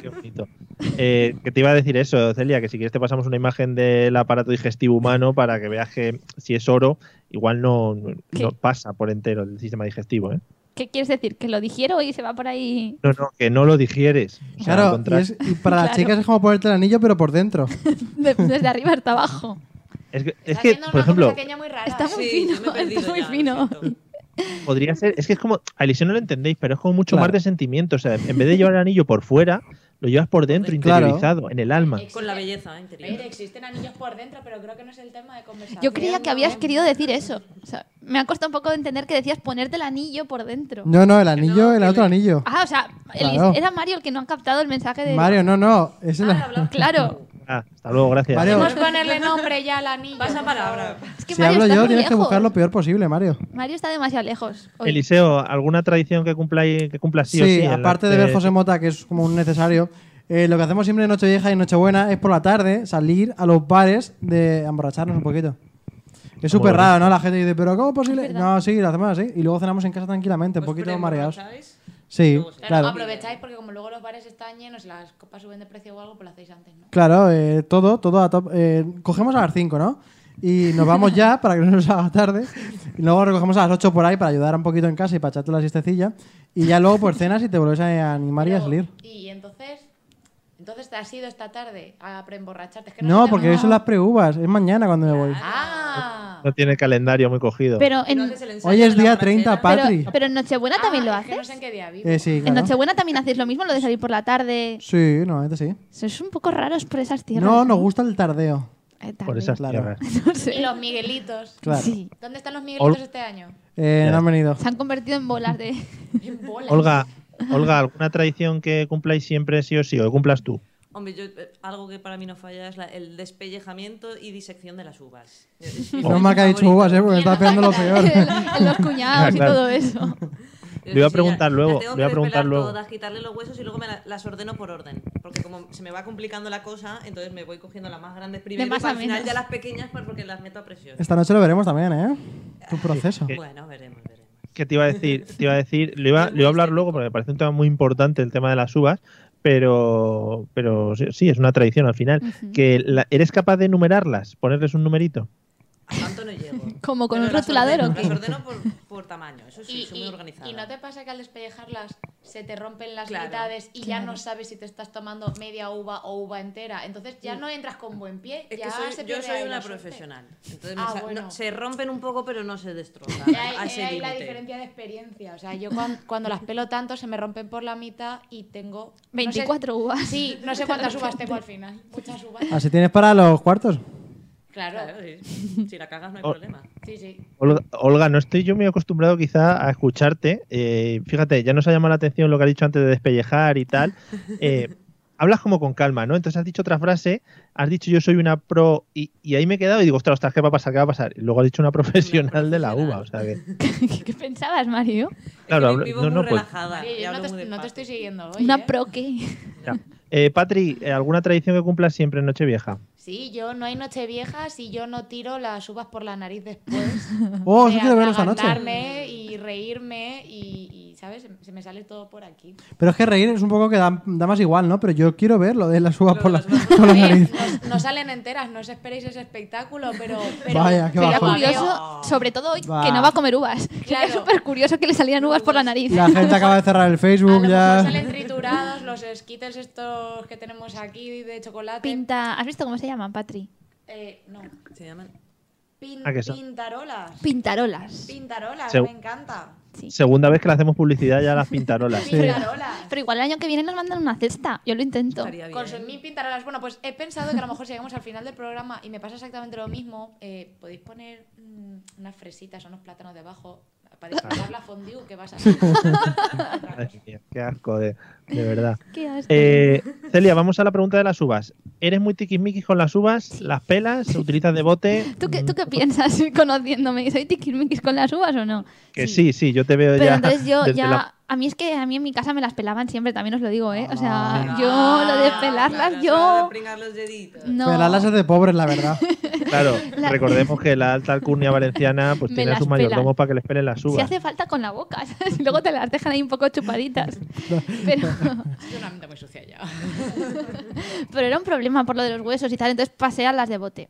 S2: Qué bonito. Eh, que te iba a decir eso, Celia, que si quieres te pasamos una imagen del aparato digestivo humano para que veas que si es oro, igual no, no
S6: ¿Qué?
S2: pasa por entero el sistema digestivo. ¿eh?
S6: ¿Qué quieres decir? ¿Que lo digiero y se va por ahí?
S2: No, no, que no lo digieres. O sea, al
S4: Claro, y,
S2: contrario.
S4: es- y para las
S6: Claro.
S4: chicas es como ponerte el anillo, pero por dentro.
S6: de- desde arriba hasta abajo.
S2: es que, es
S7: Está
S2: que,
S7: haciendo una
S2: por ejemplo,
S7: conversación muy rara.
S6: Está muy
S5: Sí, yo
S6: fino,
S5: me he perdido
S6: está muy
S5: ya, lo
S6: fino.
S5: siento.
S2: podría ser, es que es como, a Eliseo no lo entendéis, pero es como mucho
S4: Claro.
S2: más de sentimiento. O sea, en vez de llevar el anillo por fuera, lo llevas por dentro,
S4: Claro.
S2: interiorizado, en el alma.
S7: Existe-
S5: Con la belleza
S7: Oye,
S5: interior.
S7: existen anillos por dentro, pero creo que no es el tema de conversación.
S6: Yo creía que habías
S7: ¿no?
S6: querido decir eso. O sea, me ha costado un poco entender que decías ponerte el anillo por dentro.
S4: No, no, el anillo, el otro anillo.
S6: Ah, o sea, el-
S4: Claro.
S6: era Mario el que no ha captado el mensaje de...
S4: Mario, no, no. Es el-
S6: Claro.
S2: Ah, hasta luego, gracias.
S4: Mario,
S7: Podemos ponerle nombre ya al anillo.
S5: Pasa
S7: por
S5: palabra.
S7: favor.
S6: Es que
S4: si
S6: Mario
S4: hablo
S6: está
S4: yo,
S6: muy
S4: tienes que
S6: lejos.
S4: buscar lo peor posible, Mario.
S6: Mario está demasiado lejos. hoy.
S2: Eliseo, ¿alguna tradición que cumpláis que cumplas sí,
S4: Sí,
S2: o sí? en la
S4: aparte de
S2: noche?
S4: ver José Mota, que es como un necesario, eh, lo que hacemos siempre en Nochevieja y Nochebuena es por la tarde salir a los bares de a emborracharnos un poquito. Es súper raro, ¿no? La gente dice, ¿pero cómo es posible?
S6: Es verdad.
S4: no, sí, lo hacemos así. Y luego cenamos en casa tranquilamente, un
S5: Os
S4: poquito mareados.
S5: preemborracháis.
S4: Sí,
S7: Claro,
S4: claro.
S7: aprovecháis porque como luego los bares están llenos, las copas suben de precio o algo, pues lo hacéis antes, ¿no?
S4: Claro, eh, todo, todo a top. eh, cogemos a las 5, ¿no? Y nos vamos ya para que no nos haga tarde. Y luego recogemos a las 8 por ahí para ayudar un poquito en casa y para echarte la siestecilla. Y ya luego pues cenas y te vuelves a animar y a
S7: Pero-
S4: salir.
S7: Y entonces, entonces te has ido esta tarde a preemborracharte. Es que
S4: No,
S7: sé
S4: porque
S7: llamar.
S4: eso son las pre-uvas. Es mañana cuando me voy.
S7: Ah,
S2: No tiene el calendario muy cogido.
S6: Pero
S5: Y no
S6: en,
S5: haces el ensayo
S4: Hoy es
S5: de la
S4: día
S5: borrachera.
S4: 30,
S6: pero,
S4: Patri.
S6: pero en Nochebuena también lo
S7: Ah, es que no sé
S6: haces.
S7: en qué día vivo.
S4: Eh, sí,
S6: En
S4: claro.
S6: Nochebuena también haces lo mismo, lo de salir por la tarde.
S4: Sí, normalmente sí.
S6: Eso es un poco raros por esas tierras.
S4: No, nos gusta el tardeo.
S6: Eh, tal
S2: por
S6: vez.
S2: esas
S4: claro.
S2: tierras.
S6: No
S7: Y
S6: sé.
S7: los Miguelitos.
S4: Claro.
S6: Sí.
S7: ¿Dónde están los Miguelitos
S2: Ol-
S7: este año?
S4: Eh,
S2: Ya.
S4: no han venido.
S6: Se han convertido en bolas de...
S7: En bolas.
S2: Olga, Olga, ¿alguna tradición que cumpláis siempre sí o sí o que cumplas tú?
S5: Hombre, yo, eh, algo que para mí no falla es la- el despellejamiento y disección de las uvas. Es- es
S4: No
S5: mi
S4: me ha dicho
S5: favorito.
S4: uvas, eh, porque me está pegando lo peor.
S6: en los cuñados y
S2: Claro.
S6: todo eso.
S5: Creo
S2: Le iba
S5: que
S2: a
S5: sí,
S2: preguntar
S5: ya-
S2: luego,
S5: las tengo
S2: le iba a
S5: que
S2: preguntar
S5: pelar
S2: luego.
S5: todas, quitarle los huesos y luego me la- las ordeno por orden. Porque como se me va complicando la cosa, entonces me voy cogiendo las más grandes primero
S6: más
S5: y para
S6: a
S5: al final
S6: menos.
S5: ya las pequeñas pa- porque las meto a presión.
S4: Esta noche lo veremos también, ¿eh? Tu proceso.
S2: que-
S5: Bueno, veremos, veremos.
S2: que te iba a decir, te iba a decir, lo iba, lo iba a hablar luego porque me parece un tema muy importante el tema de las uvas, pero pero sí, sí, es una tradición al final.
S6: Ujú.
S2: Que la- eres capaz de enumerarlas, ponerles un numerito.
S5: A tanto no llego.
S6: Como con
S5: Pero
S6: un
S5: las
S6: rotulador,
S5: ordeno-
S6: ¿o qué?
S5: Las ordeno por, por tamaño, eso sí,
S7: Y,
S5: soy muy
S7: y-
S5: organizada.
S7: y no te pasa que al despellejarlas se te rompen las
S5: Claro.
S7: mitades y ya
S6: Claro.
S7: no sabes si te estás tomando media uva o uva entera. Entonces ya no entras con buen pie.
S5: Es
S7: ya
S5: que soy-
S7: se
S5: yo
S7: pierde ahí
S5: soy
S7: la
S5: una
S7: suerte.
S5: profesional. Entonces me
S7: Ah,
S5: sa-
S7: bueno.
S5: no, se rompen un poco, pero no se destrozan.
S7: Y ahí-
S5: a
S7: ahí
S5: ese
S7: hay la
S5: límite.
S7: diferencia de experiencia. O sea, yo cuan- cuando, las pelo tanto se me rompen por la mitad y tengo... no sé-
S6: 24 uvas.
S7: sí, no sé cuántas uvas tengo al final. Muchas uvas.
S4: Así tienes para los cuartos.
S7: Claro.
S5: Claro, sí. Si la cagas no hay
S2: Oh.
S5: problema.
S7: Sí, sí.
S2: Olga- Olga, no estoy yo muy acostumbrado quizá a escucharte. eh, fíjate, ya nos ha llamado la atención lo que ha dicho antes de despellejar y tal. eh, hablas como con calma, ¿no? Entonces has dicho otra frase, has dicho yo soy una pro y, y ahí me he quedado y digo, ostras, ostras, ¿qué va a pasar? ¿Qué va a pasar? Y luego has dicho una profesional, de la
S5: profesional.
S2: uva, o sea que...
S6: ¿Qué, qué pensabas, Mario?
S2: Claro,
S5: Claro,
S2: hablo-
S5: vivo
S2: no,
S5: muy
S2: no, pues-
S4: Ah,
S5: relajada.
S7: Oye,
S5: y
S7: yo no
S5: hablo muy
S7: te, no te
S5: despacio.
S7: estoy siguiendo hoy. ¿eh?
S6: ¿Una pro qué?
S2: ya. Eh, Patri, eh, ¿alguna tradición que cumplas siempre en Nochevieja?
S7: Sí, yo no hay noche vieja si yo no tiro las uvas por la nariz después.
S4: Oh,
S7: de
S4: eso quiero verlo esta noche.
S7: atragantarme y reírme y, y, ¿sabes? Se me sale todo por aquí.
S4: Pero es que reír es un poco que da, da más igual, ¿no? Pero yo quiero ver lo de las uvas
S5: Lo
S4: por
S5: de
S4: la,
S5: las uvas.
S4: por la
S7: A ver,
S4: nariz.
S7: nos- Eh, no salen enteras, no os esperéis ese espectáculo, pero... pero
S4: Vaya, ah, qué
S7: pero
S6: Sería
S4: bajón.
S7: veo.
S6: curioso, sobre todo hoy,
S4: Va.
S6: que no va a comer uvas. Sería
S7: Claro.
S6: súper curioso que le salieran uvas por la nariz.
S4: La gente acaba de cerrar el
S7: A lo
S4: Facebook
S7: mejor
S4: ya.
S7: salen triturados los skittles estos que tenemos aquí de chocolate.
S6: Pinta... ¿Has visto cómo se llaman, Patri?
S7: Eh, no.
S5: Se llaman-
S7: Pin-
S2: ¿A qué son?
S7: pintarolas.
S6: Pintarolas.
S7: Pintarolas,
S2: Segu-
S7: me encanta.
S2: Segunda vez que le hacemos publicidad ya a las pintarolas.
S7: Pintarolas.
S6: Pero igual el año que viene nos mandan una cesta. Yo lo intento.
S5: Estaría bien.
S7: Consumí pintarolas. Bueno, pues he pensado que a lo mejor si llegamos al final del programa y me pasa exactamente lo mismo, eh, podéis poner mm, unas fresitas o unos plátanos debajo para disfrutar la fondue que vas a hacer. Otra cosa.
S2: Madre mía, qué asco, de, de verdad.
S6: Qué asco.
S2: Eh, Celia, vamos a la pregunta de las uvas. ¿Eres muy tiquismiquis con las uvas? ¿Las pelas? ¿Utilizas de bote?
S6: ¿Tú qué,
S2: Mm,
S6: ¿Tú qué piensas conociéndome? ¿Soy tiquismiquis con las uvas o no?
S2: Que sí, sí, yo te veo
S6: Pero
S2: ya.
S6: entonces yo
S2: desde
S6: ya...
S2: la-
S6: A mí es que a mí en mi casa me las pelaban siempre, también os lo digo, ¿eh? O sea,
S4: Ah.
S6: yo lo de pelarlas,
S5: Claro, solo de
S6: yo...
S5: pringar los deditos.
S6: No.
S4: Pelarlas es de pobres, la verdad.
S2: Claro,
S6: la-
S2: recordemos que la alta alcurnia valenciana pues
S6: Me
S2: tiene a
S6: las
S2: sus
S6: pelan.
S2: mayordomos para que les pelen las
S6: Si
S2: uvas.
S6: hace falta con la boca, ¿sabes? Y luego te las dejan ahí un poco chupaditas. Pero,
S7: Es una mente muy sucia ya.
S6: pero era un problema por lo de los huesos y tal, entonces pasean las de bote.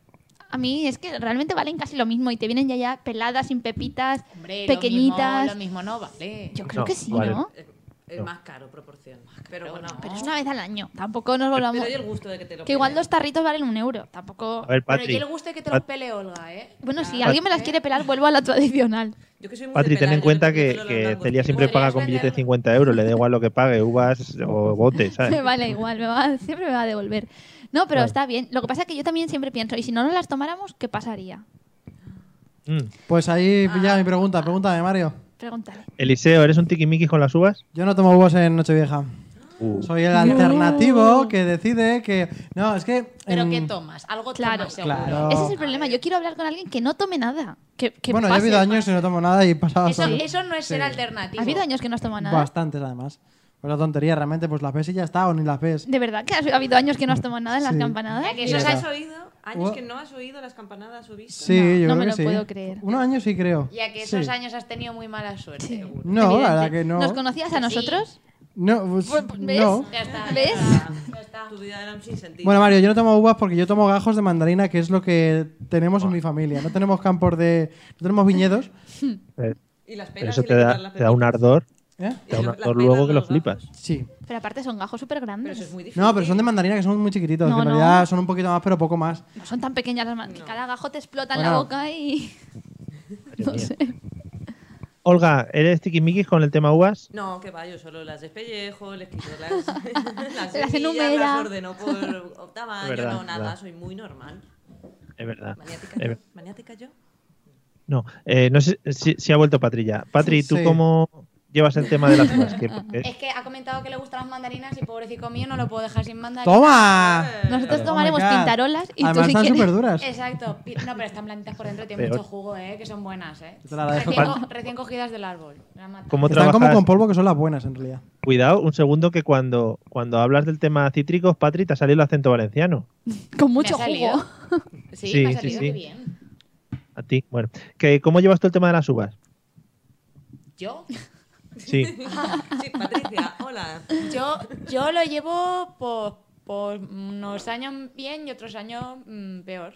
S6: A mí es que realmente valen casi lo mismo y te vienen ya ya peladas, sin pepitas,
S7: Hombre, lo
S6: pequeñitas.
S7: mismo- Lo mismo, no vale.
S6: Yo creo
S2: No,
S6: que sí,
S2: vale.
S6: ¿no?
S5: Es- Es
S2: No.
S5: más caro, proporción. Pero bueno,
S6: Pero es una vez al año, tampoco nos
S5: pero
S6: volvamos...
S5: hay el gusto de que te lo
S6: Que igual
S5: pelen.
S6: los tarritos valen un euro, tampoco...
S2: A ver, Ah.
S7: Pero yo
S2: Patri,
S7: le gusta que te
S2: Pat-
S7: los pele Olga, ¿eh?
S6: Bueno, si
S7: Ya.
S6: alguien me las quiere pelar, vuelvo a la tradicional.
S5: Yo que soy muy de
S2: Patri, ten
S5: pelar,
S2: en
S5: yo
S2: cuenta
S5: no tengo
S2: que,
S5: pelo en los
S2: que
S5: mangos.
S2: Celia siempre
S7: ¿Podrías
S2: paga con billetes de
S7: venderlo?
S2: 50 euros, le da igual lo que pague, uvas o botes,
S6: Me
S4: Ah.
S2: ¿sabes?
S6: vale igual, me va, siempre me va a devolver. No, pero
S2: Vale.
S6: está bien. Lo que pasa es que yo también siempre pienso, ¿y si no nos las tomáramos, qué pasaría?
S2: Mm.
S4: Pues ahí
S5: Ah.
S4: ya mi pregunta. Pregúntame, Mario.
S6: Pregúntale.
S2: Eliseo, ¿eres un tiquimiquis con las uvas?
S4: Yo no tomo uvas en Nochevieja.
S2: Uh,
S4: Soy el alternativo que decide que. No, es que.
S7: Pero
S4: en-
S7: ¿qué tomas? Algo
S6: Mm. Claro.
S7: tomas seguro.
S4: Claro.
S6: Ese es el problema. Yo quiero hablar con alguien que no tome nada. Que, que
S4: Bueno, yo he
S6: pase.
S4: habido años y no tomo nada y pasaba
S7: Eso,
S4: solo.
S7: eso no es ser
S4: Sí.
S7: alternativo.
S6: ¿Ha habido años que no has tomado nada?
S4: Bastantes, además. Pues la tontería, realmente, pues las ves y ya está, o ni las ves.
S6: ¿De verdad que ha habido años que no has tomado nada en las
S4: Sí.
S6: campanadas?
S7: Ya que
S5: ¿Eso
S4: Mira.
S5: has oído? ¿Años
S4: Ua.
S5: que no has oído las campanadas o visto?
S4: Sí, yo
S6: no
S4: creo
S6: me
S4: que
S6: lo
S4: sí.
S6: puedo creer.
S4: Unos años sí creo.
S7: Ya que
S4: Sí.
S7: esos años has tenido muy mala suerte.
S6: Sí.
S4: No,
S6: Evidente.
S4: la verdad que no.
S6: ¿Nos conocías a nosotros?
S4: No, pues,
S6: Pues, ¿Ves?
S4: no.
S7: Ya está. ya
S6: ¿Ves?
S7: está, ya está.
S5: Ah, Tu vida era un sinsentido.
S4: Bueno, Mario, yo no tomo uvas porque yo tomo gajos de mandarina, que es lo que tenemos en mi familia. No tenemos campos de. No tenemos viñedos.
S2: eh,
S5: y las pelas
S2: eso
S5: y
S2: te
S5: le quitas
S2: da,
S5: las
S2: te da un
S5: pepitas.
S2: ardor,
S4: ¿Eh?
S5: Y
S2: te da un
S5: lo- las
S2: ardor
S5: pelas,
S2: luego que lo
S5: los
S2: flipas.
S5: gajos.
S4: Sí.
S6: Pero aparte son gajos súper
S5: Pero eso
S6: grandes.
S5: es muy difícil.
S4: No, pero son de mandarina que son muy chiquititos.
S6: No,
S4: que en
S6: no.
S4: realidad son un poquito más, pero poco más.
S6: No son tan pequeñas las manos. que Cada gajo te explota en la
S4: Bueno.
S6: boca y... No
S2: mía.
S6: sé.
S2: Olga, ¿eres tiquismiquis con el tema uvas?
S5: No, que va, yo solo las despellejo, les quito las, las, semillas,
S6: enumera.
S5: las ordeno por tamaño,
S2: Verdad,
S5: no, nada,
S2: verdad.
S5: soy muy normal.
S2: Es verdad.
S5: Maniática,
S2: Es ver-
S5: maniática yo.
S2: eh, No, eh, no sé si, si ha vuelto Patri ya. Patri, ¿tú
S4: Sí.
S2: cómo, llevas el tema de las uvas. que- eh,
S7: Es que ha comentado que le gustan las mandarinas y pobrecito mío no lo puedo dejar sin mandarinas.
S4: ¡Toma!
S6: Nosotros
S4: Oh
S6: tomaremos
S4: my God.
S6: pintarolas y tú
S4: Además
S6: si
S4: están
S6: quieres.
S4: súper duras.
S7: Exacto. Pi- No, pero están blanditas por dentro y tienen
S2: Peor.
S7: mucho jugo, ¿eh? Que son buenas, ¿eh?
S4: Yo te la dejo
S7: Recién,
S2: para-
S7: co- recién cogidas del árbol. Me han matado.
S2: Como
S4: Están como
S2: trabajas-
S4: con polvo que son las buenas en realidad.
S2: Cuidado, un segundo que cuando, cuando hablas del tema cítricos, Patri, te ha salido el acento valenciano.
S6: Con
S7: Me
S6: mucho
S7: ha salido.
S6: jugo.
S5: Sí,
S2: Sí,
S5: me ha
S2: sí,
S5: salido.
S2: sí.
S5: qué bien.
S2: A ti, bueno. Que, ¿Cómo llevas tú el tema de las uvas?
S7: Yo,
S2: Sí.
S5: Sí, Patricia, hola.
S7: yo, yo lo llevo por, por unos años bien y otros años mm, peor.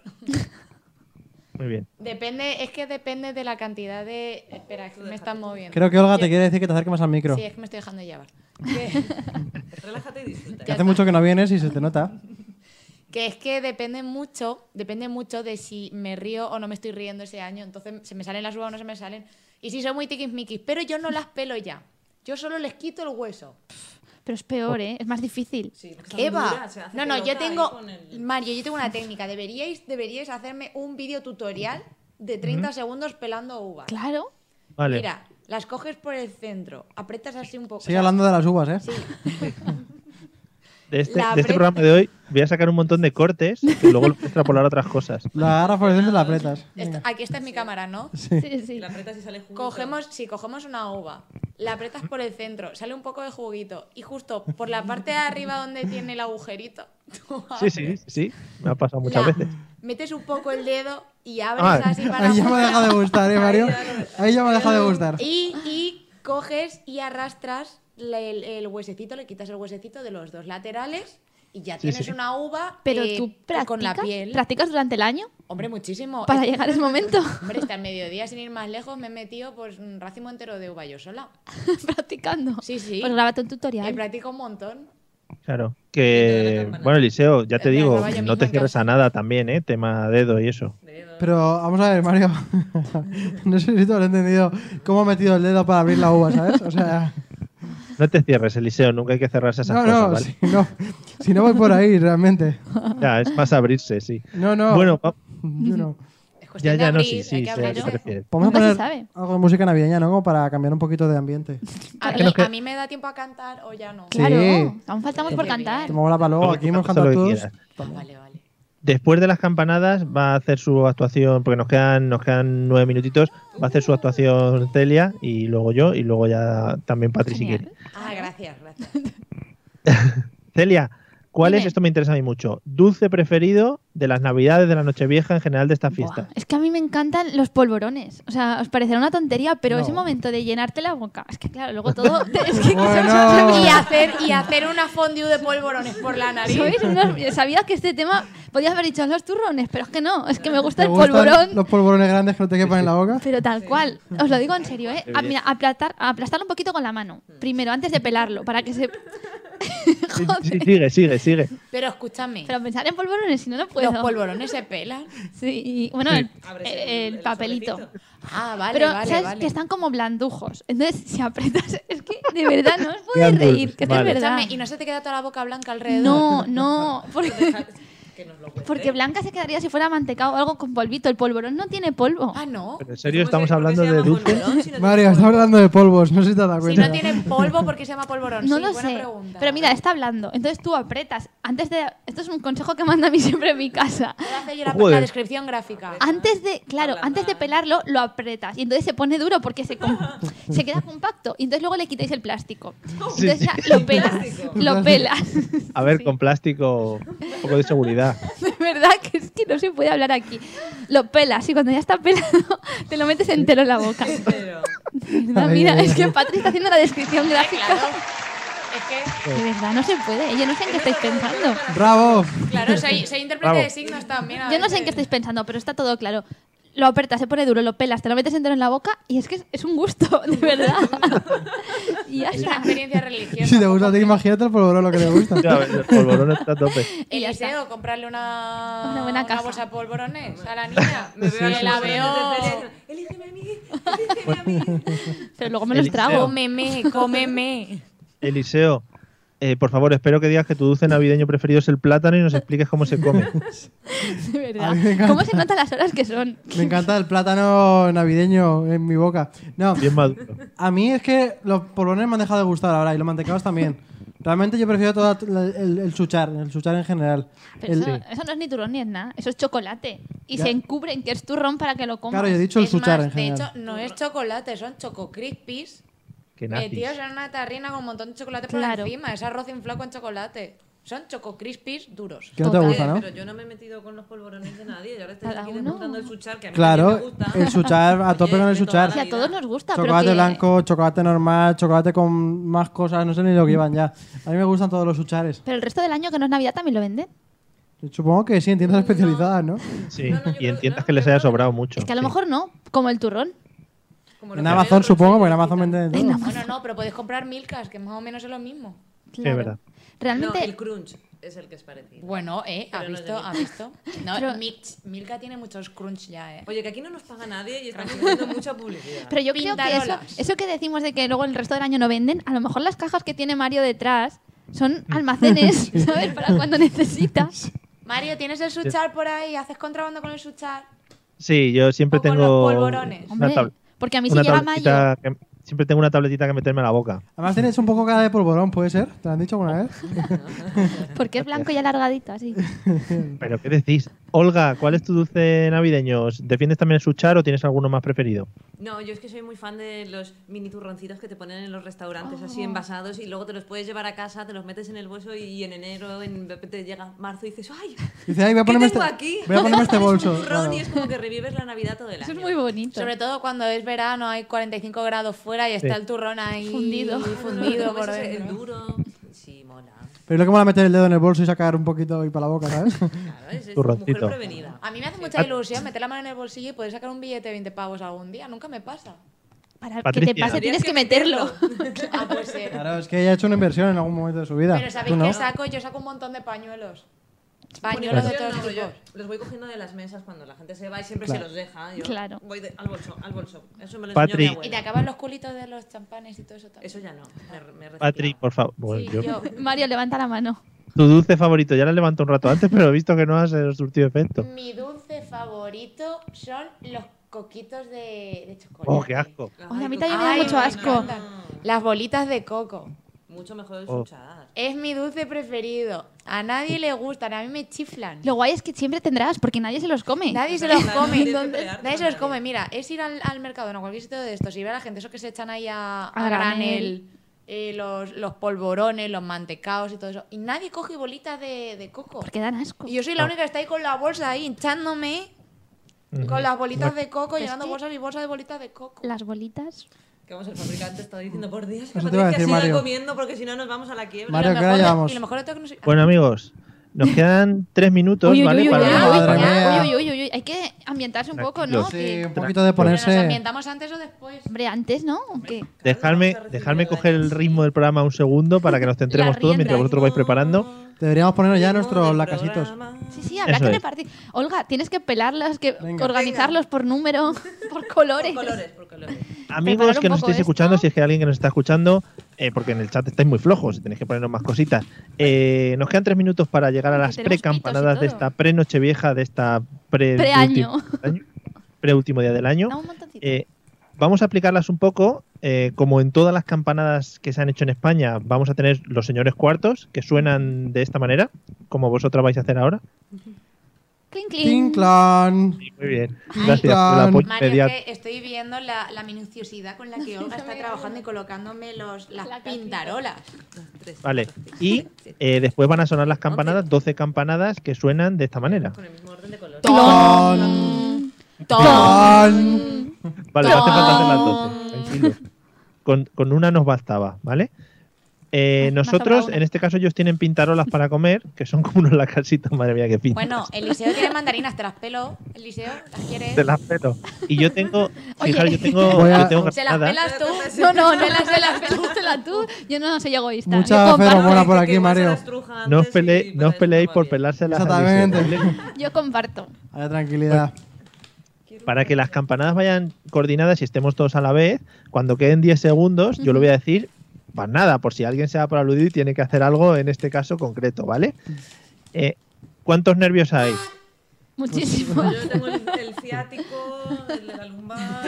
S2: Muy bien.
S7: Depende, es que depende de la cantidad de. Espera, es que me están moviendo.
S4: Creo que Olga te
S7: Yo-
S4: quiere decir que te acerques más al micro.
S7: Sí, es que me estoy dejando llevar. Que-
S5: Relájate y disfruta.
S4: que hace mucho que no vienes y se te nota.
S7: Que es que depende mucho, depende mucho de si me río o no me estoy riendo ese año. Entonces, se me salen las uvas o no se me salen. Y sí, soy muy tiquismiquis, pero yo no las pelo ya. Yo solo les quito el hueso.
S6: Pero es peor, ¿eh? Es más difícil.
S5: Sí, porque está muy
S7: ¿Qué va?
S5: dura, se hace
S7: No, no, yo
S5: pelota ahí
S7: tengo.
S5: con el-
S7: Mario, yo tengo una técnica. Deberíais, deberíais hacerme un vídeo tutorial de 30 segundos pelando uvas.
S6: Claro.
S2: Vale.
S7: Mira, las coges por el centro, aprietas así un poco.
S4: Sigue
S7: o sea,
S4: hablando de las uvas, ¿eh?
S2: de, este,
S7: la
S2: de este
S7: bre-
S2: programa de hoy voy a sacar un montón de cortes que luego lo voy a extrapolar a otras cosas.
S4: La agarras por el centro y la apretas.
S7: esta-
S4: Venga.
S7: aquí esta es mi cámara, ¿no?
S4: Sí.
S6: Sí,
S5: Y
S6: sí.
S5: la apretas y sale jugo.
S7: Cogemos, si cogemos una uva, la apretas por el centro, sale un poco de juguito y justo por la parte de arriba donde tiene el agujerito, tú
S2: Sí, sí, sí. Me ha pasado muchas
S7: la-
S2: veces.
S7: metes un poco el dedo y abres
S2: Ah,
S7: así para
S4: Ahí ya me ha
S7: afuera
S4: dejado de gustar, ¿eh, Mario? Ahí ya me ha dejado de gustar.
S7: y, y coges y arrastras la- el, el huesecito, le quitas el huesecito de los dos laterales y ya
S2: Sí,
S7: tienes
S2: sí.
S7: una uva
S6: Pero
S7: eh,
S6: tú practicas,
S7: con la piel.
S6: practicas durante el año
S7: Hombre, muchísimo.
S6: para
S7: Es-
S6: llegar a ese momento.
S7: Hombre, hasta el mediodía, sin ir más lejos, me he metido pues un racimo entero de uva yo sola.
S6: Practicando.
S7: Sí, sí. Eh,
S6: Pues grábate un
S7: Y
S6: tutorial.
S7: practico un montón.
S2: Claro.
S5: Te doy la
S2: Que,
S5: campana.
S2: bueno, Eliseo, ya te
S7: Te
S2: digo,
S7: acaba yo
S2: no te
S7: mismo en
S2: cierres
S7: casa.
S2: a nada también, ¿eh? Tema dedo y eso.
S4: Pero vamos a ver, Mario. no sé si tú has entendido cómo ha metido el dedo para abrir la uva, ¿sabes? O sea.
S2: No te cierres, Eliseo, nunca hay que cerrarse a esas
S4: No,
S2: cosas,
S4: no,
S2: ¿vale?
S4: si no. Si no voy por ahí, realmente.
S2: Ya, es más abrirse, sí.
S4: No, no.
S2: Bueno, va-
S4: Yo no.
S7: Es
S2: ya,
S7: cuestión de
S2: ya, no,
S7: abrir,
S2: sí,
S7: Pues hay que
S2: sí, sé a qué te
S7: abrirse.
S2: refieres.
S4: Pues Vamos
S6: Nunca
S4: a
S6: se
S4: poner
S6: sabe.
S4: algo de música navideña, ¿no? Como para cambiar un poquito de ambiente.
S7: A
S2: que
S7: mí,
S2: no que-
S7: a mí me da tiempo a cantar o ya no.
S4: Sí.
S6: Claro. Aún faltamos por cantar.
S4: Te mola para luego.
S2: Luego
S4: Aquí
S2: tú
S4: hemos
S2: cantas
S4: cantado
S2: lo que
S4: todos.
S2: quieras.
S7: Ah, Vale, vale.
S2: Después de las campanadas va a hacer su actuación, porque nos quedan, nos quedan nueve minutitos, va a hacer su actuación Celia y luego yo y luego ya también Patri si
S6: Genial.
S2: quiere.
S7: Ah, gracias, gracias.
S2: Celia, ¿cuál
S6: Dime.
S2: es, esto me interesa a mí mucho, dulce preferido de las navidades, de la nochevieja en general de esta fiesta?
S6: Buah, Es que a mí me encantan los polvorones. O sea, os parecerá una tontería, pero
S4: No.
S6: ese momento de llenarte la boca. Es que, claro, luego todo. Es que
S4: Bueno.
S7: Y hacer, y hacer una fondue de polvorones por la nariz.
S6: ¿Sabéis? Unos- sabía que este tema podías haber dicho los turrones, pero es que no. Es que me gusta
S4: ¿Te
S6: el
S4: gustan
S6: polvorón.
S4: Los polvorones grandes que no te quepan en la boca.
S6: Pero tal cual, os lo digo en serio, ¿eh? A- mira, aplatar, aplastarlo un poquito con la mano, primero, antes de pelarlo, para que se...
S2: Sí,
S6: Joder.
S2: sí, sigue, sigue, sigue.
S7: Pero escúchame,
S6: Pero pensar en polvorones, si no, no puedo.
S7: los polvorones se pelan.
S6: Sí, y- bueno, el,
S5: Abres
S6: el- el papelito.
S5: sobrecito.
S7: Ah, vale,
S6: Pero,
S7: vale,
S6: ¿sabes?
S7: vale.
S6: Que están como blandujos. Entonces, si apretas... Es que, de verdad, no os podéis
S2: Blandul,
S6: reír, que esto
S2: vale.
S6: es verdad.
S7: Escúchame, y no se te queda toda la boca blanca alrededor.
S6: No, no, porque,
S5: Que nos lo cuente.
S6: porque Blanca se quedaría si fuera mantecado o algo con polvito. El polvorón no tiene polvo.
S7: Ah, no.
S2: Pero en serio,
S5: ¿Cómo
S2: estamos
S5: se- por qué
S2: hablando
S5: se
S2: de
S5: llama
S2: dulce.
S5: polvorón si no tiene
S4: Mario, estamos
S5: polvo?
S4: hablando de polvos. No sé si te has dado
S7: Si
S4: cuenta.
S7: no tiene polvo, ¿por qué se llama polvorón?
S6: No
S7: Sí,
S6: lo
S7: buena
S6: sé.
S7: pregunta.
S6: Pero mira, está hablando. Entonces tú apretas. Antes de. Esto es un consejo que manda a mí siempre en mi casa.
S7: Voy a hacer yo la,
S2: Joder.
S7: la descripción gráfica.
S6: Antes de, claro, antes de pelarlo, lo apretas. Y entonces se pone duro porque se, com- se queda compacto. Y entonces luego le quitáis el plástico. Entonces
S2: Sí,
S6: ya lo pelas. Lo pelas.
S2: A ver, con plástico, un poco de seguridad.
S6: De verdad que es que no se puede hablar aquí. Lo pelas. Y cuando ya está pelado, te lo metes entero en la boca.
S5: Pero,
S6: Mira, mira, es que Patrick está haciendo la descripción
S7: Ah,
S6: gráfica.
S7: claro. Es que,
S6: De verdad, no se puede. Yo no sé en qué estáis pensando.
S4: Bravo.
S7: claro, soy, soy intérprete
S2: Bravo.
S7: de signos también. a
S6: Yo no sé en qué
S7: veces.
S6: estáis pensando, pero está todo claro. Lo apretas, se pone duro, lo pelas, te lo metes entero en la boca y es que es, es un gusto, de verdad. y ya
S7: Es una
S6: está.
S7: experiencia religiosa.
S4: Si te gusta, a ti,
S7: Ojo.
S4: imagínate el polvorón lo que te gusta.
S2: Ya ves, el polvorón está a tope.
S6: Y ya está.
S7: Eliseo, comprarle una,
S6: Una buena caja.
S7: bolsa de polvorones a la niña.
S5: me veo
S7: Que la
S5: veo.
S7: veo.
S5: Elígeme a mí, elígeme a mí.
S6: Pero luego me los
S2: Eliseo.
S6: trago.
S7: Cómeme, cómeme.
S2: Eliseo, eh, por favor, espero que digas que tu dulce navideño preferido es el plátano y nos expliques cómo se come.
S6: De verdad.
S4: A mí me encanta.
S6: ¿Cómo se notan las horas que son?
S4: Me encanta el plátano navideño en mi boca. No,
S2: Bien maduro.
S4: a mí es que los polvones me han dejado de gustar ahora y los mantecados también. Realmente yo prefiero todo el, el chuchar, el chuchar en general.
S6: Pero
S4: El-
S6: eso, eso no es ni turrón ni es nada, eso es chocolate. Y
S4: Ya.
S6: se encubren que es turrón para que lo comas.
S4: Claro, yo he dicho el
S7: es
S4: chuchar
S7: más,
S4: en
S7: de
S4: general.
S7: hecho, no es chocolate, son choco crispies.
S5: Eh,
S2: Que nazis.
S7: Metidos en una tarrina con un montón de chocolate
S6: Claro.
S7: por encima. Es arroz inflado con chocolate. Son choco crispies duros.
S4: que no te
S6: Total.
S4: gusta, ¿no?
S5: Pero yo no me he metido con los polvorones de nadie. Y ahora estoy
S6: Cada
S5: aquí
S6: uno.
S5: desmontando el suchar, que a mí también
S4: Claro,
S5: me gusta.
S4: el suchar, a
S5: Oye,
S4: tope con el
S5: de toda
S4: suchar.
S5: la
S6: Si a todos nos gusta,
S4: Chocolate
S6: pero que-
S4: blanco, chocolate normal, chocolate con más cosas, no sé ni lo que llevan ya. A mí me gustan todos los suchares.
S6: Pero el resto del año que no es Navidad también lo venden.
S4: Supongo que sí, en tiendas especializadas, ¿no?
S2: Sí,
S5: No, no, yo
S2: y
S5: creo-
S2: entiendas
S5: no,
S2: que les
S5: yo
S2: haya
S5: creo que-
S2: sobrado mucho.
S6: Es que a lo
S2: sí.
S6: mejor no, como el turrón.
S5: Como los
S4: En
S5: que
S4: Amazon,
S5: venden
S4: supongo, porque en
S5: los
S4: Amazon
S5: chuchitos.
S4: venden de
S6: En
S4: todo.
S6: Amazon.
S7: Bueno, no, pero podéis comprar Milkas, que más o menos es lo mismo.
S6: Claro.
S2: verdad.
S6: Realmente,
S5: No, el crunch es el que es parecido.
S7: Bueno, eh, ha
S5: Pero no es de
S7: visto, ha visto. No,
S6: Pero-
S7: Mix- Milka tiene muchos crunch ya, eh.
S5: Oye, que aquí no nos paga nadie y estamos haciendo mucha publicidad.
S6: pero yo creo que eso,
S7: Pintarolas.
S6: eso que decimos de que luego el resto del año no venden, a lo mejor las cajas que tiene Mario detrás son almacenes, ¿sabes? Para cuando necesitas.
S7: Mario, ¿tienes el suchar por ahí? ¿Haces contrabando con el suchar?
S2: Sí, yo siempre
S7: O con los
S2: tengo.
S7: polvorones.
S2: Una
S6: Hombre,
S2: tabla-
S6: porque a mí si
S2: una
S6: llega mayo,
S2: tabletita que- siempre tengo una tabletita que meterme a la boca.
S4: Además tienes un poco cara de polvorón, ¿puede ser? ¿Te lo han dicho alguna vez?
S6: porque es blanco y alargadito así.
S2: ¿Pero qué decís? Olga, ¿cuál es tu dulce navideño? ¿Defiendes también el suchar o tienes alguno más preferido?
S5: No, yo es que soy muy fan de los mini turroncitos que te ponen en los restaurantes así
S6: Ah.
S5: envasados y luego te los puedes llevar a casa, te los metes en el bolso y en enero, en, te llega marzo y dices, ¡ay!
S4: Dice, ay, voy a
S5: ¿Qué
S4: ponerme
S5: tengo
S4: este-
S5: aquí?
S4: voy a ponerme este
S5: Es un
S4: bolso,
S5: turrón
S4: claro.
S5: y es como que revives la Navidad todo el año.
S6: Eso es muy bonito.
S7: Sobre todo cuando es verano, hay 45 grados fuera y está el turrón ahí
S6: Fundido.
S7: fundido por
S5: Comes Pues ese-
S7: dentro.
S5: el duro. Sí, mola.
S4: Pero es lo que mola meter el dedo en el bolso y sacar un poquito y para la boca, ¿sabes?
S5: Claro, es, es mujer
S2: Turroncito.
S5: prevenida.
S7: A mí me hace
S2: Ah.
S7: mucha ilusión meter la mano en el bolsillo y poder sacar un billete de 20 pavos algún día. Nunca me pasa.
S6: Para que te
S2: Patricia.
S6: pase tienes
S5: Tendrías
S6: que meterlo.
S7: Ah, pues sí.
S4: Claro, es que ella ha hecho una inversión en algún momento de su vida.
S7: Pero
S4: Tú
S7: ¿sabéis
S4: no.
S7: qué saco? Yo saco un montón de pañuelos.
S5: Bueno,
S7: Pañuelos de
S5: yo
S7: todos
S5: no, pero yo
S7: tipos.
S5: los voy cogiendo de las mesas cuando la gente se va y siempre
S4: Claro.
S5: se los deja. Yo
S6: Claro.
S5: Voy de- al bolso, al bolso. Eso me lo enseñó mi
S2: Patrick.
S5: abuela.
S7: Y te acaban los culitos de los champanes y todo eso también.
S5: Eso ya no. Me, me
S6: Pues
S5: reciclaba.
S2: Patrick, por favor. Bueno,
S7: Sí,
S2: yo-
S7: yo.
S6: Mario, levanta la mano.
S2: Tu dulce favorito, ya la levanto un rato antes, pero he visto que no has eh, surtido efecto.
S7: Mi dulce favorito son los coquitos de, de chocolate.
S2: Oh, qué asco.
S6: Oye, a mí
S5: tú-
S6: también me da
S5: Ay,
S6: mucho
S5: no,
S6: asco.
S5: no, no.
S7: Las bolitas de coco.
S5: Mucho mejor el
S2: Oh.
S5: suchar.
S7: Es mi dulce preferido. A nadie le gustan, a mí me chiflan.
S6: Lo guay es que siempre tendrás, porque nadie se los come.
S7: Nadie se los
S5: Claro, no
S7: come.
S5: tienes que pelearte
S7: Nadie se
S5: con
S7: los come.
S5: nadie.
S7: Mira, es ir al, al mercado, no, cualquier sitio de estos, y ver a la gente, eso que se echan ahí a,
S6: A
S7: a
S6: granel.
S7: granel, eh, los, los polvorones, los mantecaos y todo eso. Y nadie coge bolitas de, de coco.
S6: Porque dan asco.
S7: Y yo soy la única que está ahí con la bolsa ahí, hinchándome con las bolitas de coco, llenando bolsas y bolsas de bolitas de coco.
S6: Las bolitas.
S5: Que vamos, el fabricante está diciendo por Dios que
S4: Eso te iba a
S5: Patricia
S4: decir,
S5: siga
S4: Mario.
S5: comiendo porque si no nos vamos a la quiebra.
S4: Mario,
S7: Lo
S4: ¿qué hora
S7: mejor de-
S4: llevamos?
S7: Y lo mejor de todo es que no soy-
S2: Bueno, amigos, nos quedan tres minutos,
S6: Uy, uy,
S2: ¿vale?
S6: uy, uy,
S2: Para-
S6: uy,
S4: Madre
S6: uy, uy,
S4: mía.
S6: uy, uy, uy. Hay que ambientarse un poco, ¿no?
S2: Tranquilos.
S4: Sí,
S6: Que-
S4: un poquito de
S7: Pero nos
S4: ponerse...
S7: ambientamos antes o después.
S6: Hombre, antes, ¿no? ¿O qué?
S2: Dejarme, dejarme coger el ritmo del programa un segundo para que nos centremos
S6: La
S2: todos
S6: rienda.
S2: mientras vosotros vais preparando.
S4: Deberíamos ponernos ya
S5: Ritmo
S4: nuestros
S5: del
S4: lacasitos.
S5: programa.
S6: Sí, sí, habrá
S2: Eso
S6: que
S2: es.
S6: repartir. Olga, tienes que pelarlas, que
S4: Venga.
S6: organizarlos por número, por colores.
S5: Por colores, por colores.
S2: Amigos
S6: un
S2: que nos
S6: poco
S2: estéis
S6: esto.
S2: escuchando, si es que hay alguien que nos está escuchando, eh, porque en el chat estáis muy flojos y tenéis que ponernos más cositas. Eh, nos quedan tres minutos para llegar a
S6: Que
S2: las
S6: tenemos
S2: pre-campanadas
S6: pitos y
S2: de
S6: todo.
S2: esta pre-noche vieja, de esta pre
S6: Preaño.
S2: último año, pre-último día del año.
S6: Da un montoncito.
S2: Eh, vamos a aplicarlas un poco. eh, como en todas las campanadas que se han hecho en España, vamos a tener los señores cuartos que suenan de esta manera, como vosotras vais a hacer ahora.
S6: Clink, clink.
S4: Tin clan.
S2: Sí, Muy bien.
S7: Ay,
S2: Gracias por el
S4: Fran.
S2: apoyo
S7: Mario,
S2: inmediato.
S7: es que estoy viendo la, la minuciosidad con la que Olga está trabajando y colocándome los, las
S6: La
S7: pintarolas.
S5: Tres,
S2: Vale.
S5: cuatro, cinco,
S2: Y
S5: siete.
S2: eh, después van a sonar las campanadas, 12 campanadas que suenan de esta manera.
S5: Con el mismo orden de colores.
S4: Ton. Ton.
S2: Vale, no hace falta hacer las 12. Tranquilo. Con, con una nos bastaba, ¿vale? Eh,
S6: Ah, me ha sobrado
S2: nosotros,
S6: una.
S2: en este caso, ellos tienen pintarolas para comer, que son como unos lacasitos, madre mía, que pintas.
S7: Bueno, Eliseo tiene mandarinas, te las pelo. Eliseo, ¿las quieres?
S2: Te las pelo. Y yo tengo.
S6: Oye.
S2: Fijaros, yo tengo.
S4: Voy a-
S2: yo tengo
S7: ¿Se las
S2: garnada.
S7: pelas tú?
S6: No, no, no las velas, velas tú. Yo no soy egoísta.
S4: Mucha
S6: yo, comparto,
S4: feromona. Hola por
S5: Que
S4: aquí,
S5: igual
S4: Mario.
S5: se las truja antes
S2: No os,
S5: y
S2: pele-
S5: para
S2: no os
S5: eso
S2: peleéis
S5: va
S2: por
S5: bien.
S2: pelárselas. a
S4: Exactamente.
S2: Alicia.
S6: yo comparto.
S4: Ahora tranquilidad.
S2: Para que las campanadas vayan coordinadas y estemos todos a la vez, cuando queden 10 segundos, yo lo voy a decir para nada, por si alguien se va por aludido y tiene que hacer algo en este caso concreto, ¿vale? Eh, ¿Cuántos nervios hay?
S6: Muchísimo.
S5: Yo tengo el, el ciático, el de la lumbar.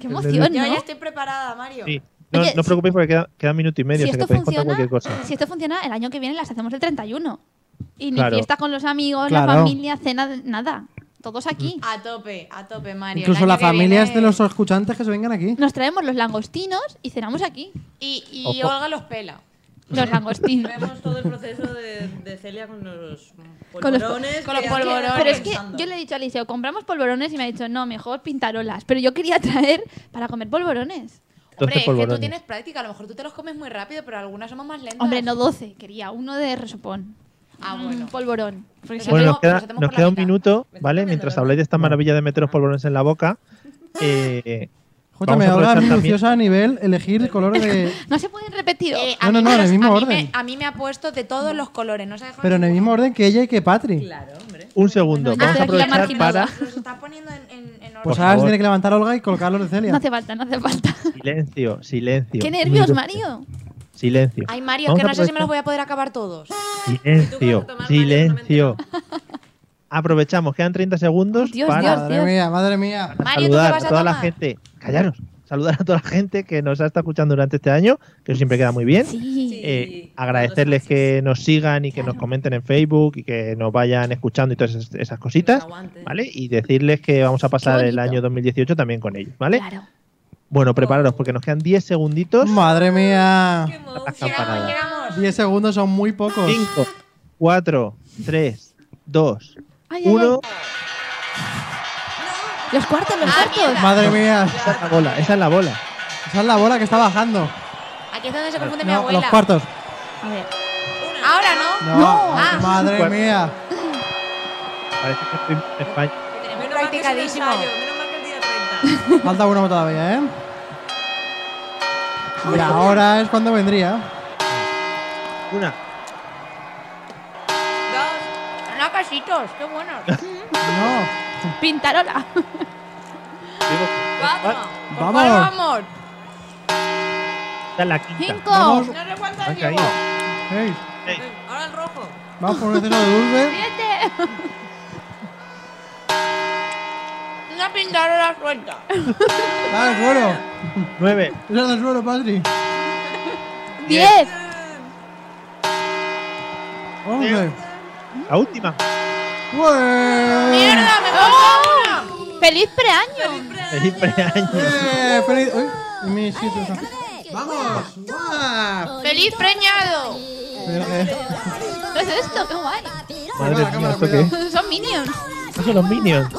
S6: Qué emoción,
S7: Yo
S6: ¿no?
S7: ya estoy preparada, Mario.
S2: Sí. No,
S6: Oye,
S2: no os preocupéis porque queda, queda un minuto y medio,
S6: Si
S2: o sea que
S6: esto,
S2: podéis contar
S6: funciona,
S2: cualquier cosa.
S6: si esto funciona, el año que viene las hacemos el 31. Y ni
S2: Claro.
S6: fiesta con los amigos, la
S4: Claro.
S6: familia, cena, nada. Todos aquí.
S7: A tope, a tope, Mario. El
S4: Incluso
S7: año
S4: las
S7: que viene-
S4: familias de los escuchantes que se vengan
S2: Mm.
S4: aquí.
S6: Nos traemos los langostinos y cenamos aquí.
S7: Y, y Olga los pela.
S6: Los langostinos.
S5: Vemos todo el proceso de, de Celia con los polvorones.
S6: Con los-
S5: que
S7: con los
S5: ya
S7: polvorones.
S5: estaba
S6: Pero es que
S5: pensando.
S6: yo le he dicho a Eliseo, compramos polvorones y me ha dicho, no, mejor pintarolas. Pero yo quería traer para comer polvorones.
S2: Entonces,
S7: Hombre, es que
S2: polvorones.
S7: tú tienes práctica. A lo mejor tú te los comes muy rápido, pero algunas somos más lentas.
S6: Hombre, no 12, quería uno de resopón.
S7: Ah,
S6: Un
S7: bueno.
S6: polvorón. Porque
S7: Eso
S6: si
S2: Bueno,
S7: Nos
S2: nos
S7: hacemos-
S2: queda,
S7: nos hacemos
S2: nos
S7: por la
S2: queda un
S7: mitad.
S2: minuto,
S5: Me está
S2: ¿vale?
S5: poniendo
S2: Mientras
S5: nerviosa.
S2: habláis de esta maravilla de meteros polvorones en la boca. eh,
S4: Escúchame,
S2: Vamos a
S4: ahora es
S2: aprovechar
S4: minuciosa a nivel elegir el color de.
S6: no- no se pueden repetir. Oh,
S7: Eh,
S4: No,
S7: a
S4: no,
S7: mí
S4: no,
S7: me
S4: en el
S7: los-
S4: mismo
S7: a mí
S4: orden.
S7: me- a mí me ha puesto de todos los colores. No se ha dejado
S4: Pero en el
S7: ninguno.
S4: mismo orden que ella y que Patri.
S5: Claro, hombre.
S2: un segundo,
S6: Bueno,
S2: vamos a
S6: ya estoy aquí
S2: aprovechar
S6: marginada.
S2: para.
S7: Los está poniendo en, en, en
S4: Pues
S7: orden.
S2: Por
S4: ahora se
S2: favor.
S4: tiene que levantar Olga y colocar los de Celia.
S6: No hace falta, no hace falta.
S2: Silencio, silencio.
S6: Qué nervios, Mario.
S2: Silencio.
S7: Ay, Mario, es
S2: Vamos
S7: que no sé si
S2: aprovechar-
S7: me los voy a poder acabar todos.
S5: Tú
S2: Silencio,
S5: que vas a tomar
S2: silencio. Aprovechamos, quedan 30 segundos
S6: Dios,
S2: para
S6: Dios.
S4: Madre mía, madre mía.
S2: para
S7: Mario, ¿tú qué
S2: saludar a
S7: vas a
S2: toda la
S7: tomar?
S2: gente. Callaros, saludar a toda la gente que nos ha estado escuchando durante este año, que siempre queda muy bien.
S6: Sí.
S2: Eh,
S5: Sí,
S2: agradecerles
S5: todos
S2: que nos sigan y que nos comenten en Facebook y que nos vayan escuchando y todas esas, esas cositas,
S5: aguanten.
S2: ¿vale? Y decirles que vamos a pasar
S6: Qué
S2: el
S6: bonito.
S2: año 2018 también con ellos, ¿vale?
S6: Claro. Oh.
S2: Bueno, prepararos porque nos quedan 10 segunditos.
S4: Madre
S5: Qué
S4: mía.
S5: emoción.
S2: campanadas.
S7: Llegamos.
S4: 10 segundos son muy pocos.
S2: 5, 4, 3, 2,
S6: Ay, ay, ay.
S2: 1.
S6: Los cuartos, los cuartos.
S4: Madre mía.
S2: Esa es la bola, esa es la bola.
S4: Esa es la bola que está bajando.
S7: Aquí es donde se confunde mi
S4: No,
S7: abuela.
S4: los cuartos.
S6: A ver.
S7: Ahora no.
S4: No.
S7: Ah.
S4: Madre
S2: Cuartos.
S4: mía.
S2: Parece que estoy en España.
S5: Menos mal que es un
S7: Practicadísimo.
S5: ensayo, Menos mal que el día 30.
S4: Falta uno todavía, ¿eh? Y ahora es cuando vendría.
S2: Una,
S7: Dos. No, casitos. Qué buenos.
S4: No.
S6: Pintarola.
S2: digo,
S7: Cuatro. ¿Por
S4: Vamos.
S7: cuál vamos?
S2: esta es la quinta.
S4: Vamos.
S6: Cinco.
S5: No sé cuántas
S2: Han
S5: llevo.
S2: caído.
S4: Ey,
S2: Seis,
S5: Ahora el rojo.
S4: vamos por un exceso de dulce.
S6: Siete.
S7: Una pintarola suelta.
S4: Dale al suelo.
S2: nueve,
S4: Dale al suelo, Patri.
S6: Diez.
S4: 11.
S2: la última.
S4: ¡Mierda!
S7: ¡Me
S6: ¡Oh!
S7: falta una!
S6: ¡Feliz preaño!
S2: Feliz preaño.
S4: ¡Eh! ¡Feliz! ¡Uy! Mi sitio está- ¡Vamos! ¡Guau!
S7: ¡Feliz preñado!
S4: Pero eh, que-
S6: ¿Qué es Pues esto? ¡Qué guay!
S2: Madre mía, ¿esto qué es?
S6: Son minions.
S2: Estos son los Minions.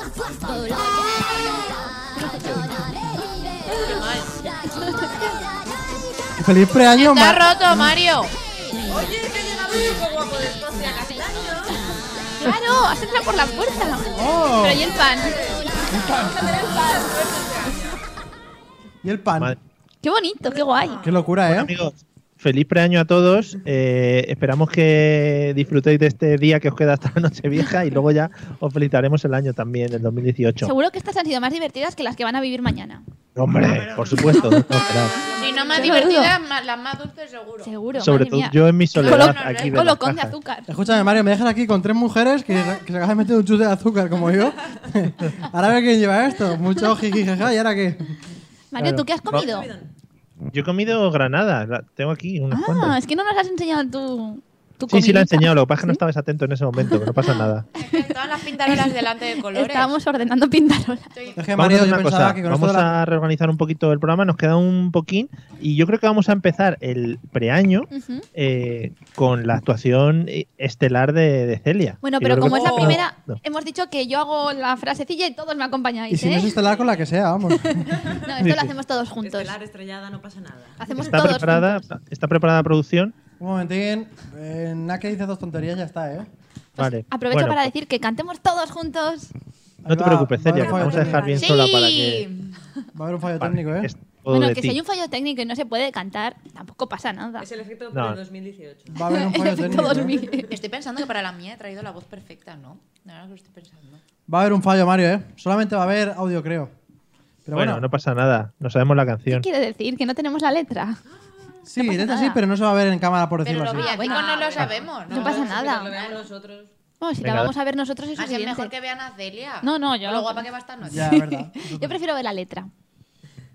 S4: ¡Feliz preaño,
S7: ¡Está
S4: Mar!
S7: roto, Mario!
S5: Oye, que ha llegado un poco guapo de Escocia. casi año.
S6: Claro, has entrado por la puerta.
S4: Oh.
S6: Pero ¿y el pan?
S4: Y el pan.
S2: Madre-
S6: Qué bonito, qué guay.
S4: ¡Qué locura, eh!
S2: Amigos, feliz preaño a todos. Eh, esperamos que disfrutéis de este día que os queda hasta la noche vieja y luego ya os felicitaremos el año también, del 2018.
S6: Seguro que estas han sido más divertidas que las que van a vivir mañana.
S2: Hombre, por supuesto. no, esperad.
S7: Si no más
S6: Yo lo dudo.
S7: divertidas, más- las más dulces seguro.
S6: Seguro.
S2: Sobre
S6: madre
S2: todo
S6: mía.
S2: yo en mi
S6: Colo-
S2: soledad aquí. de las
S6: colocón de
S2: cajas.
S6: azúcar.
S4: Escúchame, Mario, me dejas aquí con tres mujeres que, que se acaban de meter un chute de azúcar como yo. ahora a ver quién lleva esto. Mucho jiji, jaja, ¿y ahora qué?
S6: Mario,
S2: Claro.
S6: ¿tú qué has comido?
S2: Yo he comido granada, la- tengo aquí unas
S6: Ah,
S2: cuantas.
S6: es que no nos has enseñado tu, tu
S2: Sí, sí, la he
S6: comidita.
S2: enseñado, lo que pasa es que no estabas atento en ese momento, pero no pasa nada.
S7: Es que Todas las pintarolas delante de colores.
S6: Estábamos ordenando pintarolas.
S4: Es que
S2: Vamos a
S4: Mario,
S2: hacer
S4: yo
S2: una
S4: pensaba
S2: cosa,
S4: que con esto
S2: vamos
S4: de la...
S2: a reorganizar un poquito el programa, nos queda un poquín y yo creo que vamos a empezar el preaño
S6: Ujú.
S2: eh, con la actuación eh, estelar de, de Celia.
S6: Bueno,
S2: Que
S6: pero
S2: yo creo
S6: como
S2: que-
S6: es la
S7: Oh.
S6: primera,
S2: No.
S6: hemos dicho que yo hago la frasecilla y todos me acompañáis,
S4: Y si
S6: ¿eh?
S4: no es estelar con la que sea, vamos.
S6: No,
S2: Sí,
S6: esto lo
S2: sí.
S6: hacemos todos juntos.
S5: Estelar, estrellada, no pasa nada.
S6: Hacemos
S2: ¿Está
S6: todos
S2: preparada,
S6: juntos.
S2: ¿Está preparada la producción?
S4: Un momentín. Eh, nada que dices dos tonterías, ya está, ¿eh?
S6: Pues
S2: vale.
S6: Aprovecho
S2: Bueno,
S6: para
S2: pues
S6: decir que cantemos todos juntos.
S2: No te
S4: Ahí va,
S2: preocupes,
S4: va a
S2: Celia,
S4: haber
S2: que
S4: fallo
S2: vamos a dejar bien
S4: técnico.
S7: Sí.
S2: sola para que...
S4: Va a haber un fallo
S2: vale, este.
S4: técnico, ¿eh?
S2: es todo
S6: bueno,
S2: de
S6: que
S2: ti.
S6: si hay un fallo técnico y no se puede cantar, tampoco pasa nada.
S5: Es el efecto
S2: No.
S5: de 2018.
S4: Va a haber un fallo técnico.
S6: Todos
S4: ¿eh?
S6: mi-
S7: Estoy pensando que para la mía he traído la voz perfecta, ¿no? No ahora que lo estoy pensando.
S4: Va a haber un fallo, Mario, ¿eh? Solamente va a haber audio, creo. Pero
S2: Bueno,
S4: bueno,
S2: no pasa nada, no sabemos la
S6: ¿Qué
S2: canción.
S6: quiere decir? ¿Que no tenemos la letra?
S4: Sí,
S6: pasa
S4: neta sí,
S6: nada.
S4: pero no se va a ver en cámara,
S8: Pero
S4: por decirlo
S8: lo
S4: así.
S8: villancicos
S7: Bueno,
S8: no
S7: no
S8: lo
S7: lo sabemos.
S6: No pasa nada.
S8: Lo veamos
S5: nosotros.
S6: Bueno, si
S2: Venga,
S6: la vamos a ver nosotros es
S8: Así es
S6: suficiente.
S8: mejor que vean a Celia.
S6: No, no, yo-
S8: Con Lo guapa que va a estar noche.
S4: Ya, verdad.
S6: Yo prefiero ver la letra.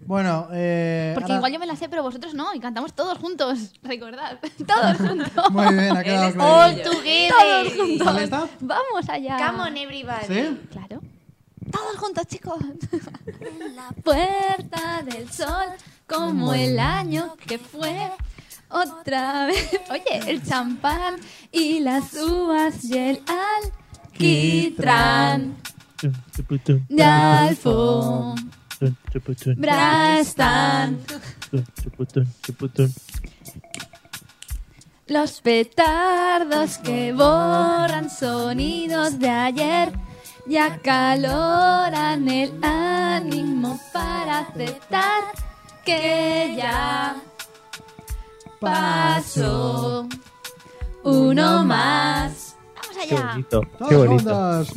S4: Bueno, eh,
S6: Porque
S4: ahora-
S6: igual yo me la sé, pero vosotros no. Y cantamos todos juntos. Recordad. Todos juntos.
S4: Muy bien, ha quedado
S8: es
S6: Pues
S4: claro.
S8: old.
S6: todos
S7: together.
S6: juntos.
S4: ¿Vale, está?
S6: Vamos allá.
S7: Come on, everybody.
S4: ¿Sí?
S6: Claro. Todos juntos, chicos. la puerta del sol, como el año que fue. Otra vez. Oye, el champán y las uvas y el alquitrán de alfombra están los petardos que borran sonidos de ayer y acaloran el ánimo para aceptar que ya pasó uno más. Vamos
S2: Qué
S6: allá.
S2: bonito,
S4: Todos
S2: qué bonito.
S4: juntos.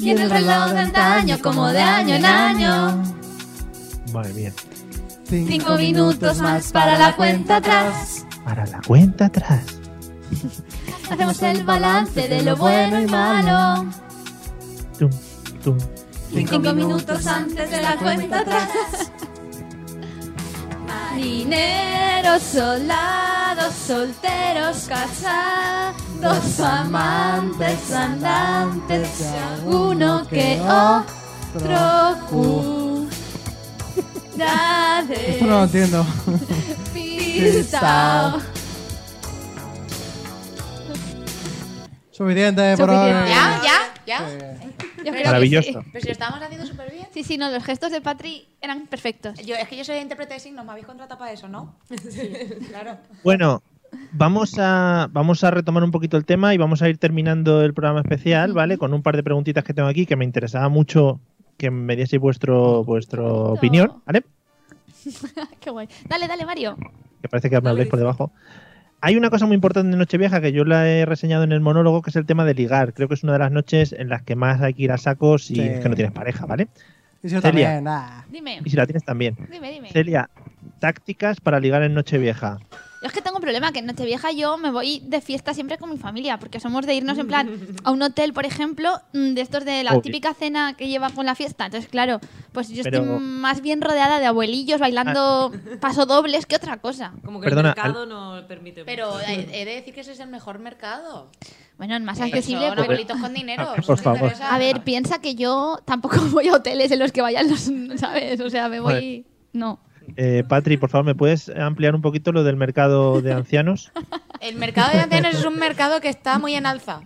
S6: Y en el reloj de antaño, como de año en año,
S2: Madre mía.
S6: cinco minutos más para la cuenta atrás.
S2: Para la cuenta atrás.
S6: Hacemos el balance de lo bueno y malo.
S2: Tum, tum.
S6: Cinco minutos antes de la cuenta atrás. Dineros, soldados, solteros, casados, amantes, andantes, y alguno que otro
S4: Esto no lo
S6: cuidades,
S4: entiendo.
S6: pisao.
S4: Suficiente por Eh, hoy.
S6: Suficiente.
S8: Ya, ya, ya.
S6: Yo creo que
S2: Maravilloso.
S6: sí.
S8: Pero si lo estábamos haciendo súper bien.
S6: Sí, sí, no, los gestos de Patri eran perfectos.
S7: Yo, es que yo soy intérprete de signos, me habéis contratado para eso, ¿no? claro.
S2: Bueno, vamos a, vamos a retomar un poquito el tema y vamos a ir terminando el programa especial, ¿vale? Con un par de preguntitas que tengo aquí que me interesaba mucho que me dieseis vuestro, vuestro
S6: bonito.
S2: opinión, ¿vale?
S6: Qué guay. Dale, dale, Mario.
S2: que parece que me habléis por debajo. Hay una cosa muy importante de Nochevieja que yo la he reseñado en el monólogo, que es el tema de ligar. Creo que es una de las noches en las que más hay que ir a sacos y
S4: Sí.
S2: es que no tienes pareja, ¿vale?
S4: Y si no,
S2: Celia.
S4: también, nah.
S6: Dime,
S2: Y si la tienes también.
S6: dime, dime.
S2: Celia, tácticas para ligar en Nochevieja.
S6: Yo es que tengo un problema, que en Nochevieja yo me voy de fiesta siempre con mi familia, porque somos de irnos en plan a un hotel, por ejemplo, mm, de estos de la
S2: Obvio.
S6: típica cena que lleva con la fiesta. Entonces, claro, pues yo
S2: Pero-
S6: estoy más bien rodeada de abuelillos bailando pasodobles que otra cosa.
S5: Como que
S2: Perdona,
S5: el mercado no permite.
S8: Pero eh, he de decir que ese es el mejor mercado.
S6: Bueno, el más
S8: Eso,
S6: accesible.
S8: Son
S6: porque-
S8: abuelitos con dinero.
S2: Por favor.
S6: A ver, piensa que yo tampoco voy a hoteles en los que vayan los, ¿sabes? O sea, me voy... No.
S2: Eh, Patri, por favor, ¿me puedes ampliar un poquito lo del mercado de ancianos?
S8: el mercado de ancianos es un mercado que está muy en alza.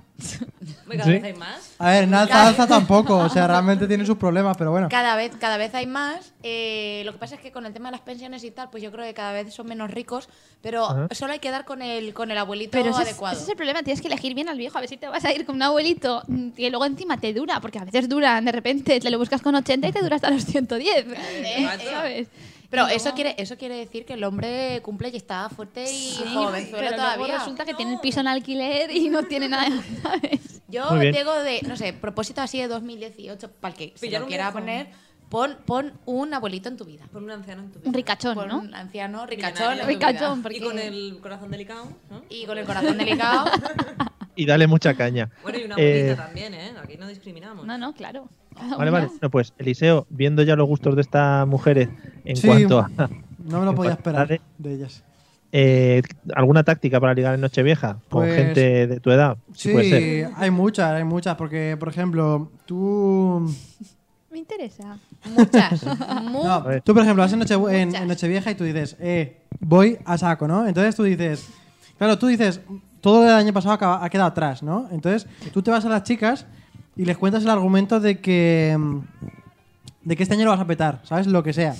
S5: Venga,
S2: ¿Sí?
S5: vez hay más.
S4: A ver, en alza, alza tampoco. O sea, realmente tiene sus problemas, pero bueno.
S8: Cada vez, cada vez hay más. Eh, lo que pasa es que con el tema de las pensiones y tal, pues yo creo que cada vez son menos ricos, pero
S2: Ajá.
S8: solo hay que dar con el, con el abuelito
S6: Pero ese es,
S8: adecuado.
S6: ese es el problema, tienes que elegir bien al viejo, a ver si te vas a ir con un abuelito mm, que luego encima te dura, porque a veces duran, de repente te lo buscas con 80 y te dura hasta los 110.
S8: eh.
S6: ¿Sabes?
S8: Pero eso quiere, eso quiere decir que el hombre cumple y está fuerte y jovenzuelo
S6: pero luego
S8: todavía.
S6: resulta que tiene el piso en alquiler y no tiene nada, ¿sabes?
S8: Yo
S2: Muy bien.
S8: digo de, no sé, propósito así de 2018, para el que se
S5: Pillar
S8: lo
S5: un
S8: quiera
S5: viejo.
S8: poner, pon, pon un abuelito en tu vida.
S5: Por un anciano en tu vida.
S6: Un ricachón,
S8: Pon
S6: ¿no?
S8: un anciano ricachón.
S5: Millonario.
S8: en tu
S6: Ricachón,
S8: vida.
S6: porque...
S5: Y con el corazón delicado, ¿no?
S8: Y con el corazón delicado.
S2: Y dale mucha caña.
S5: Bueno, y una
S2: Eh,
S5: bonita también, ¿eh? Aquí no discriminamos.
S6: No, no, claro. Cada
S2: Vale,
S6: una.
S2: vale. Bueno, pues, Eliseo, viendo ya los gustos de estas mujeres en
S4: Sí.
S2: cuanto a...
S4: No me lo podía
S2: en cuanto a
S4: esperar
S2: edades,
S4: de ellas.
S2: eh, ¿Alguna táctica para ligar en Nochevieja? Con
S4: Pues-
S2: gente de tu edad, si
S4: Sí,
S2: puede ser.
S4: hay muchas, hay muchas, porque, por ejemplo, tú...
S6: Me interesa.
S8: Muchas. mu-
S4: No, tú, por ejemplo, vas en, noche, en-
S8: Muchas.
S4: en Nochevieja y tú dices, eh, voy a saco, ¿no? Entonces tú dices, claro, tú dices, todo el año pasado acaba- ha quedado atrás, ¿no? Entonces tú te vas a las chicas y les cuentas el argumento de que. mm, de que este año lo vas a petar, ¿sabes? Lo que sea.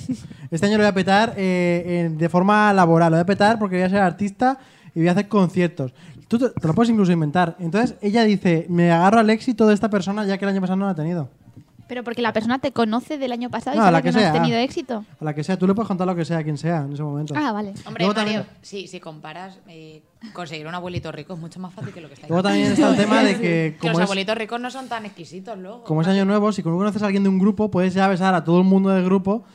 S4: Este año lo voy a petar eh, en- de forma laboral, lo voy a petar porque voy a ser artista y voy a hacer conciertos. Tú te, te lo puedes incluso inventar. Entonces ella dice, me agarro al éxito de esta persona ya que el año pasado no la ha tenido.
S6: Pero porque la persona te conoce del año pasado y
S4: No,
S6: sabe
S4: la
S6: que,
S4: que
S6: no has
S4: sea.
S6: tenido éxito.
S4: A la que sea, tú le puedes contar lo que sea a quien sea en ese momento.
S6: Ah, vale.
S8: Hombre,
S4: Luego
S8: Mario,
S4: también-
S8: si, si comparas, eh, conseguir un abuelito rico es mucho más fácil que lo que está
S4: Luego también está el tema de que,
S8: Que los
S4: como es,
S8: abuelitos ricos no son tan exquisitos luego.
S4: como es año nuevo, si conoces a alguien de un grupo, puedes ya besar a todo el mundo del grupo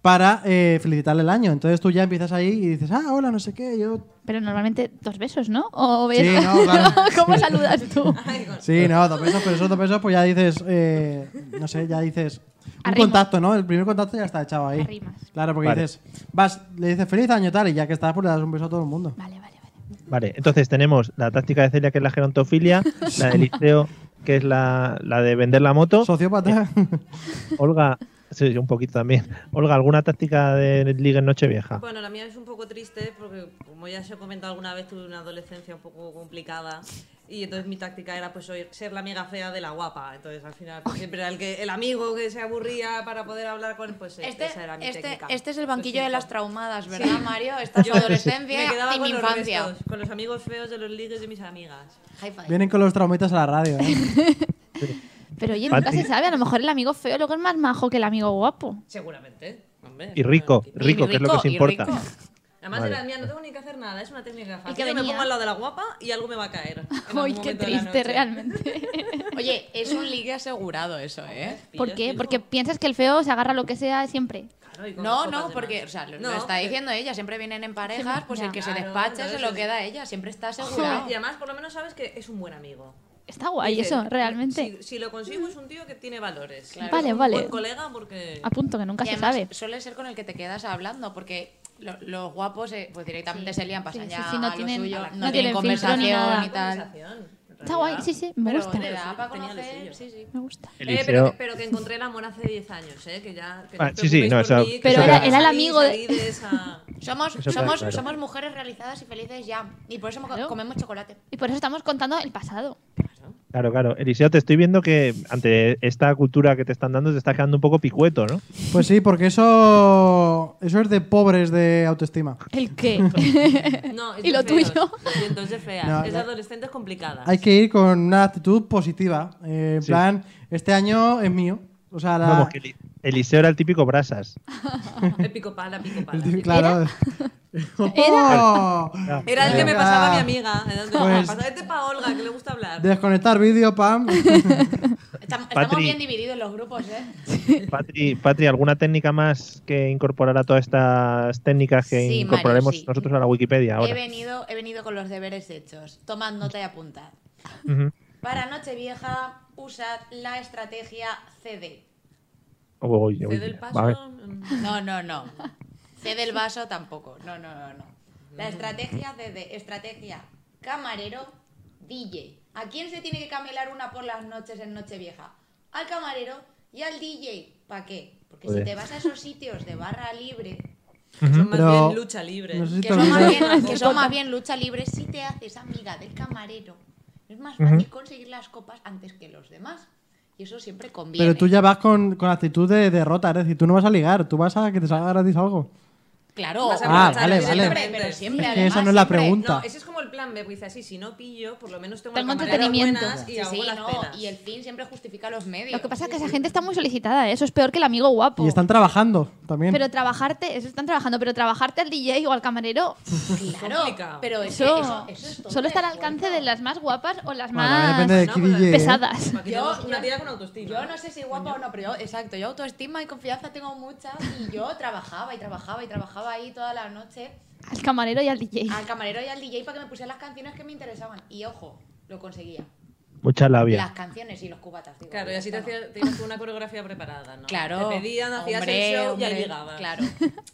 S4: para eh, felicitarle el año. Entonces tú ya empiezas ahí y dices, ah, hola, no sé qué, yo...
S6: Pero normalmente dos besos, ¿no? O ves-
S4: Sí, no, claro.
S6: ¿Cómo saludas tú?
S4: Sí, no, dos pesos, pero esos dos pesos, pues ya dices, eh, no sé, ya dices... Un
S6: Arrimo.
S4: contacto, ¿no? El primer contacto ya está echado ahí.
S6: Arrimas.
S4: Claro, porque
S2: Vale.
S4: dices, vas, le dices feliz año tal, y ya que estás, pues le das un beso a todo el mundo.
S6: Vale, vale, vale.
S2: Vale, entonces tenemos la táctica de Celia, que es la gerontofilia, la de Liceo, que es la, la de vender la moto.
S4: Sociópata.
S2: Olga, sí, un poquito también. Olga, ¿alguna táctica de Liga en Nochevieja?
S5: Bueno, la mía es un poco triste porque, como ya se he comentado alguna vez, tuve una adolescencia un poco complicada y entonces mi táctica era pues oír- ser la amiga fea de la guapa. Entonces, al final, pues, siempre era el, que, el amigo que se aburría para poder hablar con él, pues
S7: Este,
S5: esa era mi
S7: este,
S5: técnica.
S7: este es el
S5: Lo
S7: banquillo de
S5: siento.
S7: las traumadas, ¿verdad, Mario? Esta es
S5: Yo
S7: tu adolescencia
S5: me quedaba
S7: y
S5: con
S7: mi
S5: los
S7: infancia.
S5: restos, con los amigos feos de los ligues de mis amigas.
S7: High five.
S4: Vienen con los traumitas a la radio. ¿eh?
S6: Pero oye, nunca
S2: Pati.
S6: se sabe. A lo mejor el amigo feo luego es más majo que el amigo guapo.
S5: Seguramente. Hombre,
S2: Y rico,
S5: claro.
S2: rico, que es lo que se
S7: y
S2: importa.
S7: rico.
S5: Eh, Además
S2: Vale.
S5: era mía, no tengo ni que hacer nada, es una técnica fácil.
S6: que
S5: Yo me
S6: venía.
S5: pongo al lado de la guapa y algo me va a caer. en
S6: Uy,
S5: algún
S6: qué
S5: momento de la
S6: triste
S5: noche.
S6: realmente.
S7: Oye, es un ligue asegurado eso, ¿eh?
S6: ¿Por
S5: Pillas,
S6: qué?
S5: fijo.
S6: Porque piensas que el feo se agarra lo que sea siempre.
S5: Claro, y con las
S7: No,
S5: copas
S7: no,
S5: de
S7: porque,
S5: más.
S7: o sea, lo, lo
S5: No,
S7: está
S5: porque-
S7: diciendo ella, siempre vienen en parejas, pues
S6: Ya.
S7: el que se
S5: Claro,
S7: despacha se
S5: entonces
S7: lo
S5: es-
S7: queda a ella, siempre está asegurado.
S5: Y además, por lo menos sabes que es un buen amigo.
S6: Está guay
S5: Dices,
S6: eso, realmente.
S5: Si, si lo consigo, es un tío que tiene valores.
S6: Vale,
S5: Es un
S6: vale. Ah,
S5: Buen colega, porque.
S6: A punto, que nunca
S7: Y
S6: se
S7: además
S6: sabe.
S7: suele ser con el que te quedas hablando, porque lo- los guapos eh, pues directamente
S6: Sí.
S7: se lían, pasan
S6: Sí, sí,
S7: ya
S6: sí, no
S7: a lo
S6: tienen-
S7: suyo,
S6: no
S7: no,
S6: tienen
S7: tienen
S6: filtro ni
S7: conversación
S6: nada.
S7: y tal.
S6: Está guay, sí, sí, me
S7: Pero
S6: gusta.
S7: te da
S5: sí,
S7: para
S5: tenía lo
S7: conocer,
S5: suyo.
S7: sí, sí.
S6: Me gusta.
S5: Eh, pero, que, pero que encontré el amor hace 10 años, ¿eh? Que ya. Que no
S2: Ah,
S5: os
S2: sí, sí,
S5: preocupéis
S2: no,
S5: por
S2: eso-
S5: mí, que
S2: Pero
S5: yo
S2: era-
S5: ya
S6: era el
S5: salí-
S6: amigo de-
S5: salí de esa-
S7: Somos,
S2: Eso está
S7: somos,
S2: claro.
S7: somos mujeres realizadas y felices ya. Y por eso mo-
S6: Claro.
S7: comemos chocolate.
S6: Y por eso estamos contando el pasado.
S2: Claro, claro. Eliseo, te estoy viendo que ante esta cultura que te están dando te está quedando un poco picueto, ¿no?
S4: Pues sí, porque eso, eso es de pobres de autoestima.
S6: ¿El qué?
S5: No, es
S6: ¿Y
S5: de
S6: lo
S5: feos.
S6: tuyo?
S5: Lo siento, es de feas.
S4: No,
S5: es de
S4: la-
S5: adolescentes complicadas.
S4: Hay que ir con una actitud positiva. eh, en
S2: Sí.
S4: plan, este año es mío. O sea, la-
S2: Vamos, que Eli- Eliseo era el típico brasas.
S5: El pico pala, pico pala.
S4: el típico- claro. ¡Oh!
S5: Era el que me pasaba
S4: Venga.
S5: mi amiga. Era el que me
S4: Pues-
S5: pasaba, "Vete pa' Olga, que le gusta hablar.
S4: Desconectar vídeo, pam.
S7: Estamos, estamos
S2: Patri.
S7: bien divididos los grupos, ¿eh?
S2: Patri, Patri, ¿alguna técnica más que incorporar a todas estas técnicas que
S7: Sí, Mario,
S2: incorporaremos
S7: sí.
S2: nosotros a la Wikipedia
S7: He
S2: ahora?
S7: venido, he venido con los deberes hechos. Tomad nota y apuntad.
S2: Ujú.
S7: Para Nochevieja, usad la estrategia CD.
S2: Uy, uy, uy.
S5: Cede el paso.
S2: oh, Vale.
S5: mm,
S7: No, no, no. CD el vaso tampoco. No, no, no, no. La estrategia CD. Estrategia camarero, DJ. ¿A quién se tiene que camelar una por las noches en Nochevieja? Al camarero y al DJ. ¿Para qué? Porque si
S2: Joder.
S7: te vas a esos sitios de barra libre,
S5: que Son más
S4: Pero-
S5: bien lucha libre.
S4: No sé si
S7: que
S4: te
S7: son, más
S4: olvidas-
S7: bien, que son más bien lucha libre, si te haces amiga del camarero, es más fácil conseguir las copas antes que los demás. Y eso siempre conviene.
S4: Pero tú ya vas con, con actitud de derrota, es decir, tú no vas a ligar, tú vas a que te salga gratis algo.
S7: Claro,
S5: Vas a
S4: Ah,
S5: aprovechar
S4: vale,
S5: el
S4: vale.
S5: siempre,
S7: pero
S5: pero
S7: siempre.
S4: Que
S7: además,
S4: esa no es la
S7: siempre.
S4: pregunta.
S5: No, ese es como el plan B, porque dice así, si no pillo, por lo menos tengo,
S6: Tengo
S5: la camarera
S6: entretenimiento.
S5: buenas y
S7: Sí,
S5: hago
S7: sí,
S5: las
S7: no,
S5: penas.
S7: y el fin siempre justifica los medios.
S6: Lo que pasa es que
S7: Sí,
S6: esa
S7: sí.
S6: gente está muy solicitada, ¿eh? eso es peor que el amigo guapo.
S4: Y están trabajando también.
S6: Pero trabajarte, eso están trabajando, pero trabajarte al DJ o al camarero,
S7: Claro,
S5: Complicado.
S7: pero es que
S6: eso,
S7: eso, eso es todo
S6: solo está al
S7: esfuerzo.
S6: alcance de las más guapas o las
S4: Bueno,
S6: más
S4: depende de quién
S5: pues,
S4: llegue, ¿eh?
S6: pesadas.
S5: Aquí
S7: Yo-
S5: tenemos una
S7: yo-
S5: tía con autoestima.
S7: Yo no sé si guapa o no, pero yo, exacto, yo autoestima y confianza tengo mucha y yo trabajaba y trabajaba y trabajaba ahí toda la noche
S6: Al camarero y al DJ.
S7: al camarero y al DJ para que me pusieran las canciones que me interesaban. Y ojo, lo conseguía.
S2: Mucha labia.
S7: Las canciones y los cubatas. digo,
S5: Claro, y
S7: ya
S5: así te
S7: está, ¿no?
S5: hacía- tenías tú una coreografía preparada, ¿no?
S7: Claro.
S5: Te pedían, hacías
S7: Hombre,
S5: el show y
S7: hombre,
S5: ahí llegabas.
S7: claro.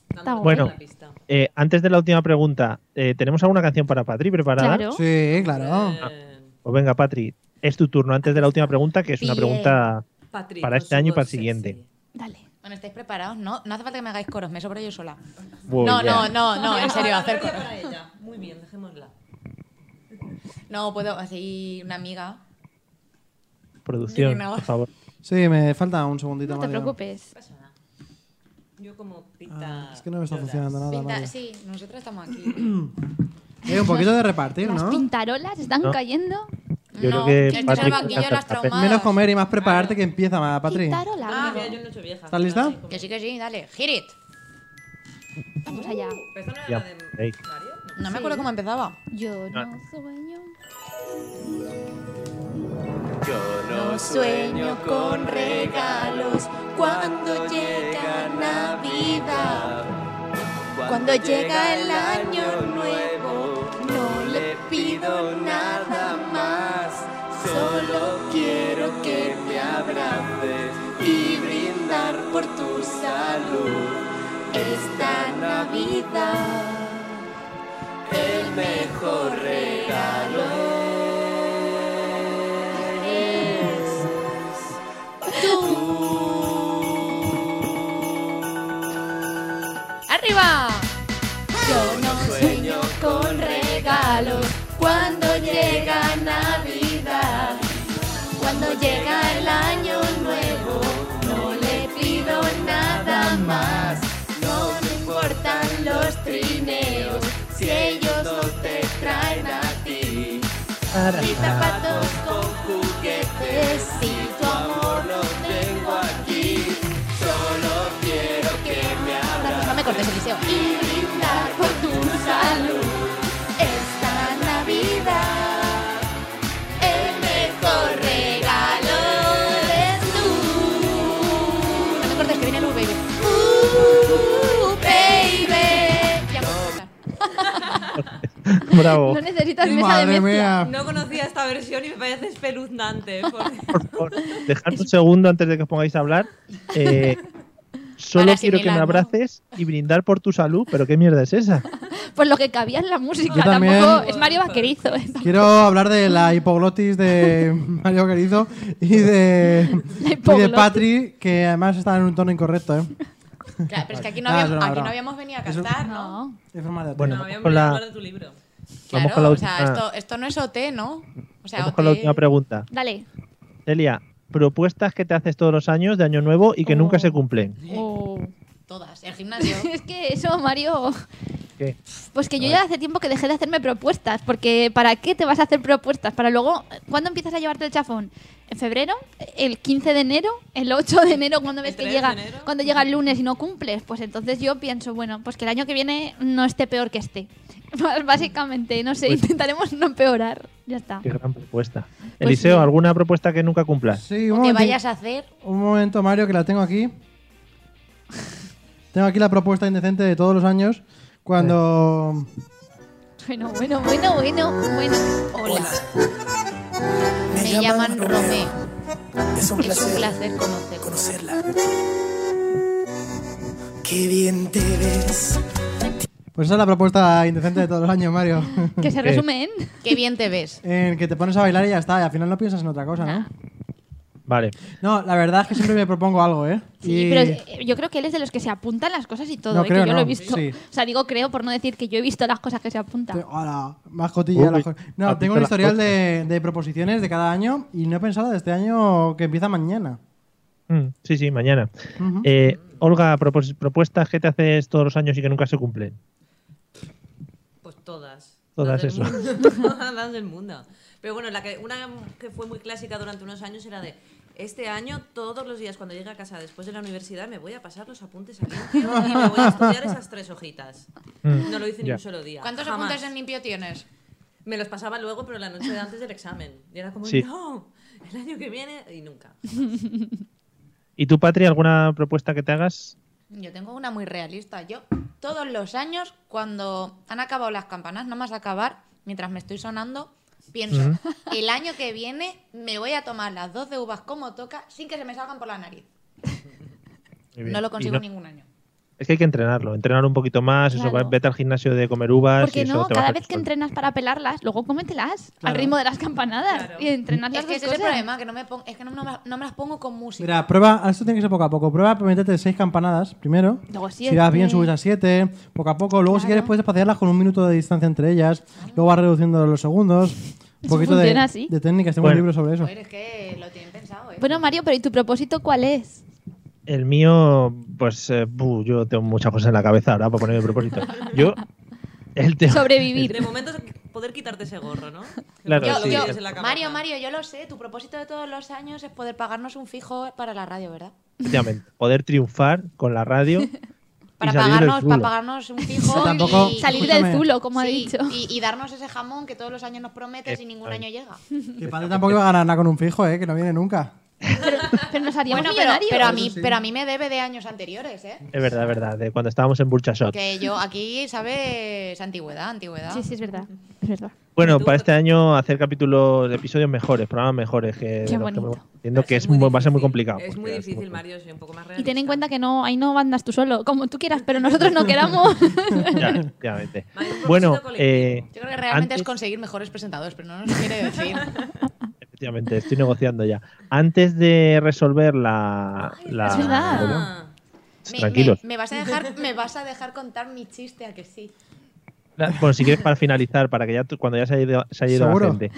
S5: Dándote
S6: guay.
S2: Bueno.
S5: la pista.
S2: Eh, antes de la última pregunta, eh, ¿tenemos alguna canción para Patri preparada?
S6: Claro.
S4: Sí, claro.
S5: Eh,
S2: Pues venga, Patri, es tu turno antes de la última pregunta, que es una
S7: Bien.
S2: pregunta.
S5: Patrick,
S2: Para
S5: con
S2: este
S5: su
S2: año y
S5: voz
S2: para el siguiente.
S6: Dale.
S7: Bueno, ¿estáis preparados? No, no hace falta que me hagáis coros, me sobro yo sola.
S2: Uy,
S7: no,
S2: ya.
S7: no, no, no, en serio,
S5: La
S7: hacer
S5: gloria
S7: coros.
S5: para ella. Muy bien, dejémosla.
S7: No, puedo, así una amiga.
S2: Producción,
S7: Dime, no.
S2: por favor.
S4: Sí, me falta un segundito
S6: No te
S4: Mario.
S6: preocupes.
S5: Pasa nada. Yo como
S4: Ah,
S5: pita.
S4: es que no me está
S5: lloras.
S4: funcionando nada,
S7: Pinta-
S4: Mario.
S7: sí, nosotros estamos aquí.
S4: Eh, un poquito de repartir,
S6: Las
S4: ¿no?
S6: pintarolas están
S2: No.
S6: cayendo.
S2: Yo
S7: no,
S2: creo
S7: es
S2: que
S7: que
S2: Patri
S7: se va aquí, yo
S2: hace
S7: las
S2: el papel.
S7: traumadas.
S4: Menos comer y más prepararte que empieza, ma- Patri.
S6: Pintarolas.
S5: Ah,
S6: amigo.
S5: mira, yo no soy vieja.
S4: ¿Estás lista?
S5: Ahí, como-
S7: que sí, que sí, dale, hit it.
S6: Vamos allá.
S5: Pero esta no era
S2: Ya,
S5: la de
S2: ey.
S5: Mario, ¿no?
S7: No me acuerdo cómo empezaba.
S6: Yo
S2: No.
S6: no sueño.
S3: Yo
S8: No sueño con regalos cuando llega Navidad. Cuando llega el año nuevo, no le pido nada más. Solo quiero que me abraces y brindar por tu salud esta Navidad. El mejor regalo es
S6: ¡Arriba!
S8: Yo no sueño con regalos cuando llega Navidad. Cuando llega el año nuevo, no le pido nada más. No me importan los trineos si ellos no te traen a ti. Mis zapatos con juguetes y tu amor lo tengo aquí. Solo quiero que me abras
S9: No me cortes, Eliseo.
S8: y brindar por tu salud esta Navidad. El mejor regalo eres tú.
S9: No me cortes, que viene Luz Baby.
S8: Uh, baby. Ya puedo
S9: pues,
S8: cortar.
S2: Bravo.
S6: No necesitas mesa de
S4: Madre
S6: mezcla.
S4: mía.
S5: No conocía esta versión y me parece espeluznante. porque-
S2: Por favor, dejad un segundo antes de que os pongáis a hablar. Eh, solo
S9: Para
S2: quiero que me
S9: asimilarlo.
S2: abraces y brindar por tu salud, pero ¿qué mierda es esa?
S6: Pues lo que cabía en la música,
S4: Yo también.
S6: tampoco. Es Mario Vaquerizo. ¿eh?
S4: Quiero hablar de la hipoglotis de Mario Carizo y de,
S6: La
S4: y de
S6: hipoglotis.
S4: Patri, que además está en un tono incorrecto, ¿eh?
S7: Claro, pero es que aquí
S2: Ah,
S7: no, habíamos,
S4: Nada, broma,
S7: aquí no
S4: broma.
S7: habíamos venido a
S4: Eso-
S5: Ah,
S7: cantar, ¿no?
S6: No.
S4: Es forma de
S2: Bueno,
S5: No,
S2: vamos
S5: habían
S2: con
S5: venido a
S2: la-
S5: hablar de tu libro.
S7: Claro,
S2: Vamos con la
S7: o sea,
S2: última-
S7: esto, esto no es OT, ¿no? O sea,
S2: Vamos
S7: OT...
S2: con la última pregunta.
S6: Dale.
S2: Celia, propuestas que te haces todos los años de Año Nuevo y que nunca
S6: Oh.
S2: se cumplen.
S6: Oh.
S8: Todas, el gimnasio.
S6: Es que eso, Mario.
S2: ¿Qué?
S6: Pues que yo ya hace tiempo que dejé de hacerme propuestas, porque ¿para qué te vas a hacer propuestas? Para luego, ¿cuándo empiezas a llevarte el chafón? ¿En febrero? ¿El 15 de enero? ¿El 8 de enero cuando ves
S5: ¿El
S6: que
S5: 3 de
S6: llega,
S5: enero?
S6: cuando llega el lunes y no cumples? Pues entonces yo pienso, bueno, pues que el año que viene no esté peor que este. Básicamente, no sé,
S2: Pues-
S6: intentaremos no empeorar. Ya está.
S2: Qué gran propuesta. Eliseo,
S6: sí.
S2: ¿alguna propuesta que nunca cumplas?
S4: Sí, un
S8: Que
S4: momento,
S8: vayas a hacer
S4: un momento, Mario, que la tengo aquí. Tengo aquí la propuesta indecente de todos los años. Cuando.
S6: Bueno, bueno, bueno, bueno, bueno.
S9: Hola.
S8: Me llaman Romeo.
S9: Es un
S8: Es un placer conocerlo.
S9: conocerla. Qué bien te ves.
S4: Pues esa es la propuesta indecente de todos los años, Mario.
S6: Que se
S2: ¿Qué?
S6: resume en...
S8: Qué bien te ves.
S4: en que te pones a bailar y ya está, y al final no piensas en otra
S2: Ah.
S4: cosa,
S6: Ah.
S4: ¿no?
S2: Vale.
S4: No, la verdad es que siempre me propongo algo, ¿eh?
S6: Sí,
S4: Y-
S6: pero eh, yo creo que él es de los que se apuntan las cosas y todo,
S4: No,
S6: eh, que
S4: creo
S6: yo lo he
S4: no,
S6: visto.
S4: sí.
S6: O sea, digo creo por no decir que yo he visto las cosas que se apuntan.
S4: Te- Hola, más cotilla.
S2: Uy,
S4: la jo- No,
S2: has
S4: tengo
S2: visto
S4: un
S2: las
S4: historial de, de proposiciones de cada año y no he pensado de este año que empieza mañana.
S2: Mm, sí, sí, mañana.
S4: Ujú.
S2: Eh, Olga, propos- propuestas que te haces todos los años y que nunca se cumplen.
S5: Pues todas.
S2: Todas
S5: Las del
S2: eso.
S5: mundo. Todas las del mundo. Pero bueno, la que, una que fue muy clásica durante unos años era de este año, todos los días cuando llegue a casa después de la universidad, me voy a pasar los apuntes a limpio y me voy a estudiar esas tres hojitas.
S2: Mm,
S5: No lo hice ni
S2: ya.
S5: un solo día.
S7: ¿Cuántos
S5: Jamás.
S7: apuntes en limpio tienes?
S5: Me los pasaba luego, pero la noche de antes del examen. Y era como,
S2: Sí.
S5: no, el año que viene y nunca.
S2: ¿Y tú, Patri, alguna propuesta que te hagas?
S8: Yo tengo una muy realista. Yo todos los años, cuando han acabado las campanas, nada más acabar, mientras me estoy sonando, pienso, el año que viene me voy a tomar las 12 uvas como toca sin que se me salgan por la nariz.
S2: Muy bien.
S8: No lo
S2: Y
S8: consigo
S2: no-
S8: ningún año.
S2: Es que hay que entrenarlo, entrenar un poquito más, eso,
S6: Claro.
S2: va- vete al gimnasio de comer uvas y
S6: Porque
S2: Ah, eso
S6: no,
S2: te va a
S6: cada
S2: hacer
S6: vez que
S2: sol.
S6: entrenas para pelarlas, luego cómetelas al
S4: Claro.
S6: ritmo de las campanadas
S5: Claro.
S6: y entrenas las
S8: Es que
S6: dos
S8: ese es el
S6: cosas.
S8: problema, que no me pon- es que no, no me- no me las pongo con música.
S4: Mira, prueba, esto tiene que ser poco a poco. Prueba, métete seis campanadas primero.
S6: Luego
S4: Si vas bien,
S6: siete.
S4: subes a siete, poco a poco. Luego, si
S6: Claro.
S4: quieres, puedes espaciarlas con un minuto de distancia entre ellas. Luego vas reduciendo los segundos. Un
S6: Eso
S4: poquito de,
S6: funciona así.
S4: de técnicas. Tengo
S2: Bueno.
S4: un libro sobre eso.
S8: Joder, es que lo tienen pensado, ¿eh?
S6: Bueno, Mario, pero ¿y tu propósito cuál es?
S2: El mío, pues eh, buh, yo tengo muchas cosas en la cabeza ahora para ponerme propósito. Yo, el tema.
S5: De
S6: Sobrevivir.
S5: momento es poder quitarte ese gorro, ¿no?
S2: Claro,
S5: Que
S8: Yo-
S5: lo
S2: sí.
S8: yo-
S5: tienes en la cabeza.
S8: Mario, Mario, yo lo sé. Tu propósito de todos los años es poder pagarnos un fijo para la radio, ¿verdad?
S2: Efectivamente, poder triunfar con la radio
S7: Para
S2: salir del
S7: pagarnos, para
S2: zulo.
S7: pagarnos un fijo
S4: tampoco-
S7: y
S6: Salir
S4: Escúchame.
S6: del zulo, como ha
S7: sí,
S6: dicho.
S7: Y, y darnos ese jamón que todos los años nos prometes y ningún año llega.
S4: Que padre tampoco iba a ganar nada con un fijo, ¿eh? Que no viene nunca.
S6: Pero, pero nos haríamos
S7: Bueno, pero,
S6: millonarios.
S7: pero a mí, pero a mí me debe de años anteriores, ¿eh?
S2: Es verdad, es verdad, de cuando estábamos en Burchashot.
S7: Que yo aquí, ¿sabes? Antigüedad, antigüedad.
S6: Sí, sí, es verdad. Es verdad.
S2: Bueno, para este año hacer capítulos, episodios mejores, programas mejores. Que de los que
S6: bonito.
S2: hemos- entiendo que
S5: Va a
S2: es
S5: ser muy
S2: muy- va a ser muy
S5: difícil.
S2: complicado.
S5: Es
S2: porque
S5: muy
S2: va a ser
S5: difícil,
S2: muy-
S5: Mario, soy un poco más realista.
S6: Y ten en cuenta que no, ahí no andas tú solo, como tú quieras, pero nosotros no quedamos.
S2: Ya, efectivamente.
S5: Mario, un
S2: Bueno,
S5: propósito
S2: eh,
S7: Yo creo que realmente
S2: Antes-
S7: es conseguir mejores presentadores, pero no nos quiere decir.
S2: efectivamente, estoy negociando ya. Antes de resolver la. la-
S6: es verdad.
S5: Ah,
S7: Me-
S2: Tranquilos.
S7: Me, me vas a dejar, me vas a dejar contar mi chiste a que sí.
S2: la- bueno, si quieres para finalizar, para que ya tú- cuando ya se haya ido, se haya ido la
S4: ¿Seguro?
S2: gente.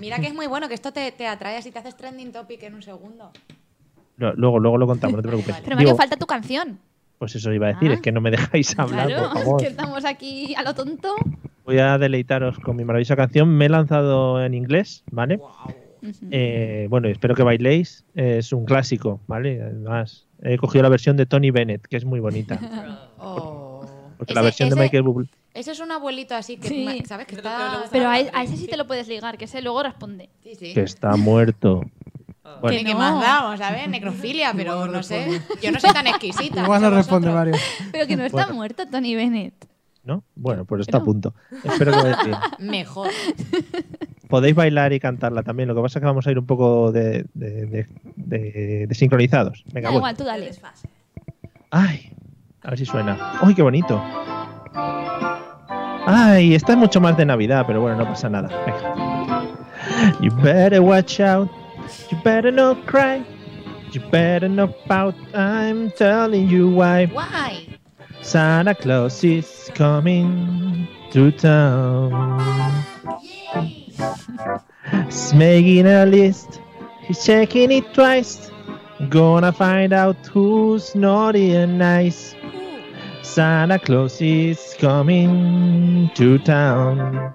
S7: Mira que es muy bueno, que esto te, te atrae si te haces trending topic en un segundo.
S2: Lo- Luego, luego lo contamos, no te preocupes.
S6: Pero Mario,
S2: Digo,
S6: falta tu canción.
S2: Pues eso iba a decir,
S6: Ah.
S2: es que no me dejáis hablar,
S6: Claro,
S2: por
S6: es
S2: favor.
S6: que estamos aquí a lo tonto.
S2: Voy a deleitaros con mi maravillosa canción. Me he lanzado en inglés, ¿vale? Eh, bueno, espero que bailéis. Es un clásico, ¿vale? Además, he cogido la versión de Tony Bennett, que es muy bonita.
S7: Oh.
S2: Porque
S7: Ese-
S2: la versión
S7: ese-
S2: de Michael Bublé.
S7: Ese es un abuelito así que,
S6: Sí.
S7: ma- ¿sabes? Que
S5: Pero que
S7: está...
S5: luego-
S6: Pero a, e-, a ese sí te lo puedes ligar, que ese luego responde.
S7: Sí, sí.
S2: Que está muerto. Bueno,
S7: ¿Qué,
S6: Que
S7: qué
S6: no.
S7: más da? Vamos a ver, necrofilia, pero
S4: Igual no
S7: no sé. Yo no soy tan exquisita.
S4: Igual
S7: no
S4: no
S7: sé
S4: responde,
S7: vosotros.
S4: Mario.
S6: Pero que no está
S2: Bueno.
S6: muerto Tony Bennett.
S2: ¿no? Bueno, pues está a
S6: Pero-
S2: punto. Espero que bailéis.
S7: Mejor.
S2: Podéis bailar y cantarla también. Lo que pasa es que vamos a ir un poco de, de- de- de- de sincronizados. Venga,
S6: Da
S2: voy.
S6: igual, tú
S5: qué
S6: dale.
S5: desfase.
S2: Ay, a ver si suena. ¡Ay, qué bonito! Ay, esta es mucho más de Navidad, pero bueno, no pasa nada. Venga. You better watch out. You better not cry. You better not pout. I'm telling you why.
S7: Guay.
S2: Santa Claus is coming to town. He's making a list. He's checking it twice. Gonna find out who's naughty and nice. Santa Claus is coming to town.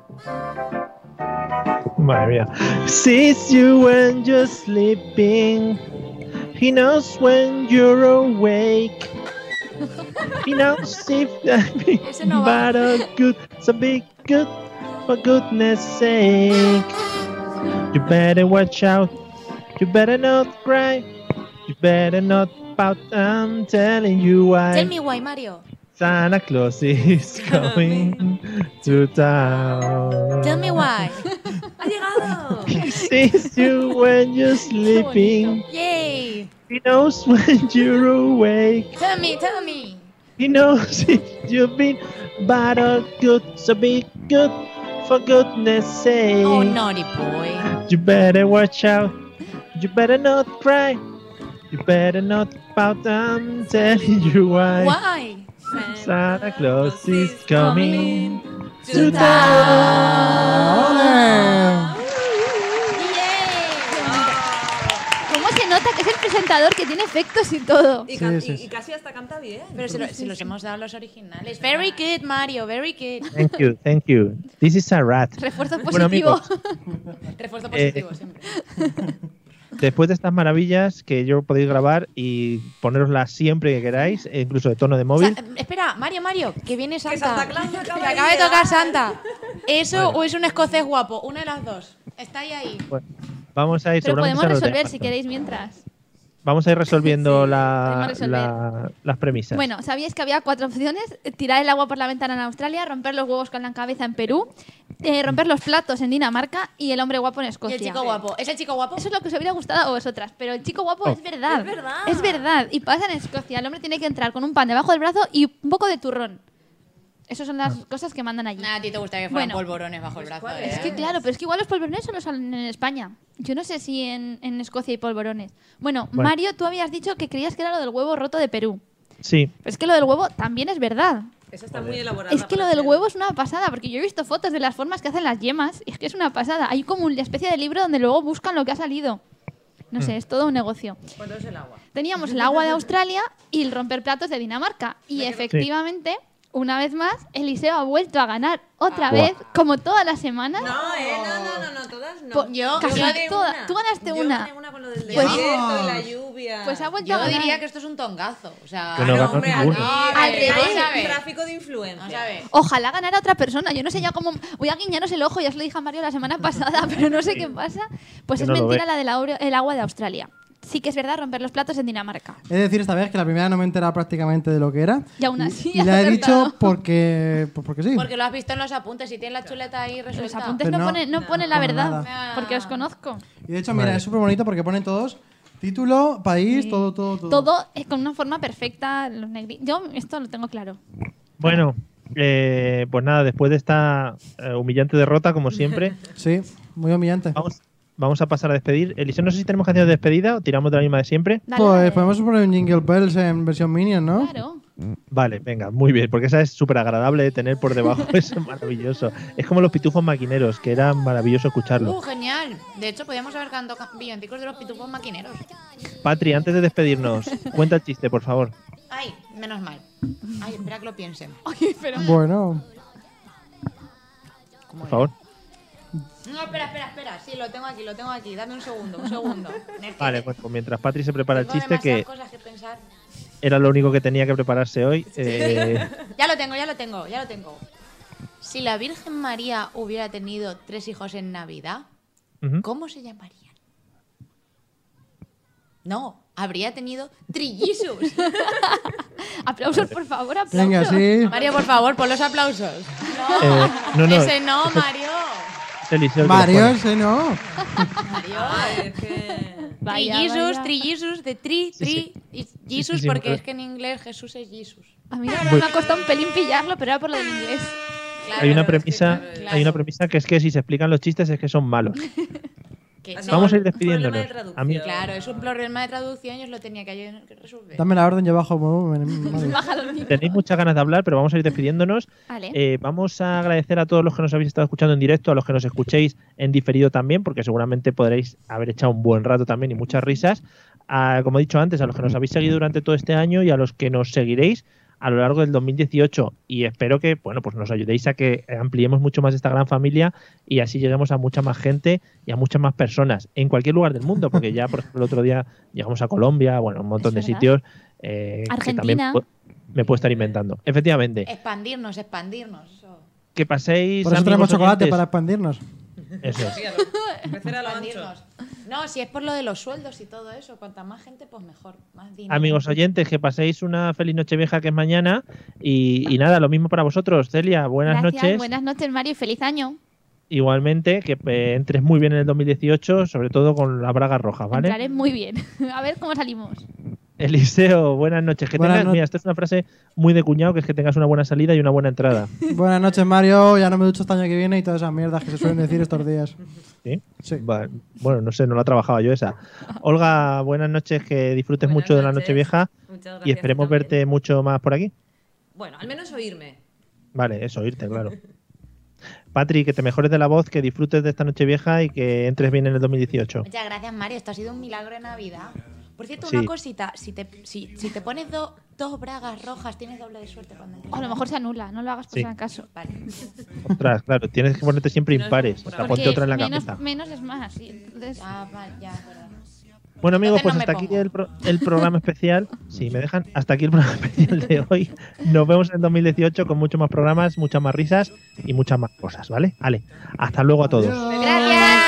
S2: Madre mía. Sees you when you're sleeping. He knows when you're awake. He knows if that big
S7: Ese no va.
S2: a good, it's a big good, for goodness sake. You better watch out. You better not cry. You better not pout. I'm telling you why.
S7: Tell me why, Mario.
S2: Santa Claus is coming to town.
S7: Tell me why.
S5: ¡Ha llegado!
S2: He sees you when you're sleeping.
S7: Yay.
S2: He knows when you're awake.
S7: Tell me, tell me.
S2: He knows if you've been bad or good. So be good for goodness sake.
S7: Oh, naughty boy.
S2: You better watch out. You better not cry. You better not pout. I'm telling you why.
S7: Why?
S2: Santa Claus is coming
S5: to
S4: ¡Ole!
S6: ¿Cómo se nota que es el presentador que tiene efectos y todo?
S5: Y, can-
S4: Sí, sí,
S5: y- y casi hasta canta bien.
S7: Pero si, lo- si los hemos dado los originales. Very good, Mario, very good.
S2: Thank you, thank you. This is a rat.
S6: Refuerzo
S2: Bueno,
S6: positivo.
S2: amigos. Eh,
S7: Refuerzo positivo siempre.
S2: Después de estas maravillas que yo podéis grabar y poneroslas siempre que queráis, e incluso de tono de
S7: O sea, em,
S2: móvil.
S7: espera, Mario, Mario, que viene Santa.
S5: Santa Claus
S7: Que
S5: acaba
S7: acaba,
S5: de
S7: de
S5: llegar.
S7: tocar Santa. ¿Eso
S2: Vale.
S7: o es un escocés guapo? Una de las dos. Está ahí ahí.
S2: Bueno, pues, vamos a ir
S6: Pero
S2: seguramente
S6: podemos
S2: se nos
S6: resolver
S2: deja.
S6: si queréis mientras.
S2: Vamos a ir resolviendo la-
S6: podemos resolver.
S2: la- las premisas.
S6: Bueno, ¿sabíais que había cuatro opciones? Tirar el agua por la ventana en Australia, romper los huevos con la cabeza en Perú, eh, romper los platos en Dinamarca y el hombre guapo en
S7: Y
S6: Escocia.
S7: el chico guapo. ¿Es el chico guapo?
S6: Eso es lo que os hubiera gustado a vosotras, pero el chico guapo
S2: Oh.
S6: es verdad.
S5: Es verdad.
S6: Es verdad. Y pasa en Escocia. El hombre tiene que entrar con un pan debajo del brazo y un poco de turrón. Esas son
S2: Ah.
S6: las cosas que mandan allí.
S7: Nada, a ti te gustaría que fueran
S6: Bueno.
S7: polvorones bajo el brazo.
S6: Es
S7: ¿eh?
S6: que claro, pero es que igual los polvorones solo salen en España. Yo no sé si en, en Escocia hay polvorones. Bueno,
S2: Bueno.
S6: Mario, tú habías dicho que creías que era lo del huevo roto de Perú.
S2: Sí,
S6: Pero es que lo del huevo también es verdad.
S5: Eso está muy elaborado.
S6: Es que lo del huevo es una pasada, porque yo he visto fotos de las formas que hacen las yemas y es que es una pasada. Hay como una especie de libro donde luego buscan lo que ha salido. No
S2: Hmm.
S6: sé, es todo un negocio.
S5: ¿Cuánto es el agua?
S6: Teníamos el agua de Australia y el romper platos de Dinamarca. Y efectivamente, una vez más, Eliseo ha vuelto a ganar otra
S2: Buah.
S6: vez, como todas las semanas.
S5: No, eh, no, no, no, no, todas no.
S6: Po-
S7: Yo
S6: casi
S7: gané
S6: todas. Tú ganaste
S5: Yo
S6: una.
S5: gané una con lo del
S6: Pues-
S5: desierto y la lluvia. Julia.
S6: Pues ha vuelto a
S7: Yo
S6: ganar.
S7: diría que esto es un tongazo. O sea,
S2: Que no ganó
S5: hombre,
S2: ninguno.
S5: no,
S7: Al
S5: al
S7: revés.
S5: revés,
S7: Vamos a ver.
S5: tráfico de
S7: vamos
S5: influencia.
S7: a ver.
S6: Ojalá ganara otra persona. Yo no sé ya cómo. Voy a guiñaros el ojo, ya se lo dije a Mario la semana pasada, pero no sé qué pasa. Pues
S2: Que
S6: es
S2: no lo
S6: mentira
S2: ve.
S6: la del aure- el agua de Australia. Sí que es verdad romper los platos en Dinamarca.
S4: He de decir esta vez que la primera no me he enterado prácticamente de lo que era.
S6: Y aún así
S4: Y la
S6: has
S4: he
S6: acertado.
S4: dicho porque, pues porque sí.
S7: Porque lo has visto en los apuntes y tienes la chuleta ahí
S6: Los
S7: resuelta.
S6: apuntes
S4: Pero
S6: no,
S4: no-
S6: ponen, no ponen la
S4: pone Ah.
S6: verdad,
S7: nada.
S6: porque os conozco.
S4: Y de hecho, mira, es súper bonito porque ponen todos título, país, todo, todo, todo.
S6: Todo es con una forma perfecta. Los negri- Yo esto lo tengo claro.
S2: Bueno, eh, pues nada, después de esta eh, humillante derrota, como siempre,
S4: Sí, muy humillante.
S2: vamos, vamos a pasar a despedir. Eliseo, no sé si tenemos canciones de despedida o tiramos de la misma de siempre.
S6: Dale,
S4: pues
S6: dale.
S4: podemos poner un Jingle Bells en versión Minion, ¿no?
S6: Claro.
S2: Vale, venga, muy bien, porque esa es súper agradable de tener por debajo, es maravilloso. Es como los pitufos maquineros, que era maravilloso
S7: Uh,
S2: escucharlo.
S7: genial. De hecho, podíamos haber cantado ca- villancicos de los pitufos maquineros.
S2: Patri, antes de despedirnos, cuenta el chiste, por favor.
S7: Ay, menos mal. Ay, espera que lo piense.
S6: Ay, pero
S4: Bueno,
S2: Por favor.
S7: No, espera, espera, espera. Sí, lo tengo aquí, lo tengo aquí. Dame un segundo, un segundo. Es que
S2: Vale, pues mientras Patri se prepara el
S7: tengo
S2: chiste,
S7: demasiadas
S2: que
S7: cosas que pensar.
S2: era lo único que tenía que prepararse hoy. eh,
S7: Ya lo tengo, ya lo tengo, ya lo tengo. Si la Virgen María hubiera tenido tres hijos en Navidad,
S2: ujú.
S7: ¿cómo se llamarían? No, habría tenido trillizos.
S6: aplausos, por favor, aplausos.
S4: venga, sí.
S7: Mario, por favor, pon los aplausos.
S2: Eh, no, no,
S7: Ese no, Mario.
S2: es Eliseo el que lo
S4: Mario,
S2: pone.
S4: ese no.
S5: Ay, Ah, es que...
S6: Vaya,
S7: Trillizos,
S6: vaya.
S7: trillizos, de tri,
S2: Sí,
S7: tri, y Jesus,
S2: sí,
S7: porque
S2: me-
S7: es que en inglés Jesús es Jesus.
S6: A mí me ha costado un pelín pillarlo, pero era por lo del inglés.
S2: Hay
S5: Claro, es que
S2: una premisa,
S5: claro,
S2: hay una
S7: claro.
S2: premisa que es que si se explican los chistes es que son malos.
S7: Que-
S5: Así
S2: Vamos a ir
S5: un problema de
S2: despidiéndonos.
S5: traducción.
S2: A mí-
S7: Claro, es un problema de traducción y os lo tenía que yo- que resolver.
S4: Dame la orden, yo bajo. el volumen, eh, madre.
S6: Baja los micros.
S2: Tenéis muchas ganas de hablar, pero vamos a ir despidiéndonos.
S6: Vale.
S2: Eh, vamos a agradecer a todos los que nos habéis estado escuchando en directo, a los que nos escuchéis en diferido también, porque seguramente podréis haber echado un buen rato también y muchas risas. A, como he dicho antes, a los que nos habéis seguido durante todo este año y a los que nos seguiréis a lo largo del 2018 y espero que bueno pues nos ayudéis a que ampliemos mucho más esta gran familia y así lleguemos a mucha más gente y a muchas más personas en cualquier lugar del mundo porque ya por ejemplo el otro día llegamos a Colombia bueno un montón de
S6: Es verdad.
S2: sitios eh, que también
S6: Argentina.
S2: pu- me puedo estar inventando efectivamente
S7: Expandirnos, expandirnos. eso.
S2: que paséis
S4: Por eso
S2: amigos
S4: tenemos chocolate
S2: oyentes.
S4: para expandirnos.
S2: Eso es.
S5: Sí, a lo- Crecer a lo ancho.
S7: Expandirnos. No, si es por lo de los sueldos y todo eso, cuanta más gente, pues mejor. Más dinero.
S2: Amigos oyentes, que paséis una feliz noche vieja que es mañana. Y, y nada, lo mismo para vosotros, Celia. Buenas
S6: Gracias,
S2: noches.
S6: buenas noches, Mario, y feliz año.
S2: Igualmente, que eh, entres muy bien en el 2018, sobre todo con la braga roja, ¿vale?
S6: Entraré muy bien. A ver cómo salimos.
S2: Eliseo, buenas noches. Que
S4: Buenas
S2: tengas,
S4: no-
S2: Mira, esta es una frase muy de cuñado, que es que tengas una buena salida y una buena entrada.
S4: Buenas noches, Mario. Ya no me ducho hasta el año que viene y todas esas mierdas que se suelen decir estos días.
S2: ¿Sí?
S4: Sí.
S2: Va- Bueno, no sé, no la trabajaba yo esa. Olga, buenas noches, que disfrutes
S5: Buenas
S2: mucho de la
S5: noches.
S2: noche vieja
S5: Muchas gracias.
S2: y esperemos
S5: también.
S2: verte mucho más por aquí.
S5: Bueno, al menos oírme.
S2: Vale, eso, irte, claro. Patri, que te mejores de la voz, que disfrutes de esta noche vieja y que entres bien en el 2018.
S7: Muchas gracias, Mario. Esto ha sido un milagro de Navidad. Por cierto,
S2: Sí.
S7: una cosita. Si te, si, si te pones do- dos bragas rojas, tienes doble de suerte cuando entres.
S6: O a lo mejor se anula, no lo hagas por
S2: Sí.
S6: si acaso.
S7: Vale.
S2: Ostras, claro, tienes que ponerte siempre impares. O sea,
S6: Porque
S2: ponte otra en la
S6: menos,
S2: cabeza.
S6: menos es más. y entonces-
S7: Ah, vale, ya, es verdad.
S2: Bueno, amigos, pues
S7: Entonces no
S2: hasta
S7: me
S2: aquí
S7: pongo.
S2: el, pro- el programa especial. Si me dejan, hasta aquí el programa especial de hoy. Nos vemos en el 2018 con muchos más programas, muchas más risas y muchas más cosas, ¿vale? Vale, hasta luego a todos.
S7: Gracias.